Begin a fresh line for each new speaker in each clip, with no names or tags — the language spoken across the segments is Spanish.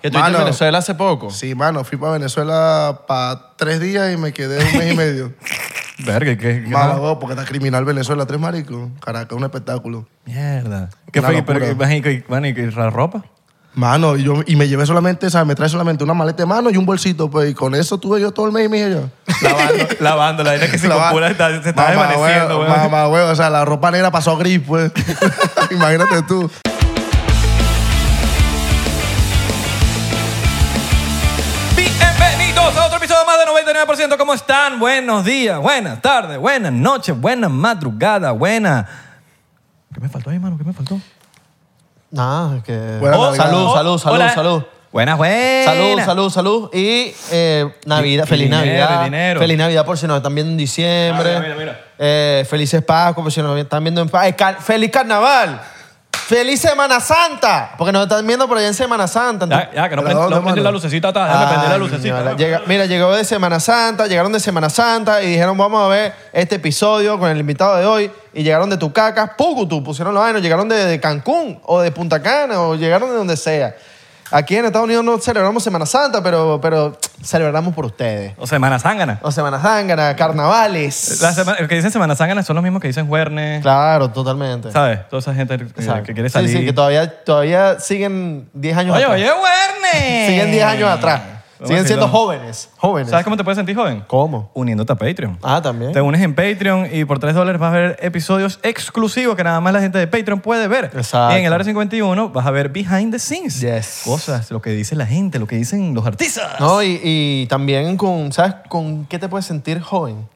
Que estuviste
Mano.
en Venezuela hace poco.
Sí, mano, fui para Venezuela para tres días y me quedé un mes y medio.
Verga, qué. qué
Mala voz, porque está criminal Venezuela, tres maricos. Caracas, un espectáculo.
Mierda. ¿Qué
Una
fue?
locura.
Pero, ¿qué- y, y- bueno, y- y la ropa?
Mano, y, yo, y me llevé solamente, o sea, me trae solamente una maleta de mano y un bolsito, pues, y con eso tuve yo todo el mes y medio yo.
Lavando, lavando. La vaina que se compura está- se está desvaneciendo, weón.
Mamá, huevo, o sea, la ropa negra pasó gris, pues. Imagínate tú.
Bienvenidos a otro episodio más de 99%. ¿Cómo están? Buenos días, buenas tardes, buenas noches, buenas madrugadas, buenas. ¿Qué me faltó ahí, mano? ¿Qué me faltó?
Nada, es que.
Buena
Oh,
Navidad.
salud, salud, salud,
hola.
salud.
Buenas, buenas.
Salud, salud, salud. Y eh, Navidad,
Y- y
feliz
dinero,
Navidad.
y dinero.
Feliz Navidad por si nos están viendo en diciembre.
Ah, mira, mira, mira.
Eh, felices Pascua por si nos están viendo en Pascua. Eh, ¡Feliz Carnaval! ¡Feliz Semana Santa! Porque nos están viendo por allá en Semana Santa.
Ya, ya, que no,
¿Pero
prende-
dónde,
no prende
mano?
la lucecita atrás. Ah, Déjame prender la
Ay,
lucecita.
mira, llega- mira, llegó de Semana Santa, llegaron de Semana Santa y dijeron, vamos a ver este episodio con el invitado de hoy. Y llegaron de Tucacas, Pucutú, pusieron los vainos, llegaron de, de Cancún o de Punta Cana o llegaron de donde sea. Aquí en Estados Unidos no celebramos Semana Santa, pero, pero celebramos por ustedes.
O Semana Zángana.
O Semana Zángana, carnavales.
La sema- los que dicen Semana Zángana son los mismos que dicen Juernes.
Claro, totalmente.
¿Sabes? Toda esa gente que,
Exacto.
que quiere salir.
Sí, sí, que todavía, todavía siguen 10 años
Oye,
atrás.
oye, Werner.
Siguen 10 años atrás.
Vamos a
Siguen siendo
decirlo.
jóvenes. Jóvenes.
¿Sabes cómo te puedes sentir joven?
¿Cómo?
Uniéndote a Patreon.
Ah, también.
Te unes en Patreon y por 3 dólares vas a ver episodios exclusivos que nada más la gente de Patreon puede ver.
Exacto.
Y en el área 51 vas a ver behind the scenes.
Yes.
Cosas, lo que dice la gente, lo que dicen los artistas.
No, y, y también con, ¿sabes? ¿Con qué te puedes sentir joven?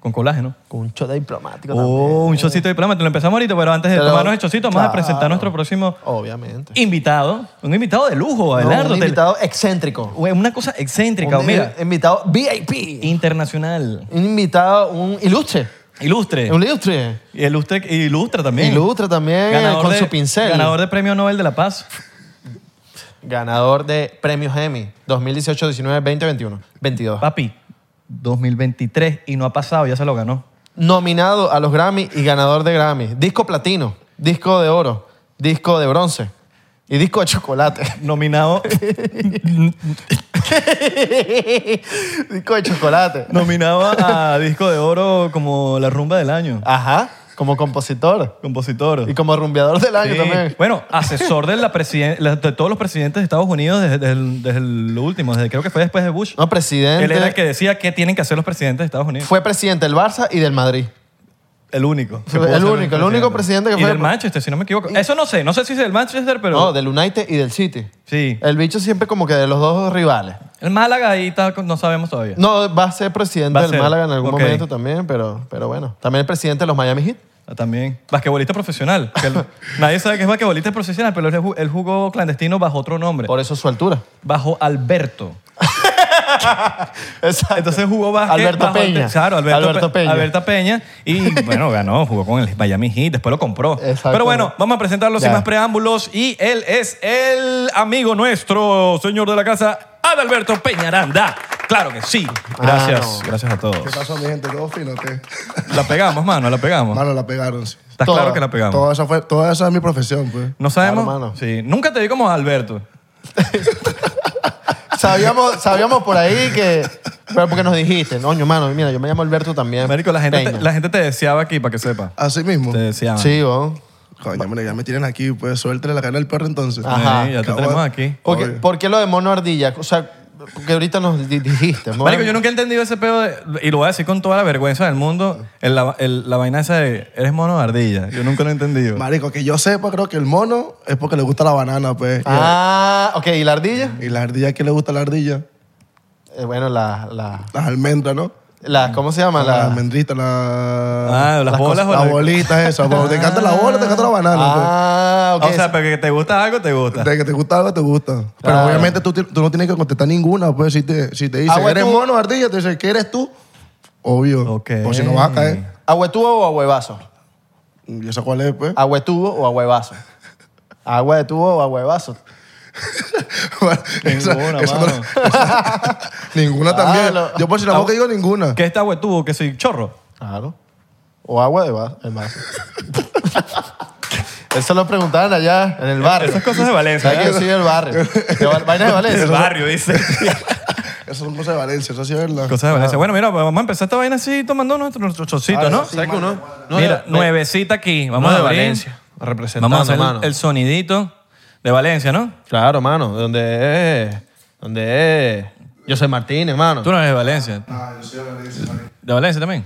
Con colágeno.
Con un shot diplomático
Oh, un chocito de plama. Te lo empezamos ahorita, pero antes de
Pero-
tomarnos el chocito, vamos a
Claro.
presentar a nuestro próximo
también. Obviamente.
invitado. Un invitado de lujo,
No,
Abelardo.
un
Te-
invitado excéntrico.
Una cosa excéntrica.
Un
mira,
invitado VIP.
internacional.
Un invitado, un ilustre.
Ilustre.
Un ilustre.
Y ilustre, y ilustra también.
Ilustre también eh, con su pincel.
Ganador de Premio Nobel de la Paz.
Ganador de premios Emmy 2018, 19, 20, 21, 22.
Papi, 2023 y no ha pasado, ya se lo ganó.
Nominado a los Grammy y ganador de Grammy. Disco platino, disco de oro, disco de bronce y disco de chocolate.
Nominado,
disco de chocolate.
nominado a disco de oro como la rumba del año.
Ajá, como compositor
Compositor.
Ah. y como rumbeador del año
Sí.
también.
Bueno, asesor de, la presiden- la- de todos los presidentes de Estados Unidos desde, desde el, desde el último, desde, creo que fue después de Bush.
No, presidente.
Él era el que decía qué tienen que hacer los presidentes de Estados Unidos.
Fue presidente del Barça y del Madrid.
El único. que
El
pudo ser
único, el único presidente que
Y
fue-
del Manchester, si no me equivoco. Eso no sé, no sé si es del Manchester, pero...
No, del United y del City.
Sí.
El bicho siempre como que de los dos rivales.
El Málaga ahí está, con- no sabemos todavía.
No, va a ser presidente
Va a
del
ser.
Málaga en algún
Ok.
momento también, pero, pero bueno. También el presidente de los Miami Heat.
Ah, También. Basquetbolista profesional. que el- nadie sabe que es basquetbolista profesional, pero él, ju- él jugó clandestino bajo otro nombre.
Por eso su altura.
Bajo Alberto.
Exacto.
Entonces jugó básquet
Alberto
bajo-
Peña.
Claro, Alberto,
Alberto
Pe-
Peña.
Alberto Peña. Y bueno, ganó, jugó con el Miami Heat, después lo compró.
Exacto.
Pero bueno, vamos a presentarlo sin
Ya.
más preámbulos. Y él es el amigo nuestro, señor de la casa, Adalberto Peñaranda. Claro que sí. Gracias,
Ah, no.
gracias a
¿Qué
todos.
pasó, mi gente? ¿Todo fino o qué?
La pegamos, mano, la pegamos.
Mano, la pegaron, sí.
¿Estás
toda,
claro que la pegamos?
Toda esa, fue, toda esa es mi profesión, pues.
No sabemos.
Ah,
Claro, mano.
Sí. Nunca te vi como Alberto.
Sabíamos, sabíamos por ahí que... Pero porque nos dijiste, no, mano, mira, yo me llamo Alberto también.
Marico, la gente, te,
Peña.
la gente te deseaba aquí, para que sepa.
Así mismo.
Te deseaba.
Sí, vos.
Coño, mire, ya me tienen aquí, pues suéltale la cara del perro entonces.
Sí,
Ajá.
ya te
Cabrón.
tenemos aquí.
¿Por qué,
Obvio.
por qué lo de mono ardilla? O sea, porque ahorita nos di- dijiste. mono-
Marico, yo nunca he entendido ese pedo, de- y lo voy a decir con toda la vergüenza del mundo, el- la, el- la vaina esa de eres mono de ardilla. Yo nunca lo he entendido.
Marico, que yo sepa, creo que el mono es porque le gusta la banana, pues.
Ah, ok, ¿y la ardilla?
Y la ardilla, ¿qué le gusta a la ardilla?
Eh, bueno, la, la-
Las almendras, ¿no?
Las, ¿Cómo se llama?
La
Las-
almendrita, la...
Ah, las bolas,
Las
bolas.
bolitas esas. porque Te encanta la bola, te encanta la banana. pues.
Ah, ok.
o sea, pero que te gusta algo, te gusta.
De que te gusta algo, te gusta. Pero
Claro.
obviamente tú, ti- tú no tienes que contestar ninguna. Pues si te, si te dice,
Ah, bueno,
¿eres
tú-
mono o ardilla? Te dice, ¿qué eres tú? Obvio.
Ok.
Por si no vas a caer.
¿Agüetubo o agüevaso?
¿Y esa cuál es,
Ah,
pues?
¿Agüetubo o agüevaso? ¿Agua de tubo o agüevaso?
Ninguna, mano. Ah,
esa- ninguna también.
Claro.
Yo por si la boca digo ninguna.
¿Qué está tuvo que soy chorro?
Claro. ¿O agua de vaso? El vaso. Eso lo preguntaban allá en el barrio.
Esas cosas de Valencia,
¿Sabes que
¿eh?
yo soy del barrio? De va- Vainas de Valencia.
El barrio, dice.
Esas son cosas de Valencia, eso sí es verdad.
Cosas de
Ah.
Valencia. Bueno, mira, vamos a empezar esta vaina así tomando nuestro, nuestro chocito, ¿no?
Saca uno. No,
Mira,
de-
nuevecita aquí. Vamos
No,
a
de
abrir.
Valencia. Representando,
Vamos a hacer el-
mano.
el, sonidito de Valencia, ¿no?
Claro, mano. Donde es. Donde es. Yo soy Martín, hermano.
Tú no eres de Valencia.
Ah, yo soy de Valencia, marico.
¿De Valencia también?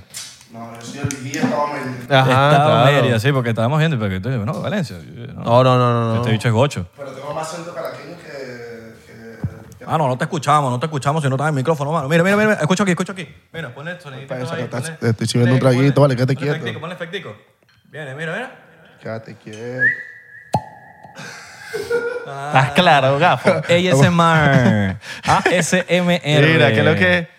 No, yo soy de Vigía, estaba medio-
Ajá,
Estaba
claro.
Mérida, sí, porque estábamos viendo. Pero que tú, no, Valencia. yo- No,
No, no, no, no. no.
Este bicho es gocho.
Pero tengo más acento caraqueño que... que- que-
Ah, no, no te escuchamos, no te escuchamos si no estás en el micrófono, mano. Mira, mira, mira, mira, escucho aquí, escucho aquí. Mira, ponle el sonidito.
Parece
ahí,
que estás-
ponle-
te estoy sirviendo un
ponle-
traguito, vale, quédate
ponle
quieto.
efectico, Ponle efectico. Viene, mira, mira.
Quédate quieto.
Estás claro, gafo.
ASMR. ASMR.
Mira, que lo que.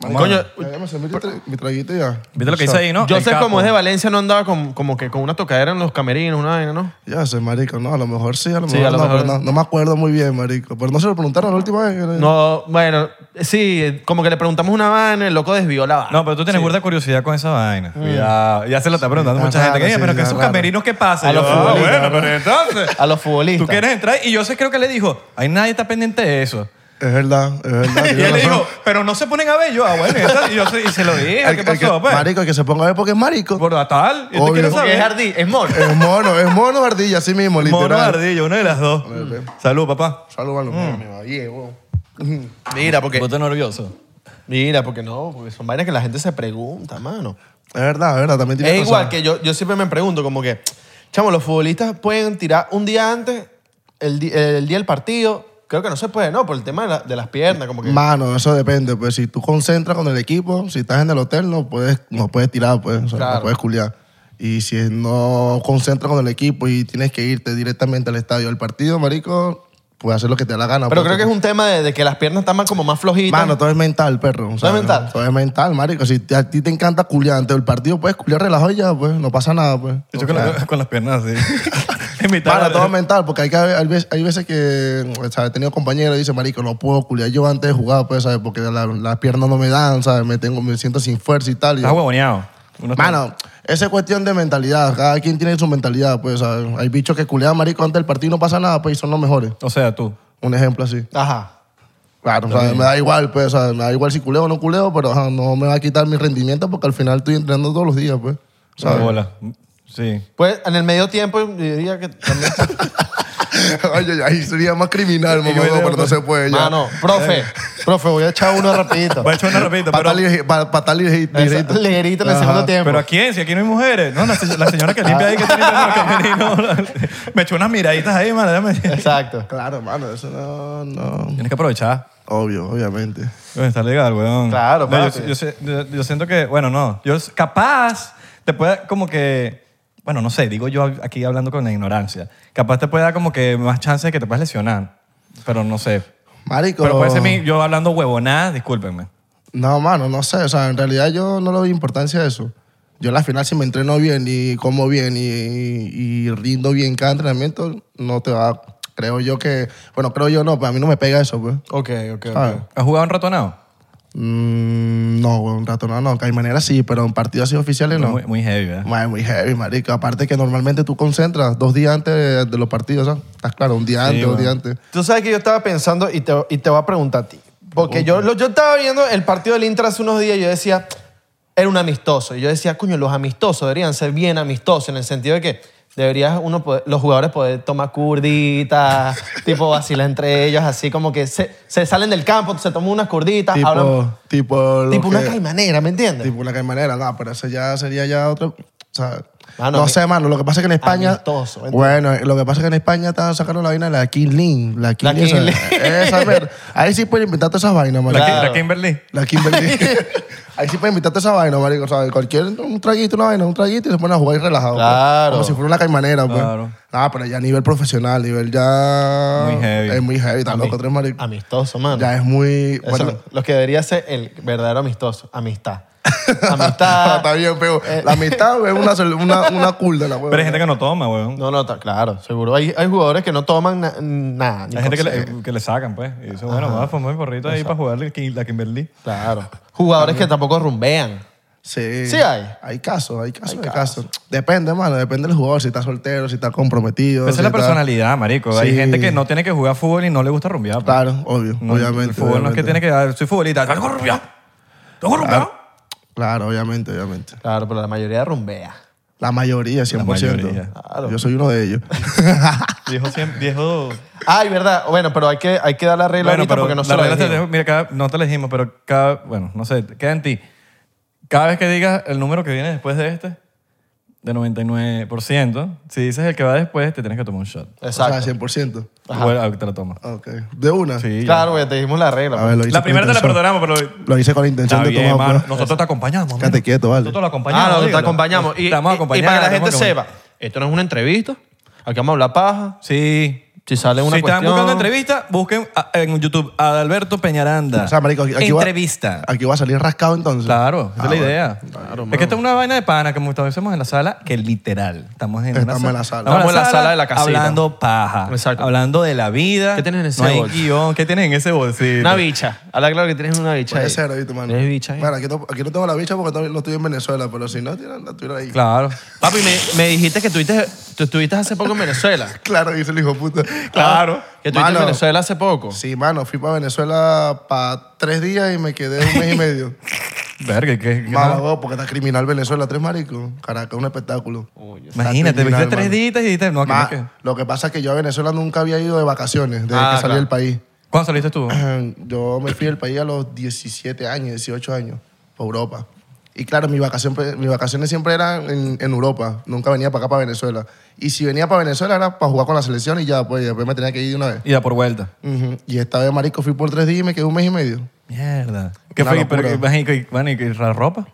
Coño,
Ya, ya me serví mi tra- mi traguito ya.
¿Viste lo que dice ahí, no?
Yo
El
sé
capo.
como es de Valencia, no andaba con- como que con una tocadera en los camerinos, una vaina, ¿no?
Ya sé, marico. No, a lo mejor sí, a lo
Sí,
mejor
a lo
no,
mejor-
pero no, no me acuerdo muy bien, marico. Pero no se lo preguntaron la última vez.
No, bueno, sí, como que le preguntamos una vaina, el loco desvió la vaina.
No, pero tú tienes burda curiosidad con esa vaina. Cuidado. Ya se lo está preguntando
está
mucha gente.
raro,
que,
Mm. sí,
pero que
está
esos
raro.
camerinos, ¿qué pasa?
A
Yo,
los
"Ah,
futbolistas,
bueno, pero entonces.
a los futbolistas.
Tú quieres entrar y yo sé creo que le dijo, ahí nadie está pendiente de eso.
Es verdad, es verdad.
Y
tienes
él le
razón.
dijo, pero no se ponen a ver yo, ah, bueno, y, esta- y yo se, y se lo dije,
El-
¿qué
el que-
pasó? Pues?
Marico, el que se ponga a ver porque es marico.
Por la tal, y tú
Obvio.
quieres
Porque es
saber.
Jardín, es Mor.
Es mono, es mono o ardilla, así mismo, literal.
Mono ardillo, una de las dos. Salud, papá.
Salud a los míos, ahí, huevón.
Mira, porque.
¿Vos estás nervioso?
Mira, porque no, porque son vainas que la gente se pregunta, mano.
Es verdad, es verdad, también tiene
Es
razón.
igual que yo, yo siempre me pregunto, como que, chamo, los futbolistas pueden tirar un día antes, el, di- el día del partido. Creo que no se puede, ¿no? Por el tema de, la- de las piernas, como que.
Mano, eso depende, pues si tú concentras con el equipo, si estás en el hotel, no puedes, no puedes tirar, pues, o sea,
Claro.
no puedes culiar. Y si no concentras con el equipo y tienes que irte directamente al estadio al partido, marico, puedes hacer lo que te da la gana.
pero
pues,
creo que es un tema de, de que las piernas están más- como más flojitas.
Mano, todo es mental, perro. o sea,
es mental?
Todo es mental, marico. Si te- a ti te encanta culiar ante el partido, puedes culiar relajado y ya, pues, no pasa nada, pues.
Y yo con, la- con las piernas así. en mitad
Para,
de-
todo es mental, porque hay, que, hay, veces, hay veces que o sea, he tenido compañeros y dicen, marico, no puedo culiar yo antes de jugar, pues, ¿sabes? Porque la- las piernas no me dan, ¿sabes? Me, tengo, me siento sin fuerza y tal. Y
Estás
yo,
huevoneado. Uno Ah, está-
Mano, esa es cuestión de mentalidad. Cada quien tiene su mentalidad, pues, ¿sabes? Hay bichos que culean, marico, antes del partido y no pasa nada, pues, y son los mejores.
O sea, tú.
Un ejemplo así.
Ajá.
Claro, o sea, me da igual, pues, o sea, me da igual si culeo o no culeo, pero ajá, no me va a quitar mi rendimiento porque al final estoy entrenando todos los días, pues.
Ah,
¿sabes?
Bola. Sí.
Pues en el medio tiempo yo diría que también.
Oye, ahí sería más criminal,
que
mamá,
me diga,
pero no
pues,
se puede ya.
Mano, profe, profe, voy a echar uno rapidito.
Voy a echar una repita, pero,
Patal y- pa- patal y
Esa-
ligerito.
Ligerito en el segundo tiempo.
pero ¿a quién? Si aquí no hay mujeres. No, la, se- la señora que limpia ahí que está limpiando los camerinos. Me echó unas miraditas ahí, mano. déjame-
Exacto.
Claro, mano, eso no, no.
Tienes que aprovechar.
Obvio, obviamente.
Bueno, está legal, weón.
Claro,
No, yo,
papi.
yo sé- yo- yo siento que, bueno, no. Yo s- capaz te puede como que, bueno, no sé, digo yo aquí hablando con la ignorancia. Capaz te puede dar como que más chance de que te puedas lesionar. Pero no sé.
Marico.
Pero puede ser mi-
Oh.
yo hablando huevonada, discúlpenme.
No, mano, no sé. O sea, en realidad yo no le doy importancia a eso. Yo en la final, si me entreno bien y como bien y, y rindo bien cada entrenamiento, no te va. Creo yo que. Bueno, creo yo no, pero a mí no me pega eso, pues.
Ok, ok, ok.
¿sabes?
¿Has jugado un ratonado?
Mm, no, güey, un rato no, no. Que hay manera sí, pero en partidos así oficiales no.
Muy, muy heavy, ¿verdad?
Madre, muy heavy, marico. Aparte que normalmente tú concentras dos días antes de, de los partidos, ¿sabes? Estás claro, un día antes, dos
bueno.
días antes.
Tú sabes que yo estaba pensando y te, y te voy a preguntar a ti. Porque yo, lo- yo estaba viendo el partido del Inter hace unos días y yo decía, era un amistoso. Y yo decía, coño, los amistosos deberían ser bien amistosos en el sentido de que deberías uno poder- los jugadores poder tomar curditas, tipo vacilar entre ellos, así como que se, se salen del campo, se toman unas curditas,
Tipo,
hablan-
tipo, lo
tipo una
que-
caimanera, ¿me entiendes?
Tipo una caimanera, no, pero eso ya sería ya otro. O sea,
Mano,
no
mi-
sé, mano. Lo que pasa es que en España.
Amistoso, ¿entiendes?
bueno, lo que pasa es que en España están sacando la vaina de la King Lin. La King,
La
Lin,
King
o sea,
Lin.
esa mierda. Ahí sí pueden inventar todas esas
La,
vainas, marico.
Ki-
Claro.
la Kimberly.
La Kimberly. Ahí sí pueden inventar todas esas vainas, marico. O sea, cualquier un traguito, una vaina, un traguito y se ponen a jugar ahí relajados. pues.
Claro.
Como si fuera una caimanera, pues.
Claro.
Ah, pero ya a nivel profesional, nivel ya.
Muy heavy.
Es muy heavy, tan loco, tres maricos.
Amistoso, mano.
Ya es muy.
Eso
bueno,
es lo, lo que debería ser el verdadero amistoso. Amistad.
Ah,
Amistad.
está bien, pero
Eh.
la mitad es una, sol- una, una cool de la hueva.
Pero hay gente que no toma, weón.
No, no, está- claro, seguro. Hay, hay jugadores que no toman na- nada. ni
Hay gente que
consejo.
le, que le sacan, pues. Y dicen, bueno, vamos a formar un porrito ahí para jugar la Kim- la Kimberly.
Claro. Jugadores que tampoco rumbean.
Sí.
Sí hay.
Hay casos, hay casos, hay, casos. Depende, mano, depende del jugador, si está soltero, si está comprometido.
Esa
si
es la
está-
personalidad, marico. Hay
Sí.
gente que no tiene que jugar fútbol y no le gusta rumbear. pues.
Claro, obvio,
No,
obviamente.
El fútbol no es que
obviamente.
tiene que dar. Soy futbolista. ¿Tengo rumbeado? ¿Tengo rumbeado?
Claro, obviamente, obviamente.
Claro, pero la mayoría rumbea.
La mayoría, 100%.
mayoría.
Claro.
Yo soy uno de ellos.
Viejo, siempre- viejo.
Ay, verdad. Bueno, pero hay que, hay que dar la regla
Bueno,
ahorita
pero
porque no
la
se la
regla te
dijimos.
dejo- mira, cada- no te la dijimos, pero cada, bueno, no sé, queda en ti. Cada vez que digas el número que viene después de este, de 99%, si dices el que va después, te tienes que tomar un shot.
Exacto.
O sea, 100%.
Bueno, ah, te la tomas.
Ok. ¿De una?
Sí.
claro, güey, te dijimos la regla. pues.
A ver, lo hice
La
con
primera te la
intención.
perdonamos, pero
Lo hice con la intención
Está
de
bien,
tomar.
mano.
pues.
Nosotros te acompañamos.
Quédate
mano.
quieto, vale.
Nosotros lo acompañamos.
Ah, no, te
dígalo.
acompañamos. Y,
Te vamos a
y- y
acompañar,
para que la
te
gente
vamos a
sepa,
acompañar.
esto no es una entrevista. Aquí vamos a hablar paja.
Sí.
Si sale una
si están
cuestión-
buscando entrevista, busquen a- en YouTube a Alberto Peñaranda.
O sea, marico, aquí, aquí va-
entrevista.
aquí va a salir rascado entonces.
Claro, esa
Ah,
es la
bueno.
idea. es que esta es una vaina de pana, como estuviésemos en la sala, que literal. Estamos en,
Estamos
una
en la sala.
Estamos en la sala de la casita.
Hablando paja.
Exacto.
Hablando de la vida.
¿Qué tienes en ese
No hay
bolso?
guión. ¿Qué tienes en ese bolsillo?
Una bicha. Habla claro que tienes una bicha.
Puede
pues.
ahí.
ser, ¿viste, mano?
Tienes bicha ahí.
eh.
Bueno, aquí no, aquí no tengo la bicha porque todavía no estoy en Venezuela, pero si no, tiene- la tuviera ahí.
Claro.
Papi, me, me dijiste que tuviste, tú estuviste hace poco en Venezuela.
Claro, dice el hijo de puta.
Claro.
Que estuviste
Mano.
en Venezuela hace poco.
Sí, mano, fui para Venezuela para tres días y me quedé un mes y medio.
Verga, ¿qué? qué-
Mamagó, porque está criminal Venezuela, tres maricos. Caracas, un espectáculo. Está
Imagínate, viste
criminal,
tres
mano.
días y dijiste, no, aquí
Ma-
no, que-
Lo que pasa es que yo a Venezuela nunca había ido de vacaciones desde
Ah,
que salí
claro.
del país.
¿Cuándo saliste tú?
Yo me fui del país a los 17 años, 18 años, para Europa. Y claro, mi vacación, mis vacaciones siempre eran en, en Europa. Nunca venía para acá, para Venezuela. Y si venía para Venezuela era para jugar con la selección y ya, pues y después me tenía que ir de una vez.
Y da por vuelta.
Ujú. Y esta vez, marico, fui por tres días y me quedé un mes y medio.
Mierda. ¿Qué
Una
fue?
locura.
Pero, que- bueno, y, que- bueno, y que la ropa?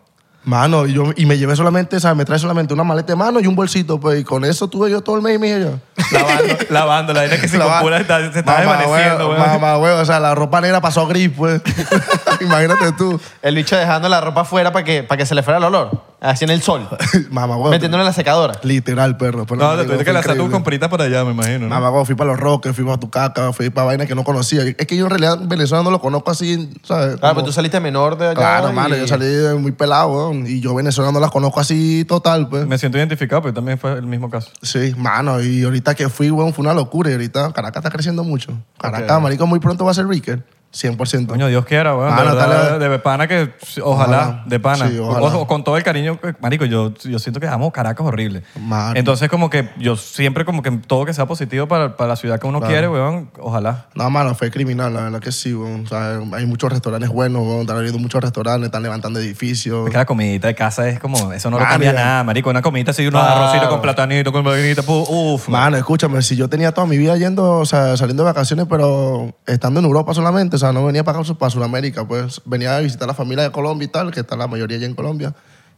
Mano, y, yo, y me llevé solamente, o sea, me trae solamente una maleta de mano y un bolsito, pues, y con eso tuve yo todo el mes y medio yo.
Lavando, lavando. La vaina que se compura está- se está desvaneciendo,
weón.
weón.
Mamá, weón, o sea, la ropa negra pasó gris, pues. Imagínate tú.
El bicho dejando la ropa afuera para que, para que se le fuera el olor. Así en el sol.
Mamá, weón.
Metiéndole en la secadora.
Literal, perro. pero
No,
marico,
te tuviste que
fue
lanzar tus
increíble.
compritas para allá, me imagino, ¿no?
Mamá, weón, fui para los Roques, fui para Tucaca, fui para vainas que no conocía. Es que yo en realidad Venezuela no lo conozco así,
Ah,
¿sabes?
pues
Claro,
Como-
pero Ah, pues tú saliste menor de allá.
Claro,
y-
mano, yo salí muy pelado, weón. Y yo Venezuela no las conozco así total, pues.
Me siento identificado, pero también fue el mismo caso.
Sí, mano, y ahorita que fui, weón, fue una locura. Y ahorita Caracas está creciendo mucho. Caracas, marico, muy pronto va a ser Ricker. 100%.
Coño, Dios quiera, weón.
Mano,
de verdad,
tal vez-
de pana que, ojalá,
Ojalá.
de pana.
Sí, ojalá.
O- o con todo el cariño, que- marico, yo, yo siento que amo Caracas horrible.
Mano.
Entonces, como que yo siempre, como que todo que sea positivo para, para la ciudad que uno quiere, weón, ojalá.
No, mano, fue criminal, la verdad que sí, weón. O sea, hay muchos restaurantes buenos, weón. Están abriendo muchos restaurantes, están levantando edificios.
Porque la comidita de casa es como, eso no lo
Mano,
cambia
ya.
nada, marico. Una comidita así, unos
Claro.
arrocitos con platanito, con margarita, pu- uf.
Pues.
Mano, escúchame, si yo tenía toda mi vida yendo, o sea, saliendo de vacaciones, pero estando en Europa solamente, o sea, no venía para acá, para Sudamérica, pues venía a visitar a la familia de Colombia y tal, que está la mayoría allá en Colombia.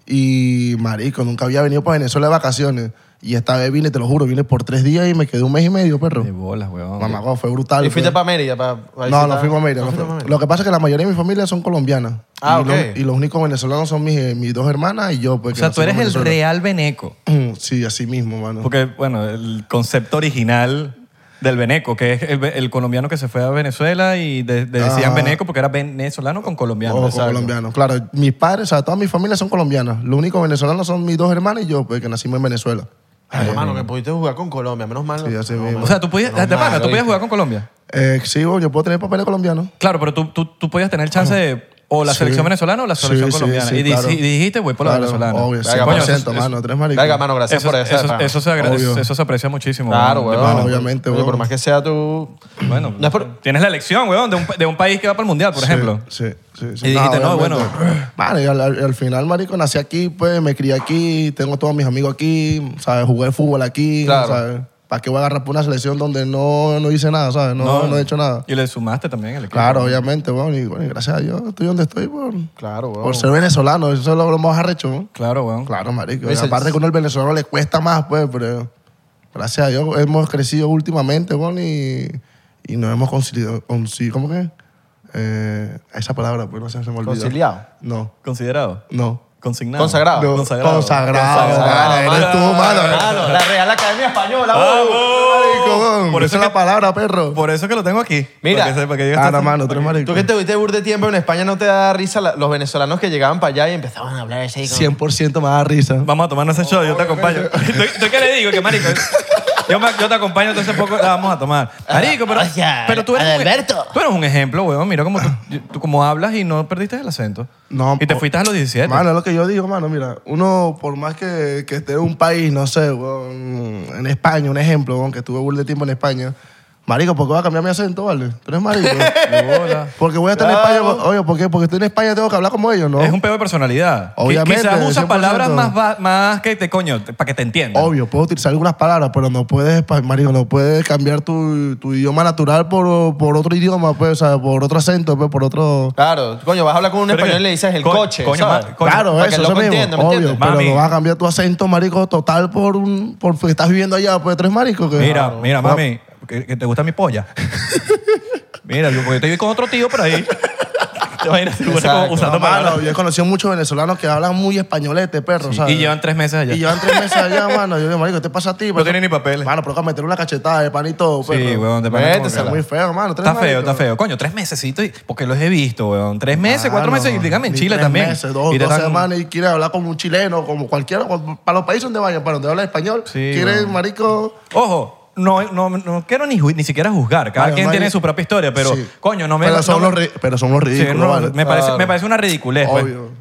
Y, marico, nunca había venido para Venezuela de vacaciones. Y esta vez vine, te lo juro, vine por tres días y me quedé un mes y medio, perro.
de bolas, weón.
Mamá, guau, fue brutal.
Y fuiste
fue.
para Mérida. pa- pa
pues. No,
visitar-
no fuimos a Mérida.
¿No
no
fuiste
fue-
pa' Mérida?
Lo que pasa es que la mayoría de mi familia son colombianas.
Ah,
y,
ok.
los, y los únicos venezolanos son mis, eh, mis dos hermanas y yo. Pues,
O
que
sea, tú
nacimos
eres
en
el
Venezuela.
real veneco.
Sí, así mismo, mano.
Porque, bueno, el concepto original del veneco, que es el, ve- el colombiano que se fue a Venezuela y de- de- decían
Ah.
veneco porque era venezolano con colombiano.
Ojo,
Exacto.
Oh, colombiano. Claro, mis padres, o sea, toda mi familia son colombianas. Lo único venezolano son mis dos hermanas y yo, pues, que nacimos en Venezuela.
Ay, hermano, que pudiste jugar con Colombia. Menos mal.
Ah,
Sí, así
No,
mismo.
O sea, tú podías,
Normal,
de pana, tú
¿oíste?
podías jugar con Colombia.
Eh, sí, bueno, yo puedo tener papeles colombianos.
Claro, pero tú, tú, tú podías tener chance de O la
Sí.
selección venezolana o la
Sí,
selección
sí,
colombiana.
sí,
y, di-
claro.
y dijiste, voy por la
Claro,
venezolana.
Obvio,
Coño,
100%,
eso-
mano. Tres maricones.
Verga, mano, gracias
eso,
por eso.
eso-
pana.
eso se agradece-
Obvio.
eso se aprecia muchísimo.
claro,
weón.
weón.
mano, obviamente,
Oye,
weón.
Por más que sea tú.
Bueno,
No es por-
tienes la elección, weón, de un, de un país que va para el mundial, por
Sí,
ejemplo.
Sí, sí, sí.
Y dijiste, no,
obviamente.
bueno.
Mano, y al, al- al final, marico, nací aquí, pues, me crié aquí, tengo todos mis amigos aquí, ¿sabes? Jugué fútbol aquí,
Claro.
¿sabes? ¿Para qué voy a agarrar por una selección donde no, no hice nada, ¿sabes? No, no, he hecho nada.
Y le sumaste también el equipo.
Claro, obviamente, bueno, y bueno, y gracias a Dios estoy donde estoy por,
Claro, weón.
por ser venezolano, eso es lo, lo más arrecho, ¿no?
Claro, weón.
Claro, marico.
Ese-
Y aparte que uno el venezolano le cuesta más, pues, pero gracias a Dios hemos crecido últimamente, bueno, y, y nos hemos conciliado, conci- ¿cómo que? Eh, esa palabra, pues, no sé, se me olvidó.
Conciliado.
No,
Considerado.
no.
Consignado.
Consagrado.
No,
Consagrado.
Consagrado.
Consagrado.
mano, eres tú, mano.
Claro, la Real Academia Española.
¡Vamos!
Por
Por eso
eso es la
que-
palabra, perro.
Por eso que lo tengo aquí.
Mira.
Para que, se- para que digas
Ah,
esto-
no, mano, tres
weón.
maricos.
Tú que te viste burde tiempo en España, ¿no te da risa la- los venezolanos que llegaban para allá y empezaban a hablar así? como-
100% me da risa.
Vamos a tomarnos ese show, yo te acompaño. ¿Tú, tú qué le digo? Que marico. Yo, me- yo te acompaño, entonces poco la vamos a tomar. Marico, pero,
Ah, o sea,
pero tú eres. un- e-
Adalberto.
tú eres un ejemplo, weón. Mira cómo tú, tú cómo hablas y no perdiste el acento.
No,
Y te
po-
fuiste a los 17.
Mano, es lo que yo digo, mano. Mira, uno, por más que, que esté en un país, no sé, weón, en España, un ejemplo, weón, que estuve burda de tiempo en España. Marico, ¿por qué voy a cambiar mi acento, vale? Tú eres marico.
De bola.
Porque voy a estar en
Claro.
España. Oye, ¿por qué? Porque estoy en España tengo que hablar como ellos, ¿no?
Es un peo de personalidad. Qui-
Obviamente,
Quizás usas
100%.
palabras más, va- más que te coño, para que te entiendan.
Obvio, puedo utilizar algunas palabras, pero no puedes, pa- marico, no puedes cambiar tu, tu idioma natural por, por otro idioma, pues, o sea, por otro acento, pues, por otro...
Claro, coño, vas a hablar con un
Pero
español
que-
y le dices el
coño,
coche.
coño,
¿sabes?
ma- coño.
Claro,
Para que
eso,
el loco
eso mismo,
entienda, ¿me
obvio,
entiendes?
pero
Mami.
no vas a cambiar tu acento, marico, total por un... por- porque estás viviendo allá, pues, tres maricos. que-
Mira,
Claro.
mira, mami, que, que te gusta mi polla. mira, yo porque estoy con otro tío por ahí. Te imaginas tú,
Exacto,
como usando
No,
palabras.
mano, yo he conocido muchos venezolanos que hablan muy españolete, perro, ¿sabes?
Y llevan tres meses allá.
Y llevan tres meses allá, mano. Yo digo, marico, ¿qué te pasa a ti?
No tienen ni papeles.
Mano, pero acá meter una cachetada de panito, perro.
Sí, weón, de pana como que-
Métesela. Muy feo, mano. Tres
Está feo,
maricos.
está feo. Coño, tres mesecitos, y- porque los he visto, weón. Tres meses, cuatro
Mano,
meses, y dígame en
ni
Chile
tres
también.
Meses, dos,
y te
dos
están-
semanas y quiere hablar como un chileno, como cualquiera, cual- para los países donde vayan, para donde habla español.
Sí,
quiere,
weón.
marico.
Ojo, no, no, no quiero ni, ju- ni siquiera juzgar. Cada
Mano,
quien
no hay-
tiene su propia historia, pero
Sí.
coño, no me.
Pero son,
no
los,
me-
ri- pero son los
Sí,
ridículos,
no,
¿vale? Ah,
me, parece,
Claro.
me parece una ridiculez, pues.
Obvio.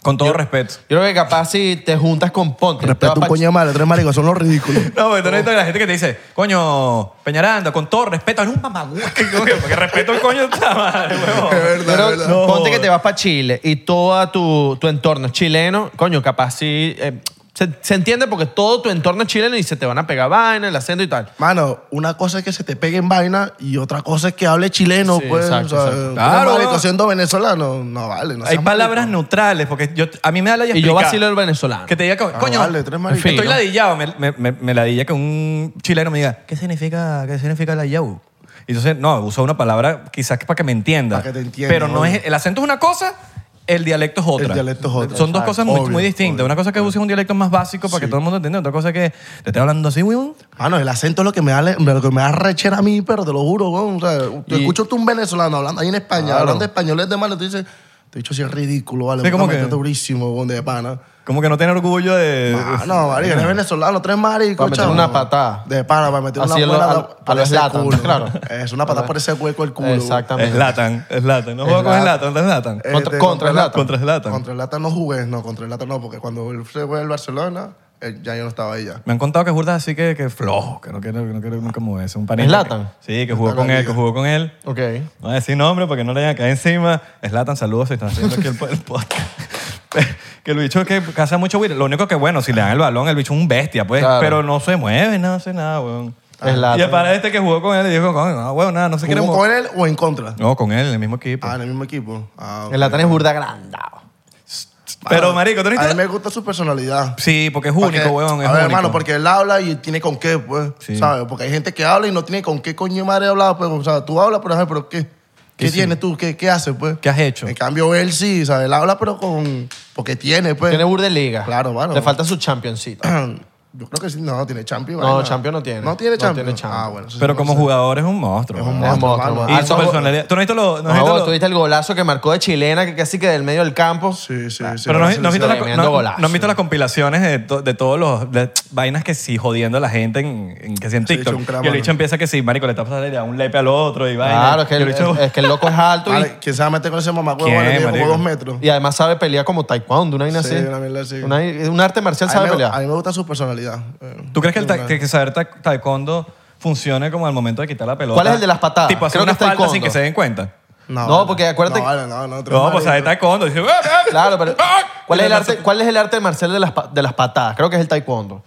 Con todo respeto.
Yo creo que capaz si te juntas con Ponte. te
Respeto
vas
un
pa-
coño de madre, tres maricos, son los ridículos.
No, pero tú necesitas la gente que te dice, coño, Peñaranda, con todo respeto, eres un mamagüey. Coño, Porque respeto el coño de esta madre, huevón.
Es
Yo
verdad,
creo-
es verdad.
no,
ponte
joder.
que te vas para Chile y todo tu, tu entorno es chileno, coño, capaz si eh, se, se entiende porque todo tu entorno es chileno y se te van a pegar vaina, el acento y tal.
Mano, una cosa es que se te pegue en vaina y otra cosa es que hable chileno,
Sí,
pues. o
exacto,
sea,
exacto.
tú eres
Claro.
marico siendo venezolano, no vale. No
Hay
seas
palabras
marico.
neutrales, porque yo, a mí me da la idea
Y yo
explicar.
vacilo el venezolano.
Que te diga, co-
Ah,
coño,
vale, tres maricas.
en fin, estoy
¿no?
ladillado. Me, me, me, me ladilla que un chileno me diga, ¿qué significa, qué significa ladillado? Y entonces, no, usa una palabra quizás que para que me entienda.
Para que te entienda,
Pero no
obvio.
es, el acento es una cosa, el dialecto es otra.
dialecto es otra,
Son dos
exacto.
cosas muy, muy
Obvio,
distintas.
obvio,
una cosa es que uses un dialecto más básico para que
Sí.
todo el mundo entienda. Otra cosa es que te estoy hablando así, weón.
Mano, el acento es lo que me da, le- lo que me da rechera a mí, pero te lo juro, weón. O sea, te
Y-
escucho tú un venezolano hablando ahí en España, hablando españoles de malo, tú dices, te he dicho si es ridículo, vale.
Sí, como
me
que-
metes durísimo, weón, de pana.
Como que no tiene orgullo de...
Ah, no, marico, eres venezolano, tres maricos.
Para meter
chavo.
una patada.
De pana, para meter
Así
una
lo-
buena
a lo-
por
a lo
ese
Zlatan,
culo.
claro.
Es una patada por ese hueco el culo. weón.
Exactamente.
Es latan, es latan. No juego con
Zlatan.
Zlatan, es latan.
Eh,
Contra-
de-
contra Zlatan.
Contra Zlatan.
Contra el Lata no jugué, no, contra el Lata no, porque cuando él se fue al Barcelona, él- ya yo no estaba ahí ya.
Me han contado que Jurdas así que, que flojo, que no quiere, que no quiere nunca moverse. Un panita.
¿Zlatan?
que- Sí, que jugó con él, que jugó con él.
Ok.
No voy a decir nombre porque no le vayan a caer encima. Slatan, saludos si están haciendo aquí el, el podcast. que el bicho que caza mucho güey. Lo único que, bueno, si le dan el balón, el bicho es un bestia, pues.
Claro.
Pero no se mueve, no hace nada, weón.
Zlatan.
Y el para este que jugó con él, le dijo, "Coño, no, weón, nada, no se quiere
¿Jugó
mover.
con él o en contra?
No, con él, en el mismo equipo.
Ah, en el mismo equipo. Ah, ok.
El latán es burda ah. grandao.
Pero, marico, ¿tú
ah, A mí
necesitas-
me gusta su personalidad.
Sí, porque es
Porque-
único, weón. Es
a
único.
ver, hermano, porque él habla y tiene con qué, pues.
Sí.
¿Sabes? Porque hay gente que habla y no tiene con qué coño de madre hablar, pues. O sea, tú hablas, pero, ajá, pero ¿qué? ¿Qué
Sí, sí.
tienes tú? ¿Qué, ¿Qué haces, pues?
¿Qué has hecho?
En cambio, él sí, ¿sabes? Él habla, pero con. Porque tiene, pues.
Tiene burda de liga.
Claro, mano.
Le falta su championcito.
Yo creo que sí, no, tiene Champions.
No,
vaina.
Champions no tiene.
No tiene
No
Champions.
tiene Champions.
Ah, bueno. eso sí
Pero
no
como
sé.
jugador es un monstruo.
Es un
man.
Es
monstruo, Ah,
monstruo,
mano.
man.
Y su
Alto-
personalidad. ¿Tú no has visto lo- no has
No,
visto lo-
tuviste el golazo que marcó de chilena, que casi que del medio del campo.
Sí, sí, sí.
Ah, Pero no, has- no has visto
selección.
la-
Tremendo
no-
golazo.
no has visto las compilaciones de, to- de todos los de vainas que sí jodiendo a la gente en, en- que sí en
Sí,
TikTok.
es un crack,
y el
mano.
bicho empieza que sí, marico, le está pasando de un lepe al otro y vaina.
Claro, es que,
Y
el, es, es que el loco es alto y,
Vale, ¿Quién se va a meter con ese mamagüevo?
¿Quién,
Vale, mide como
marico?
dos metros.
y además sabe pelear como taekwondo, una vaina
Sí,
así.
una mierda así.
Una- un arte marcial
A mí
sabe
me-
pelear.
A mí me gusta su personalidad. Eh,
¿Tú crees que el ta-
una-
que saber ta- taekwondo funcione como al momento de quitar la pelota?
¿Cuál es el de las patadas?
Tipo, hacer
Creo que
una
es
falta
taekwondo.
sin que se den cuenta.
No, porque acuérdate
No,
que-
vale, no, no. otro
No,
marico.
pues saber taekwondo. Dice, "Ah, ah".
Claro, pero
Y
¿cuál es el
le
arte, cuál es el arte marcial de las, pa- de las patadas? Creo que es el taekwondo.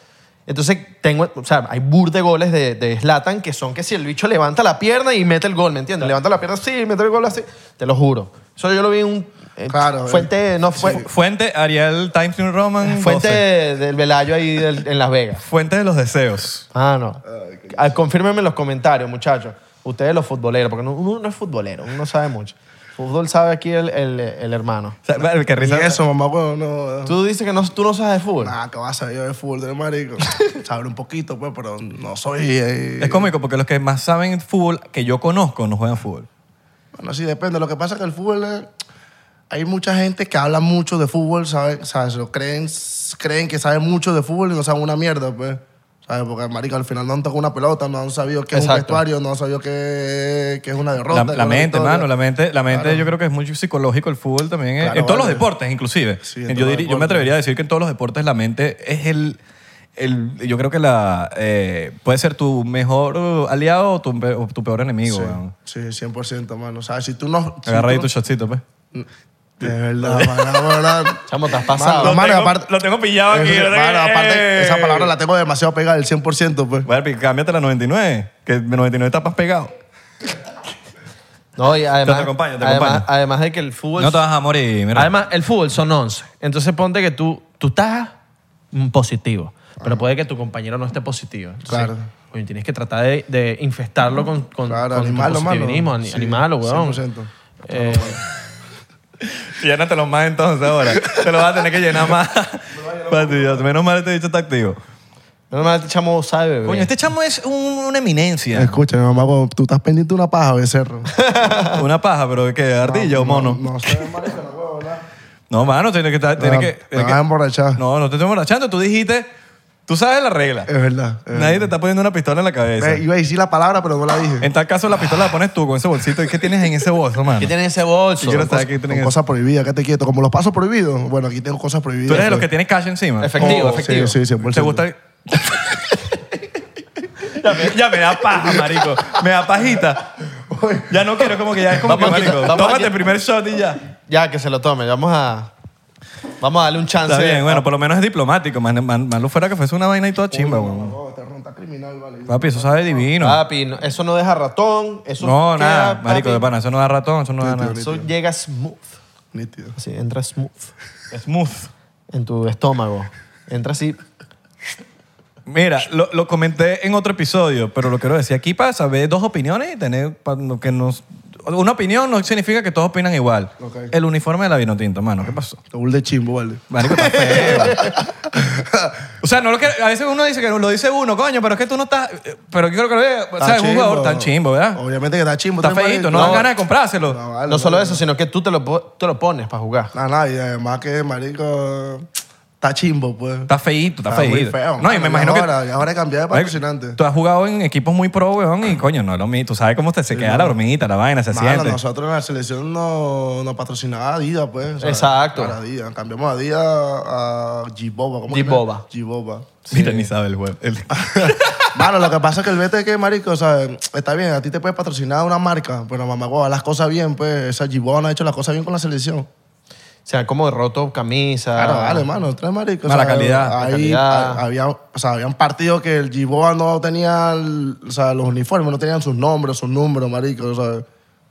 Entonces, tengo, o sea, hay bur de goles de, de Zlatan que son que si el bicho levanta la pierna y mete el gol, ¿me entiendes? Levanta la pierna así y mete el gol así. Te lo juro. Eso yo lo vi en un... eh,
Claro,
fuente, no, fue,
lanza- Fuente Ariel Times New Roman. 12.
pues. fuente del Velayo ahí del- en Las Vegas.
Fuente de los deseos.
Ah, no. Ah, Confírmenme en los comentarios, muchachos. Ustedes los futboleros, porque no- uno no es futbolero, uno no sabe mucho. Fútbol sabe aquí el, el- el hermano.
O sea, vale, qué
Ni
risa.
eso, mamagüevo, no.
pues,
Tú dices que no, tú no sabes de fútbol.
Nah, que vas a saber yo de fútbol del marico. Sabré un poquito, pues, pero no soy... eh,
Es cómico porque los que más saben fútbol que yo conozco no juegan fútbol.
Bueno, sí, depende. Lo que pasa es que el fútbol eh, hay mucha gente que habla mucho de fútbol, ¿sabes? O sea, se lo creen, creen que saben mucho de fútbol y no saben una mierda, pues. ¿Sabes? Porque, marico, al final no han tocado una pelota, no han sabido qué es un
Exacto.
vestuario, no han sabido qué, qué es una
La,
derrota.
la
qué es una
mente,
victoria.
mano, la mente, la mente
Claro.
yo creo que es muy psicológico el fútbol también. es-
Claro,
en todos los
vale.
deportes, inclusive.
Sí, en
yo,
todos los
diri- yo me
deportes.
atrevería a decir que en todos los deportes la mente es el... el- yo creo que la eh, puede ser tu mejor aliado o tu, pe- o tu peor enemigo. weón.
Sí, sí, 100%, mano. O sea, si tú no... si
Agarra ahí
tú-
tu shotcito, pues.
De verdad, mano, de verdad.
Chamo, te has pasado.
Mano,
Lo
mano,
tengo-
aparte,
lo tengo pillado aquí,
Eso-
¿verdad?
Mano, aparte,
Eh.
esa palabra la tengo demasiado pegada, el 100%, pues.
Bueno, pi- cámbiate la 99, que el 99 está más pegado.
No, y además,
Te acompaño, te
además,
acompaño.
además de que el
Pues
fútbol.
No te vas a morir, mira.
Además, el fútbol son 11. Entonces ponte que tú, tú estás mm, positivo, pero puede que tu compañero no esté positivo. Entonces,
Claro.
coño, tienes que tratar de, de infestarlo con, con,
Claro,
con tu
animarlo, mano.
positivismo, ani-
Sí,
animarlo, weón.
100%.
Eh,
Llénatelo más entonces ahora. Te lo vas a tener que llenar más. Papi, Dios, menos mal este dicho está activo.
Menos mal, este chamo sabe, bebé.
Coño, este chamo es un- una eminencia.
Escucha, mi mamá, cuando tú estás pendiente de una paja, becerro.
Una paja, pero ¿qué? ¿Ardilla o mono?
No, no sé, marico, no puedo hablar.
No, mano, tienes que estar.
Me
Tienes
va-
que,
me
tienes
vas
que-
a emborrachar.
No, no te estoy emborrachando. Tú dijiste. Tú sabes la regla.
Es verdad.
Nadie
es
te
verdad.
está poniendo una pistola en la cabeza.
Eh, iba a decir la palabra, pero no la dije.
En tal caso, la pistola la pones tú con ese bolsito. ¿Y qué tienes en ese bolso, mano?
¿Qué tiene ese bolso?
Yo quiero saber qué
Con
tienes en ese-
cosas prohibidas, quédate quieto. Como los pasos prohibidos, bueno, aquí tengo cosas prohibidas.
Tú eres de los que
pues.
tienes cash encima.
Efectivo,
Oh,
efectivo.
Sí, sí, 100%.
¿Te gusta? el- ya, me, ya me da paja, marico. Me da pajita. Ya no quiero, como que ya es como
Vamos a
que,
quitar-
marico,
vamos a
tómate
quitar-
el primer shot y ya.
Ya, que se lo tome. Vamos a. Vamos a darle un chance.
Está bien,
Ah.
bueno, por lo menos es diplomático. Man, man- malo fuera que fuese una vaina y toda chimba, weón.
No, esta ronda criminal, vale.
Papi, eso sabe divino.
Papi, no- eso no deja ratón. Ah, Eso
no,
queda,
nada, marico,
papi.
de pana. Eso no da ratón, eso no da nada.
Eso llega smooth.
Nítido.
Así, entra smooth
Smooth.
en tu estómago. Entra así.
Mira, lo, lo comenté en otro episodio, pero lo quiero decir aquí para saber dos opiniones y tener pa- no- que nos... Una opinión no significa que todos opinan igual.
Ok.
El uniforme de la Vinotinto, mano, ¿qué pasó?
Doble de chimbo, vale.
Marico, está feo. o sea, no lo que, a veces uno dice que lo dice uno, coño, pero es que tú no estás... Pero yo creo que lo vea, o sea, es un jugador tan chimbo, ¿verdad?
Obviamente que está chimbo.
Está
tres,
feíto,
marico.
no dan ganas de comprárselo.
No, vale,
no solo
vale.
eso, sino que tú te lo, po- te lo pones para jugar.
Nada, nada, y además que, marico, está chimbo, pues.
Está feíto, está,
Está muy
feíto.
feo,
no, y
mano,
me
y
imagino que...
ahora- y ahora cambiar de
Oye,
patrocinante.
Tú has jugado en equipos muy pro, weón, y coño, no es lo mismo. Tú sabes cómo te, se queda la hormiguita, la vaina, se
Mano,
siente.
nosotros en la selección no, no patrocinaba Adidas, pues. o sea,
Exacto.
Para Adidas. Cambiamos Adidas a G-Boba. ¿cómo que
G-Boba.
es? G-Boba.
Mira, ni sabe el juego.
Ah,
Mano, lo que pasa es que el vete que, marico, o sea, está bien, a ti te puede patrocinar una marca, pero mamá, guau, haz las cosas bien, pues. Esa G-Boba no ha hecho las cosas bien con la selección.
O sea, como roto camisa.
Claro, vale, mano, tres maricos.
Ah. Mala calidad,
la
Ahí
calidad.
ha- había, o sea, habían partidos que el G-Boba no tenía, el- o sea, los uniformes, no tenían sus nombres, sus números, marico, o sea,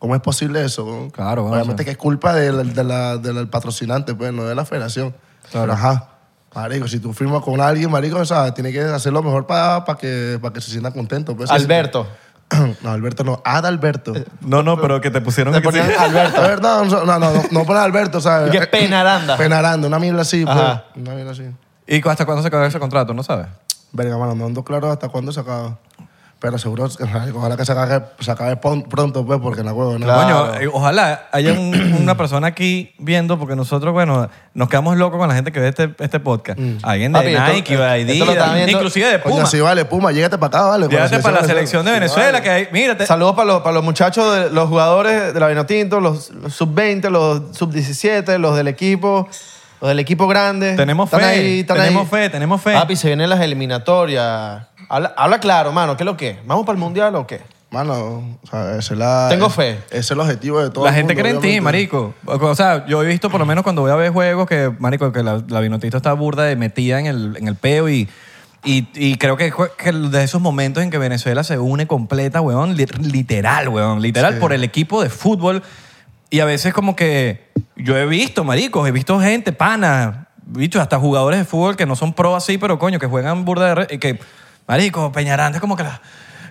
¿Cómo es posible eso? weón?
Claro, bueno,
Obviamente
o sea.
que es culpa del, de la- del patrocinante, pues, no de la federación. Pero, ajá. Marico, si tú firmas con alguien, marico, o sea, tiene que hacer lo mejor para que, pa' que se sienta contento. pues.
Alberto.
No, Alberto no. Adalberto.
No, no, pero que te pusieron
Te
que sí.
ponían Alberto.
A ver, no, no, no, no, no pones Alberto, ¿sabes?
Y que Penaranda.
Penaranda, una mierda así, pues.
Ajá.
Una mierda así.
¿Y cu- hasta cuándo se acaba ese contrato? ¿No sabes?
Verga, mano, no ando claro hasta cuándo se acaba. Pero seguro, ojalá que se acabe, se acabe pon- pronto, pues, porque la huevo, ¿no?
Coño, eh, ojalá haya un- una persona aquí viendo, porque nosotros, bueno, nos quedamos locos con la gente que ve este, este podcast. Alguien de
Mm. Papi, esto-
Nike, de
esto lo están
Adidas,
viendo-
inclusive de
Coño,
Puma.
sí, vale, Puma, llégate para acá, vale. con
Llévate para la selección de Venezuela,
Sí,
que hay, mírate.
Saludos para los, para los muchachos, de, los jugadores de la Vinotinto, los, los sub-20, los sub-17, los del equipo, los del equipo grande.
Tenemos fe, tenemos fe, tenemos fe.
Papi, se vienen las eliminatorias. Habla, habla claro, mano, ¿qué es lo que? es? ¿Vamos para el Mundial o qué?
vale. Mano, o sea, ese es la...
Tengo fe.
Ese es el objetivo de todo
La
el
gente
mundo,
cree en ti,
obviamente.
marico. O o sea, yo he visto por lo menos cuando voy a ver juegos que, marico, que la, la vinotista está burda de metida en el, en el peo y, y, y creo que, jue- que de esos momentos en que Venezuela se une completa, weón, li- literal, weón, literal, por el equipo de fútbol. Y a veces como que yo he visto, maricos, he visto gente, pana, bicho, hasta jugadores de fútbol que no son pro así, pero coño, que juegan burda de... re- y que, marico, Peñaranda es como que la...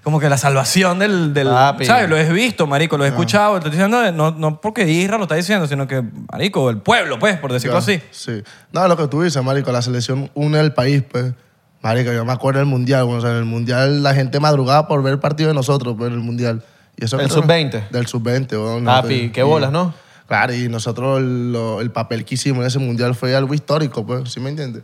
Como que la salvación del... del
Papi.
¿Sabes? Lo he visto, marico,
Ah.
lo he escuchado. Te estoy diciendo, eh, no, no porque Isra lo está diciendo, sino que, marico, el pueblo, pues, por decirlo así.
Sí. No, lo que tú dices, marico, la selección une el país, pues. Marico, yo me acuerdo del Mundial, bueno, o sea, en el Mundial la gente madrugaba por ver el partido de nosotros, pues, en el Mundial. Y eso
¿Del
creo que-
sub-20?
Del sub-20, weón.
Papi,
Y-
qué bolas, ¿no?
Claro, y nosotros lo- el papel que hicimos en ese Mundial fue algo histórico, pues, ¿sí me entiendes?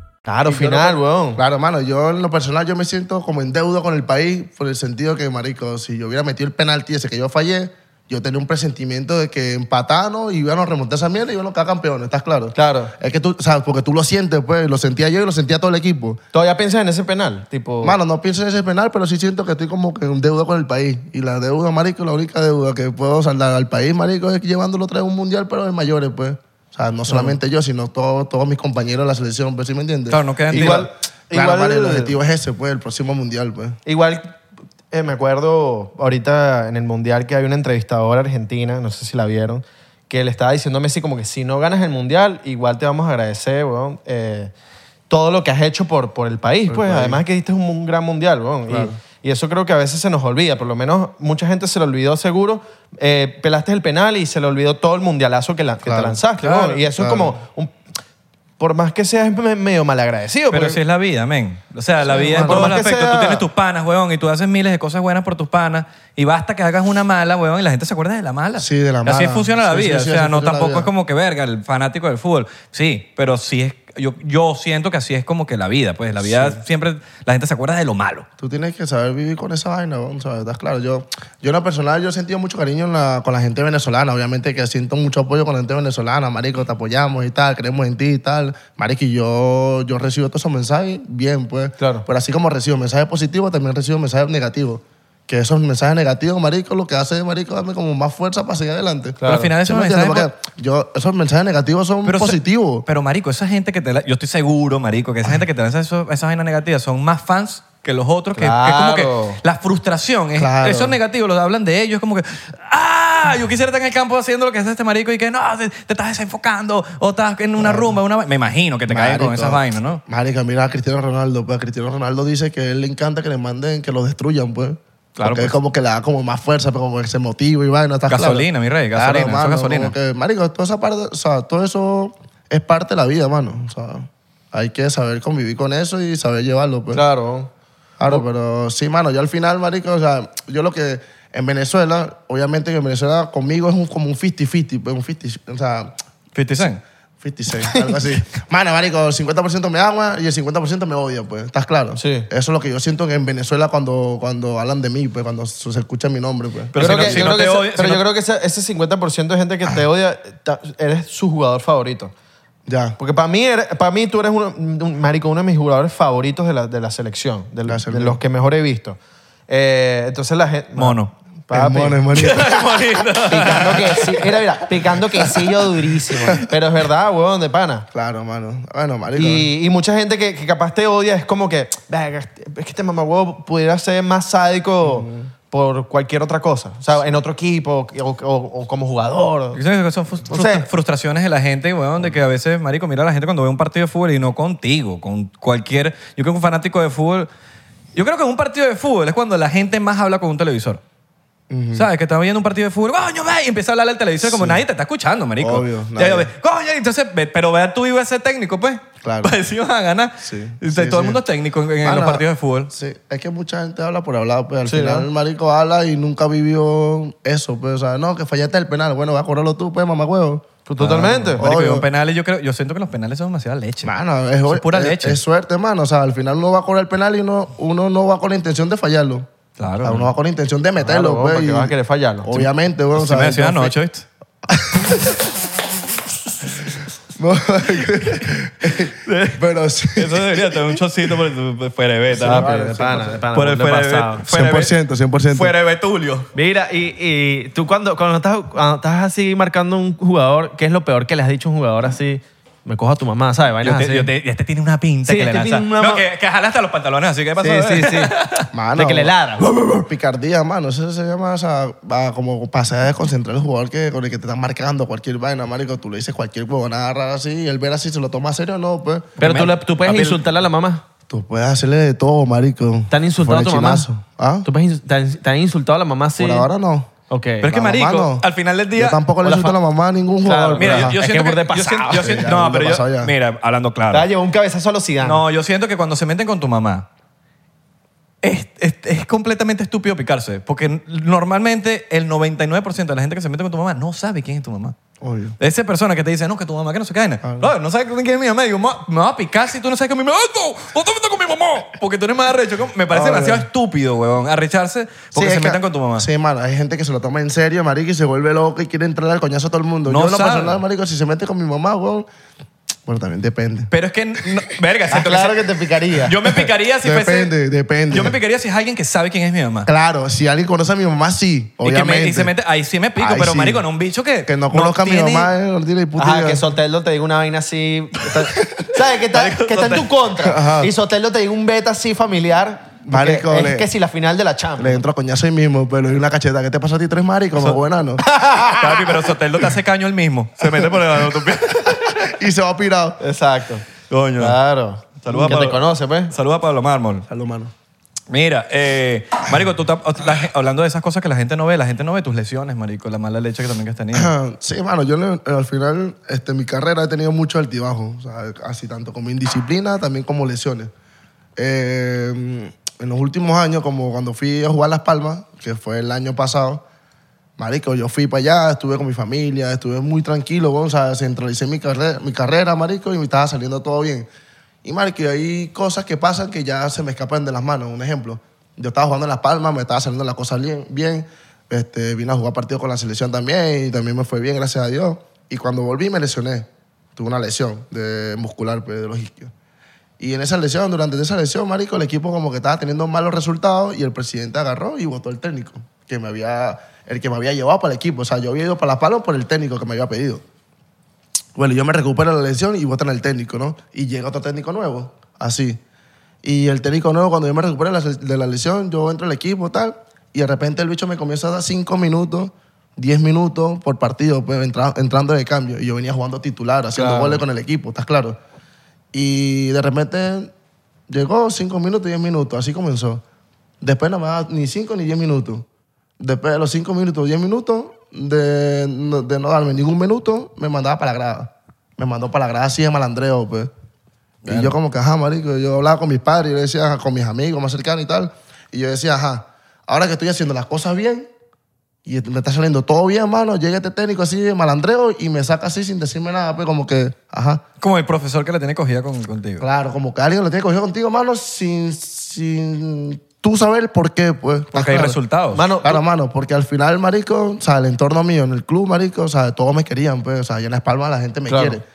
Claro, final, weón.
Claro, mano, yo en lo personal yo me siento como en deuda con el país por el sentido que, marico, si yo hubiera metido el penalti ese que yo fallé, yo tenía un presentimiento de que empataron y iban a remontar esa mierda y iban a quedar campeones, ¿estás claro?
Claro.
Es que tú, o sea, porque tú lo sientes, pues, lo sentía yo y lo sentía todo el equipo.
¿Todavía piensas en ese penal? Tipo,
Mano, no pienso en ese penal, pero sí siento que estoy como que en deuda con el país. Y la deuda, marico, la única deuda que puedo saldar al país, marico, es que llevándolo otra vez a un mundial, pero de mayores, pues. O sea, no solamente yo, sino todo- todos mis compañeros de la selección, pues, ¿sí me entiendes?
Claro, no quedan
Igual,
tirados.
claro,
Igual-
marico, el objetivo es ese, pues, el próximo mundial, pues.
Igual, eh, me acuerdo ahorita en el Mundial que hay una entrevistadora argentina, no sé si la vieron, que le estaba diciendo a Messi como que si no ganas el Mundial, igual te vamos a agradecer, weón, eh, todo lo que has hecho por, por el país, pues. Además que diste un, un gran Mundial, weón. Y- Y, eso creo que a veces se nos olvida, por lo menos mucha gente se lo olvidó seguro. Eh, pelaste el penal y se le olvidó todo el mundialazo que, la- que
Claro,
te lanzaste,
claro,
weón. Y eso
claro.
es como... un- por más que seas me- medio malagradecido. pues.
Pero
porque-
si es la vida, men. O sea, la vida es
mano.
todo
Por
el
más que
aspecto. Tú
sea-
tienes tus panas, weón, y tú haces miles de cosas buenas por tus panas, y basta que hagas una mala, weón, y la gente se acuerda de la mala.
Sí, de la
Y Así
mala.
funciona la
Sí, sí,
vida.
sí,
o sea,
así
no
funciona la
tampoco
vida.
es como que, verga, el fanático del fútbol. Sí, pero sí es. Yo, yo siento que así es como que la vida, pues. La vida siempre. La gente se acuerda de lo malo.
Tú tienes que saber vivir con esa vaina, weón, ¿sabes? ¿Estás claro? Yo, yo en lo personal, yo he sentido mucho cariño en la- con la gente venezolana. Obviamente que siento mucho apoyo con la gente venezolana. Marico, te apoyamos y tal, creemos en ti y tal. Marico, y yo, yo recibo todos esos mensajes bien, pues.
Claro.
Pero así como recibo mensajes positivos, también recibo mensajes negativos. Que esos mensajes negativos, marico, lo que hace, marico, darme como más fuerza para seguir adelante.
Pero al final
¿Sí
esos
me entiendes?
mensajes
Porque yo, esos mensajes negativos son
Pero esa-
positivos.
Pero, marico, esa gente que te... la- yo estoy seguro, marico, que esa gente que te lanza eso- esas vainas negativas son más fans que los otros, que, que es como
Claro.
que la frustración. Es,
Claro.
Eso es negativo, lo hablan de ellos, es como que... ¡Ah! Yo quisiera estar en el campo haciendo lo que hace este marico y que no, te, te estás desenfocando o estás en una rumba, una... va- Me imagino que te caes con
Marico.
esas vainas, ¿no?
Marica, mira a Cristiano Ronaldo. Pues a Cristiano Ronaldo dice que a él le encanta que le manden, que lo destruyan, pues.
Claro,
Claro. Porque
pues.
es como que le da como más fuerza, pero como que se motiva y vaina. ¿estás claro?
Gasolina, mi rey, gasolina, eso es
mano,
gasolina.
como que, marico, toda esa parte, o sea, todo eso es parte de la vida, mano. O sea, hay que saber convivir con eso y saber llevarlo, pues.
Claro.
Claro, pero sí, mano, yo al final, marico, o sea, yo lo que en Venezuela, obviamente que en Venezuela conmigo es un- como un 50-50, pues un 50, o sea,
50 Cent.
56, algo así. Mano, marico, el 50% me ama y el 50% me odia, pues. ¿Estás claro?
Sí.
Eso es lo que yo siento en Venezuela cuando, cuando hablan de mí, pues, cuando se escucha mi nombre, pues.
Pero
Yo
si
creo
no-
que-
si
yo
no
creo que
te odia-
ese-
si
pero
no-
yo creo que ese, ese 50% de gente que te odia, ta- eres su jugador favorito.
ya.
Porque para mí, eres- para mí tú eres uno- un, marico, uno de mis jugadores favoritos de la, de la selección, de,
La
de
selección.
los que mejor he visto. Eh, entonces la gente...
Mono.
Es
Papi.
mono, es monito.
Picando quesillo. Mira, mira, picando quesillo durísimo. Pero es verdad, huevón, de pana.
Claro, mano. Bueno, marico.
Y, y mucha gente que, que capaz te odia es como que, "Verga, es que este mamagüevo pudiera ser más sádico por cualquier otra cosa. O sea, en otro equipo o, o- o como jugador.
Yo creo que Son frus-
No sé.
frustra- frustraciones de la gente, weón, de que a veces, marico, mira a la gente cuando ve un partido de fútbol y no contigo, con cualquier... Yo creo que un fanático de fútbol... Yo creo que un partido de fútbol es cuando la gente más habla con un televisor. ¿Sabes? Que estás viendo un partido de fútbol, coño, ve, y empieza a hablar al televisor como nadie te está escuchando, marico.
Obvio,
Ya, ya
nadie.
ve, coño, y entonces, ve- pero ve a tú y ve a ese técnico, pues.
Claro.
Para decir, van a ganar.
Sí.
Y
Sí,
todo el
sí.
mundo es técnico en, en
Mano,
los partidos de fútbol.
Sí, es que mucha gente habla por hablar, pues al
Sí,
final
¿no?
el marico habla y nunca vivió eso, pues, o sea, no, que fallaste el penal, bueno, vas a cobrarlo tú, pues, mamá huevo.
Totalmente.
Marico,
obvio.
y un penal, y yo creo, yo siento que los penales son demasiada leche.
Mano, es,
Eso es pura
es-
leche.
Es suerte, mano, o sea, al final uno va a cobrar el penal y uno, uno no va con la intención de fallarlo.
Claro.
O sea, uno va con la intención de meterlo,
Claro,
pues.
¿para
y-
qué vas a querer fallarlo?
Obviamente, bueno, o
Sí
sea,
me decía
entonces-
anoche, ¿viste?
No, pero sí.
Eso debería tener un chocito por el fuera de beta.
Ah,
vale,
pero de pana, de pana,
por el
mundo
fuera
pasado.
de beta.
100%, 100%.
Fuera de Betulio.
Mira, y, y tú cuando, cuando, estás, cuando estás así marcando un jugador, ¿qué es lo peor que le has dicho a un jugador así? Me cojo a tu mamá, ¿sabes? Vainas
Yo te,
así.
yo te- este tiene una pinta
Sí,
que le
este
lanza.
tiene una
No,
ma-
que, que jala hasta los pantalones así. ¿Qué pasó?
Sí, sí, sí.
Mano,
de que le ladra.
Picardía, mano. Eso se llama, o sea, va como pasar a desconcentrar al jugador que, con el que te están marcando cualquier vaina, marico. Tú le dices cualquier huevonada rara así y él ver así, se lo toma a serio o no, pues.
Pero tú, le- tú puedes
Papi, el-
insultarle a la mamá.
Tú puedes hacerle de todo, marico.
¿Te han insultado a
Por
tu
el
mamá?
chinazo. ¿Ah?
¿Tú puedes ins- te, han, te han insultado a la mamá sí?
Por ahora no.
Ok.
Pero es que,
La mamá
marico,
no.
al final del día...
Yo tampoco le
la
insulto a
fa-
la mamá a ningún
Claro,
jugador.
Mira,
pero
Ajá.
yo, yo
Es que
siento
burda de
yo siento-
pasado.
yo siento-
Sí, ya,
no,
burda
pero
de pasado
yo...
ya.
Mira, hablando
Te va a
claro.
llevar un cabezazo a los Zidane.
No, yo siento que cuando se meten con tu mamá, es, es- es completamente estúpido picarse. Porque normalmente el 99% de la gente que se mete con tu mamá no sabe quién es tu mamá.
Obvio.
Esa persona que te dice, no, que tu mamá, que no se cae.
Ah, no.
No, no sabes quién es mi mamá. Digo, "Ma, me va a picar si tú no sabes que mi mamá. ¡No! ¡No te metas con mi mamá! Porque tú eres más arrecho. que- Me parece
Obvio.
demasiado estúpido, huevón, arrecharse porque
Ah, Sí,
se
es que-
metan con tu mamá.
Sí, mano, hay gente que se lo toma en serio, marico, y se vuelve loco y quiere entrar al coñazo a todo el mundo.
No
yo, en lo
sabe.
personal, marico, si se mete con mi mamá, weón. Bueno, también depende.
Pero es que, no-
Ah,
verga, siento
Claro
que,
que te picaría.
Yo me picaría si
Depende,
fuese-
depende.
Yo me picaría si es alguien que sabe quién es mi mamá.
Claro, si alguien conoce a mi mamá, sí,
Y, que me-
obviamente.
y se mete, ahí sí me pico,
Ahí
pero
sí.
marico, no un bicho que.
Que no conozca a
tiene-
mi mamá, eh, no tiene puta
Ajá,
idea.
que Soteldo te diga una vaina así. Está- ¿Sabes? Que está,
Marico,
que está en tu
Soteldo.
contra. Y Soteldo te diga un beta así familiar. porque
Marico,
Es
le-
que si la final de la Champions.
Le entro a coñazo ahí mismo, pero y una cacheta. ¿Qué te pasa a ti, tres maricos? Como buenano.
Papi, pero Soteldo te hace caño el mismo. Se mete por debajo de tu pie.
y se va pirado.
Exacto.
Coño.
Claro.
Saluda a
que te
Pablo-
conoce, pues.
Saluda a Pablo Mármol.
Salud, mano.
Mira, eh, Marico, tú ta- la ge- hablando de esas cosas que la gente no ve, la gente no ve tus lesiones, Marico, la mala leche que también que has tenido.
Sí, mano, yo le- eh, al final, este, mi carrera he tenido mucho altibajo, o sea, así tanto como indisciplina, también como lesiones. Eh, en los últimos años, como cuando fui a jugar Las Palmas, que fue el año pasado, marico, yo fui para allá, estuve con mi familia, estuve muy tranquilo, weón, o sea, centralicé mi, carrera, mi carrera, marico, y me estaba saliendo todo bien. Y, marico, y hay cosas que pasan que ya se me escapan de las manos. Un ejemplo, yo estaba jugando en Las Palmas, me estaba saliendo las cosas bien, bien. Este, vine a jugar partido con la selección también y también me fue bien, gracias a Dios. Y cuando volví me lesioné. Tuve una lesión de muscular pues, de los isquios. Y en esa lesión, durante esa lesión, marico, el equipo como que estaba teniendo malos resultados y el presidente agarró y votó al técnico, que me había, el que me había llevado para el equipo. O sea, yo había ido para las palos por el técnico que me había pedido. Bueno, yo me recupero de la lesión y votan al técnico, ¿no? Y llega otro técnico nuevo, así. Y el técnico nuevo, cuando yo me recupero de la, de la lesión, yo entro al equipo, tal, y de repente el bicho me comienza a dar cinco minutos, 10 minutos por partido, pues, entra- entrando de cambio. Y yo venía jugando titular, haciendo
Claro.
goles con el equipo, ¿estás claro? Y de repente llegó 5 minutos, 10 minutos, así comenzó. Después no me daba ni 5 ni 10 minutos. Después de los 5 minutos, 10 minutos, de, no- de no darme ningún minuto, me mandaba para la grada. Me mandó para la grada así de malandreo, pues. Y yo como que, ajá, marico, yo hablaba con mis padres, yo le decía, ajá, con mis amigos más cercanos y tal. Y yo decía, ajá, ahora que estoy haciendo las cosas bien y me está saliendo todo bien, mano, llega este técnico así de malandreo y me saca así sin decirme nada, pues como que, ajá.
Como el profesor que la tiene cogida con- contigo.
Claro, como que alguien lo tiene cogido contigo, mano, sin, sin tú saber por qué, pues.
Porque hay
Claro.
resultados.
Mano,
claro, mano, porque al final, marico, o sea, el entorno mío en el club, marico, o sea, todos me querían, pues, o sea, yo en Las Palmas la gente me
Claro.
quiere.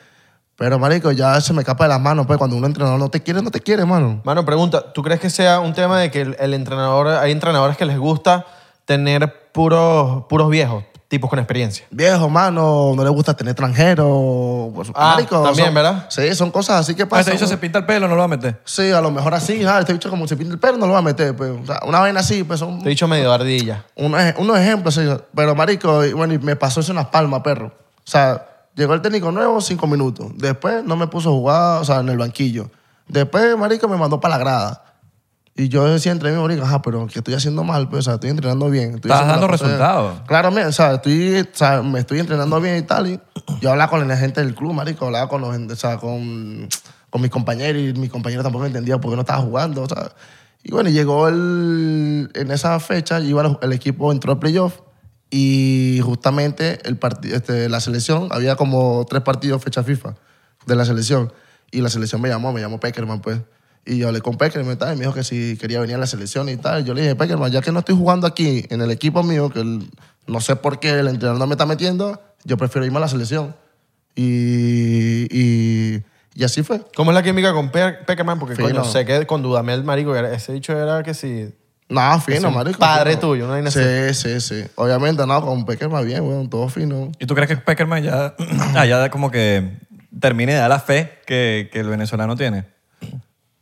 Pero, marico, ya se me escapa de las manos, pues, cuando un entrenador no te quiere, no te quiere, mano.
Mano, pregunta, ¿tú crees que sea un tema de que el, el entrenador, hay entrenadores que les gusta tener puros, puros viejos, tipos con experiencia.
Viejo, mano, no le gusta tener extranjero. Pues,
Ah,
marico,
también,
son-
¿verdad?
Sí, son cosas así que
Ah,
pasan.
este bicho se pinta el pelo, no lo va a meter.
Sí, a lo mejor así, ah, este bicho como se pinta el pelo no lo va a meter. Pues. O sea, una vaina así, pues son
Te he dicho medio ardilla.
unos, ej- unos ejemplos. sí. Pero, marico, y bueno, y me pasó eso en Las Palmas, perro. O sea, llegó el técnico nuevo, cinco minutos. Después no me puso a jugar, o sea, en el banquillo. Después, marico, me mandó para la grada. Y yo decía entre mí, marico, ajá, pero que estoy haciendo mal, pues, o sea, estoy entrenando bien. estoy
Estás
haciendo las
dando
cosas bien.
resultados.
Claro, me- o sea, estoy, o sea, me estoy entrenando bien y tal. Y yo hablaba con la gente del club, marico, hablaba con, los, gente- o sea, con, con mis compañeros y mis compañeros tampoco me entendían por qué no estaba jugando, o sea. Y bueno, llegó el, en esa fecha, iba el, el equipo entró al playoff y justamente el parti- este, la selección, había como tres partidos fecha FIFA de la selección. Y la selección me llamó, me llamó Peckerman, pues. Y yo hablé con Peckerman y tal, y me dijo que si quería venir a la selección y tal. Yo le dije, Peckerman, ya que no estoy jugando aquí en el equipo mío, que el- no sé por qué el entrenador no me está metiendo, yo prefiero irme a la selección. Y, y, y así fue.
¿Cómo es la química con Pe- Peckerman? Porque,
Fino.
coño, sé que con Dudamel, marico, era- ese dicho era que si...
No, fino,
un
marico.
padre
fino.
tuyo, una vaina
Sí, sí, sí. Obviamente, no, con Peckerman bien, weón, todo fino.
¿Y tú crees que Peckerman ya, allá como que termine de dar la fe que, que el venezolano tiene?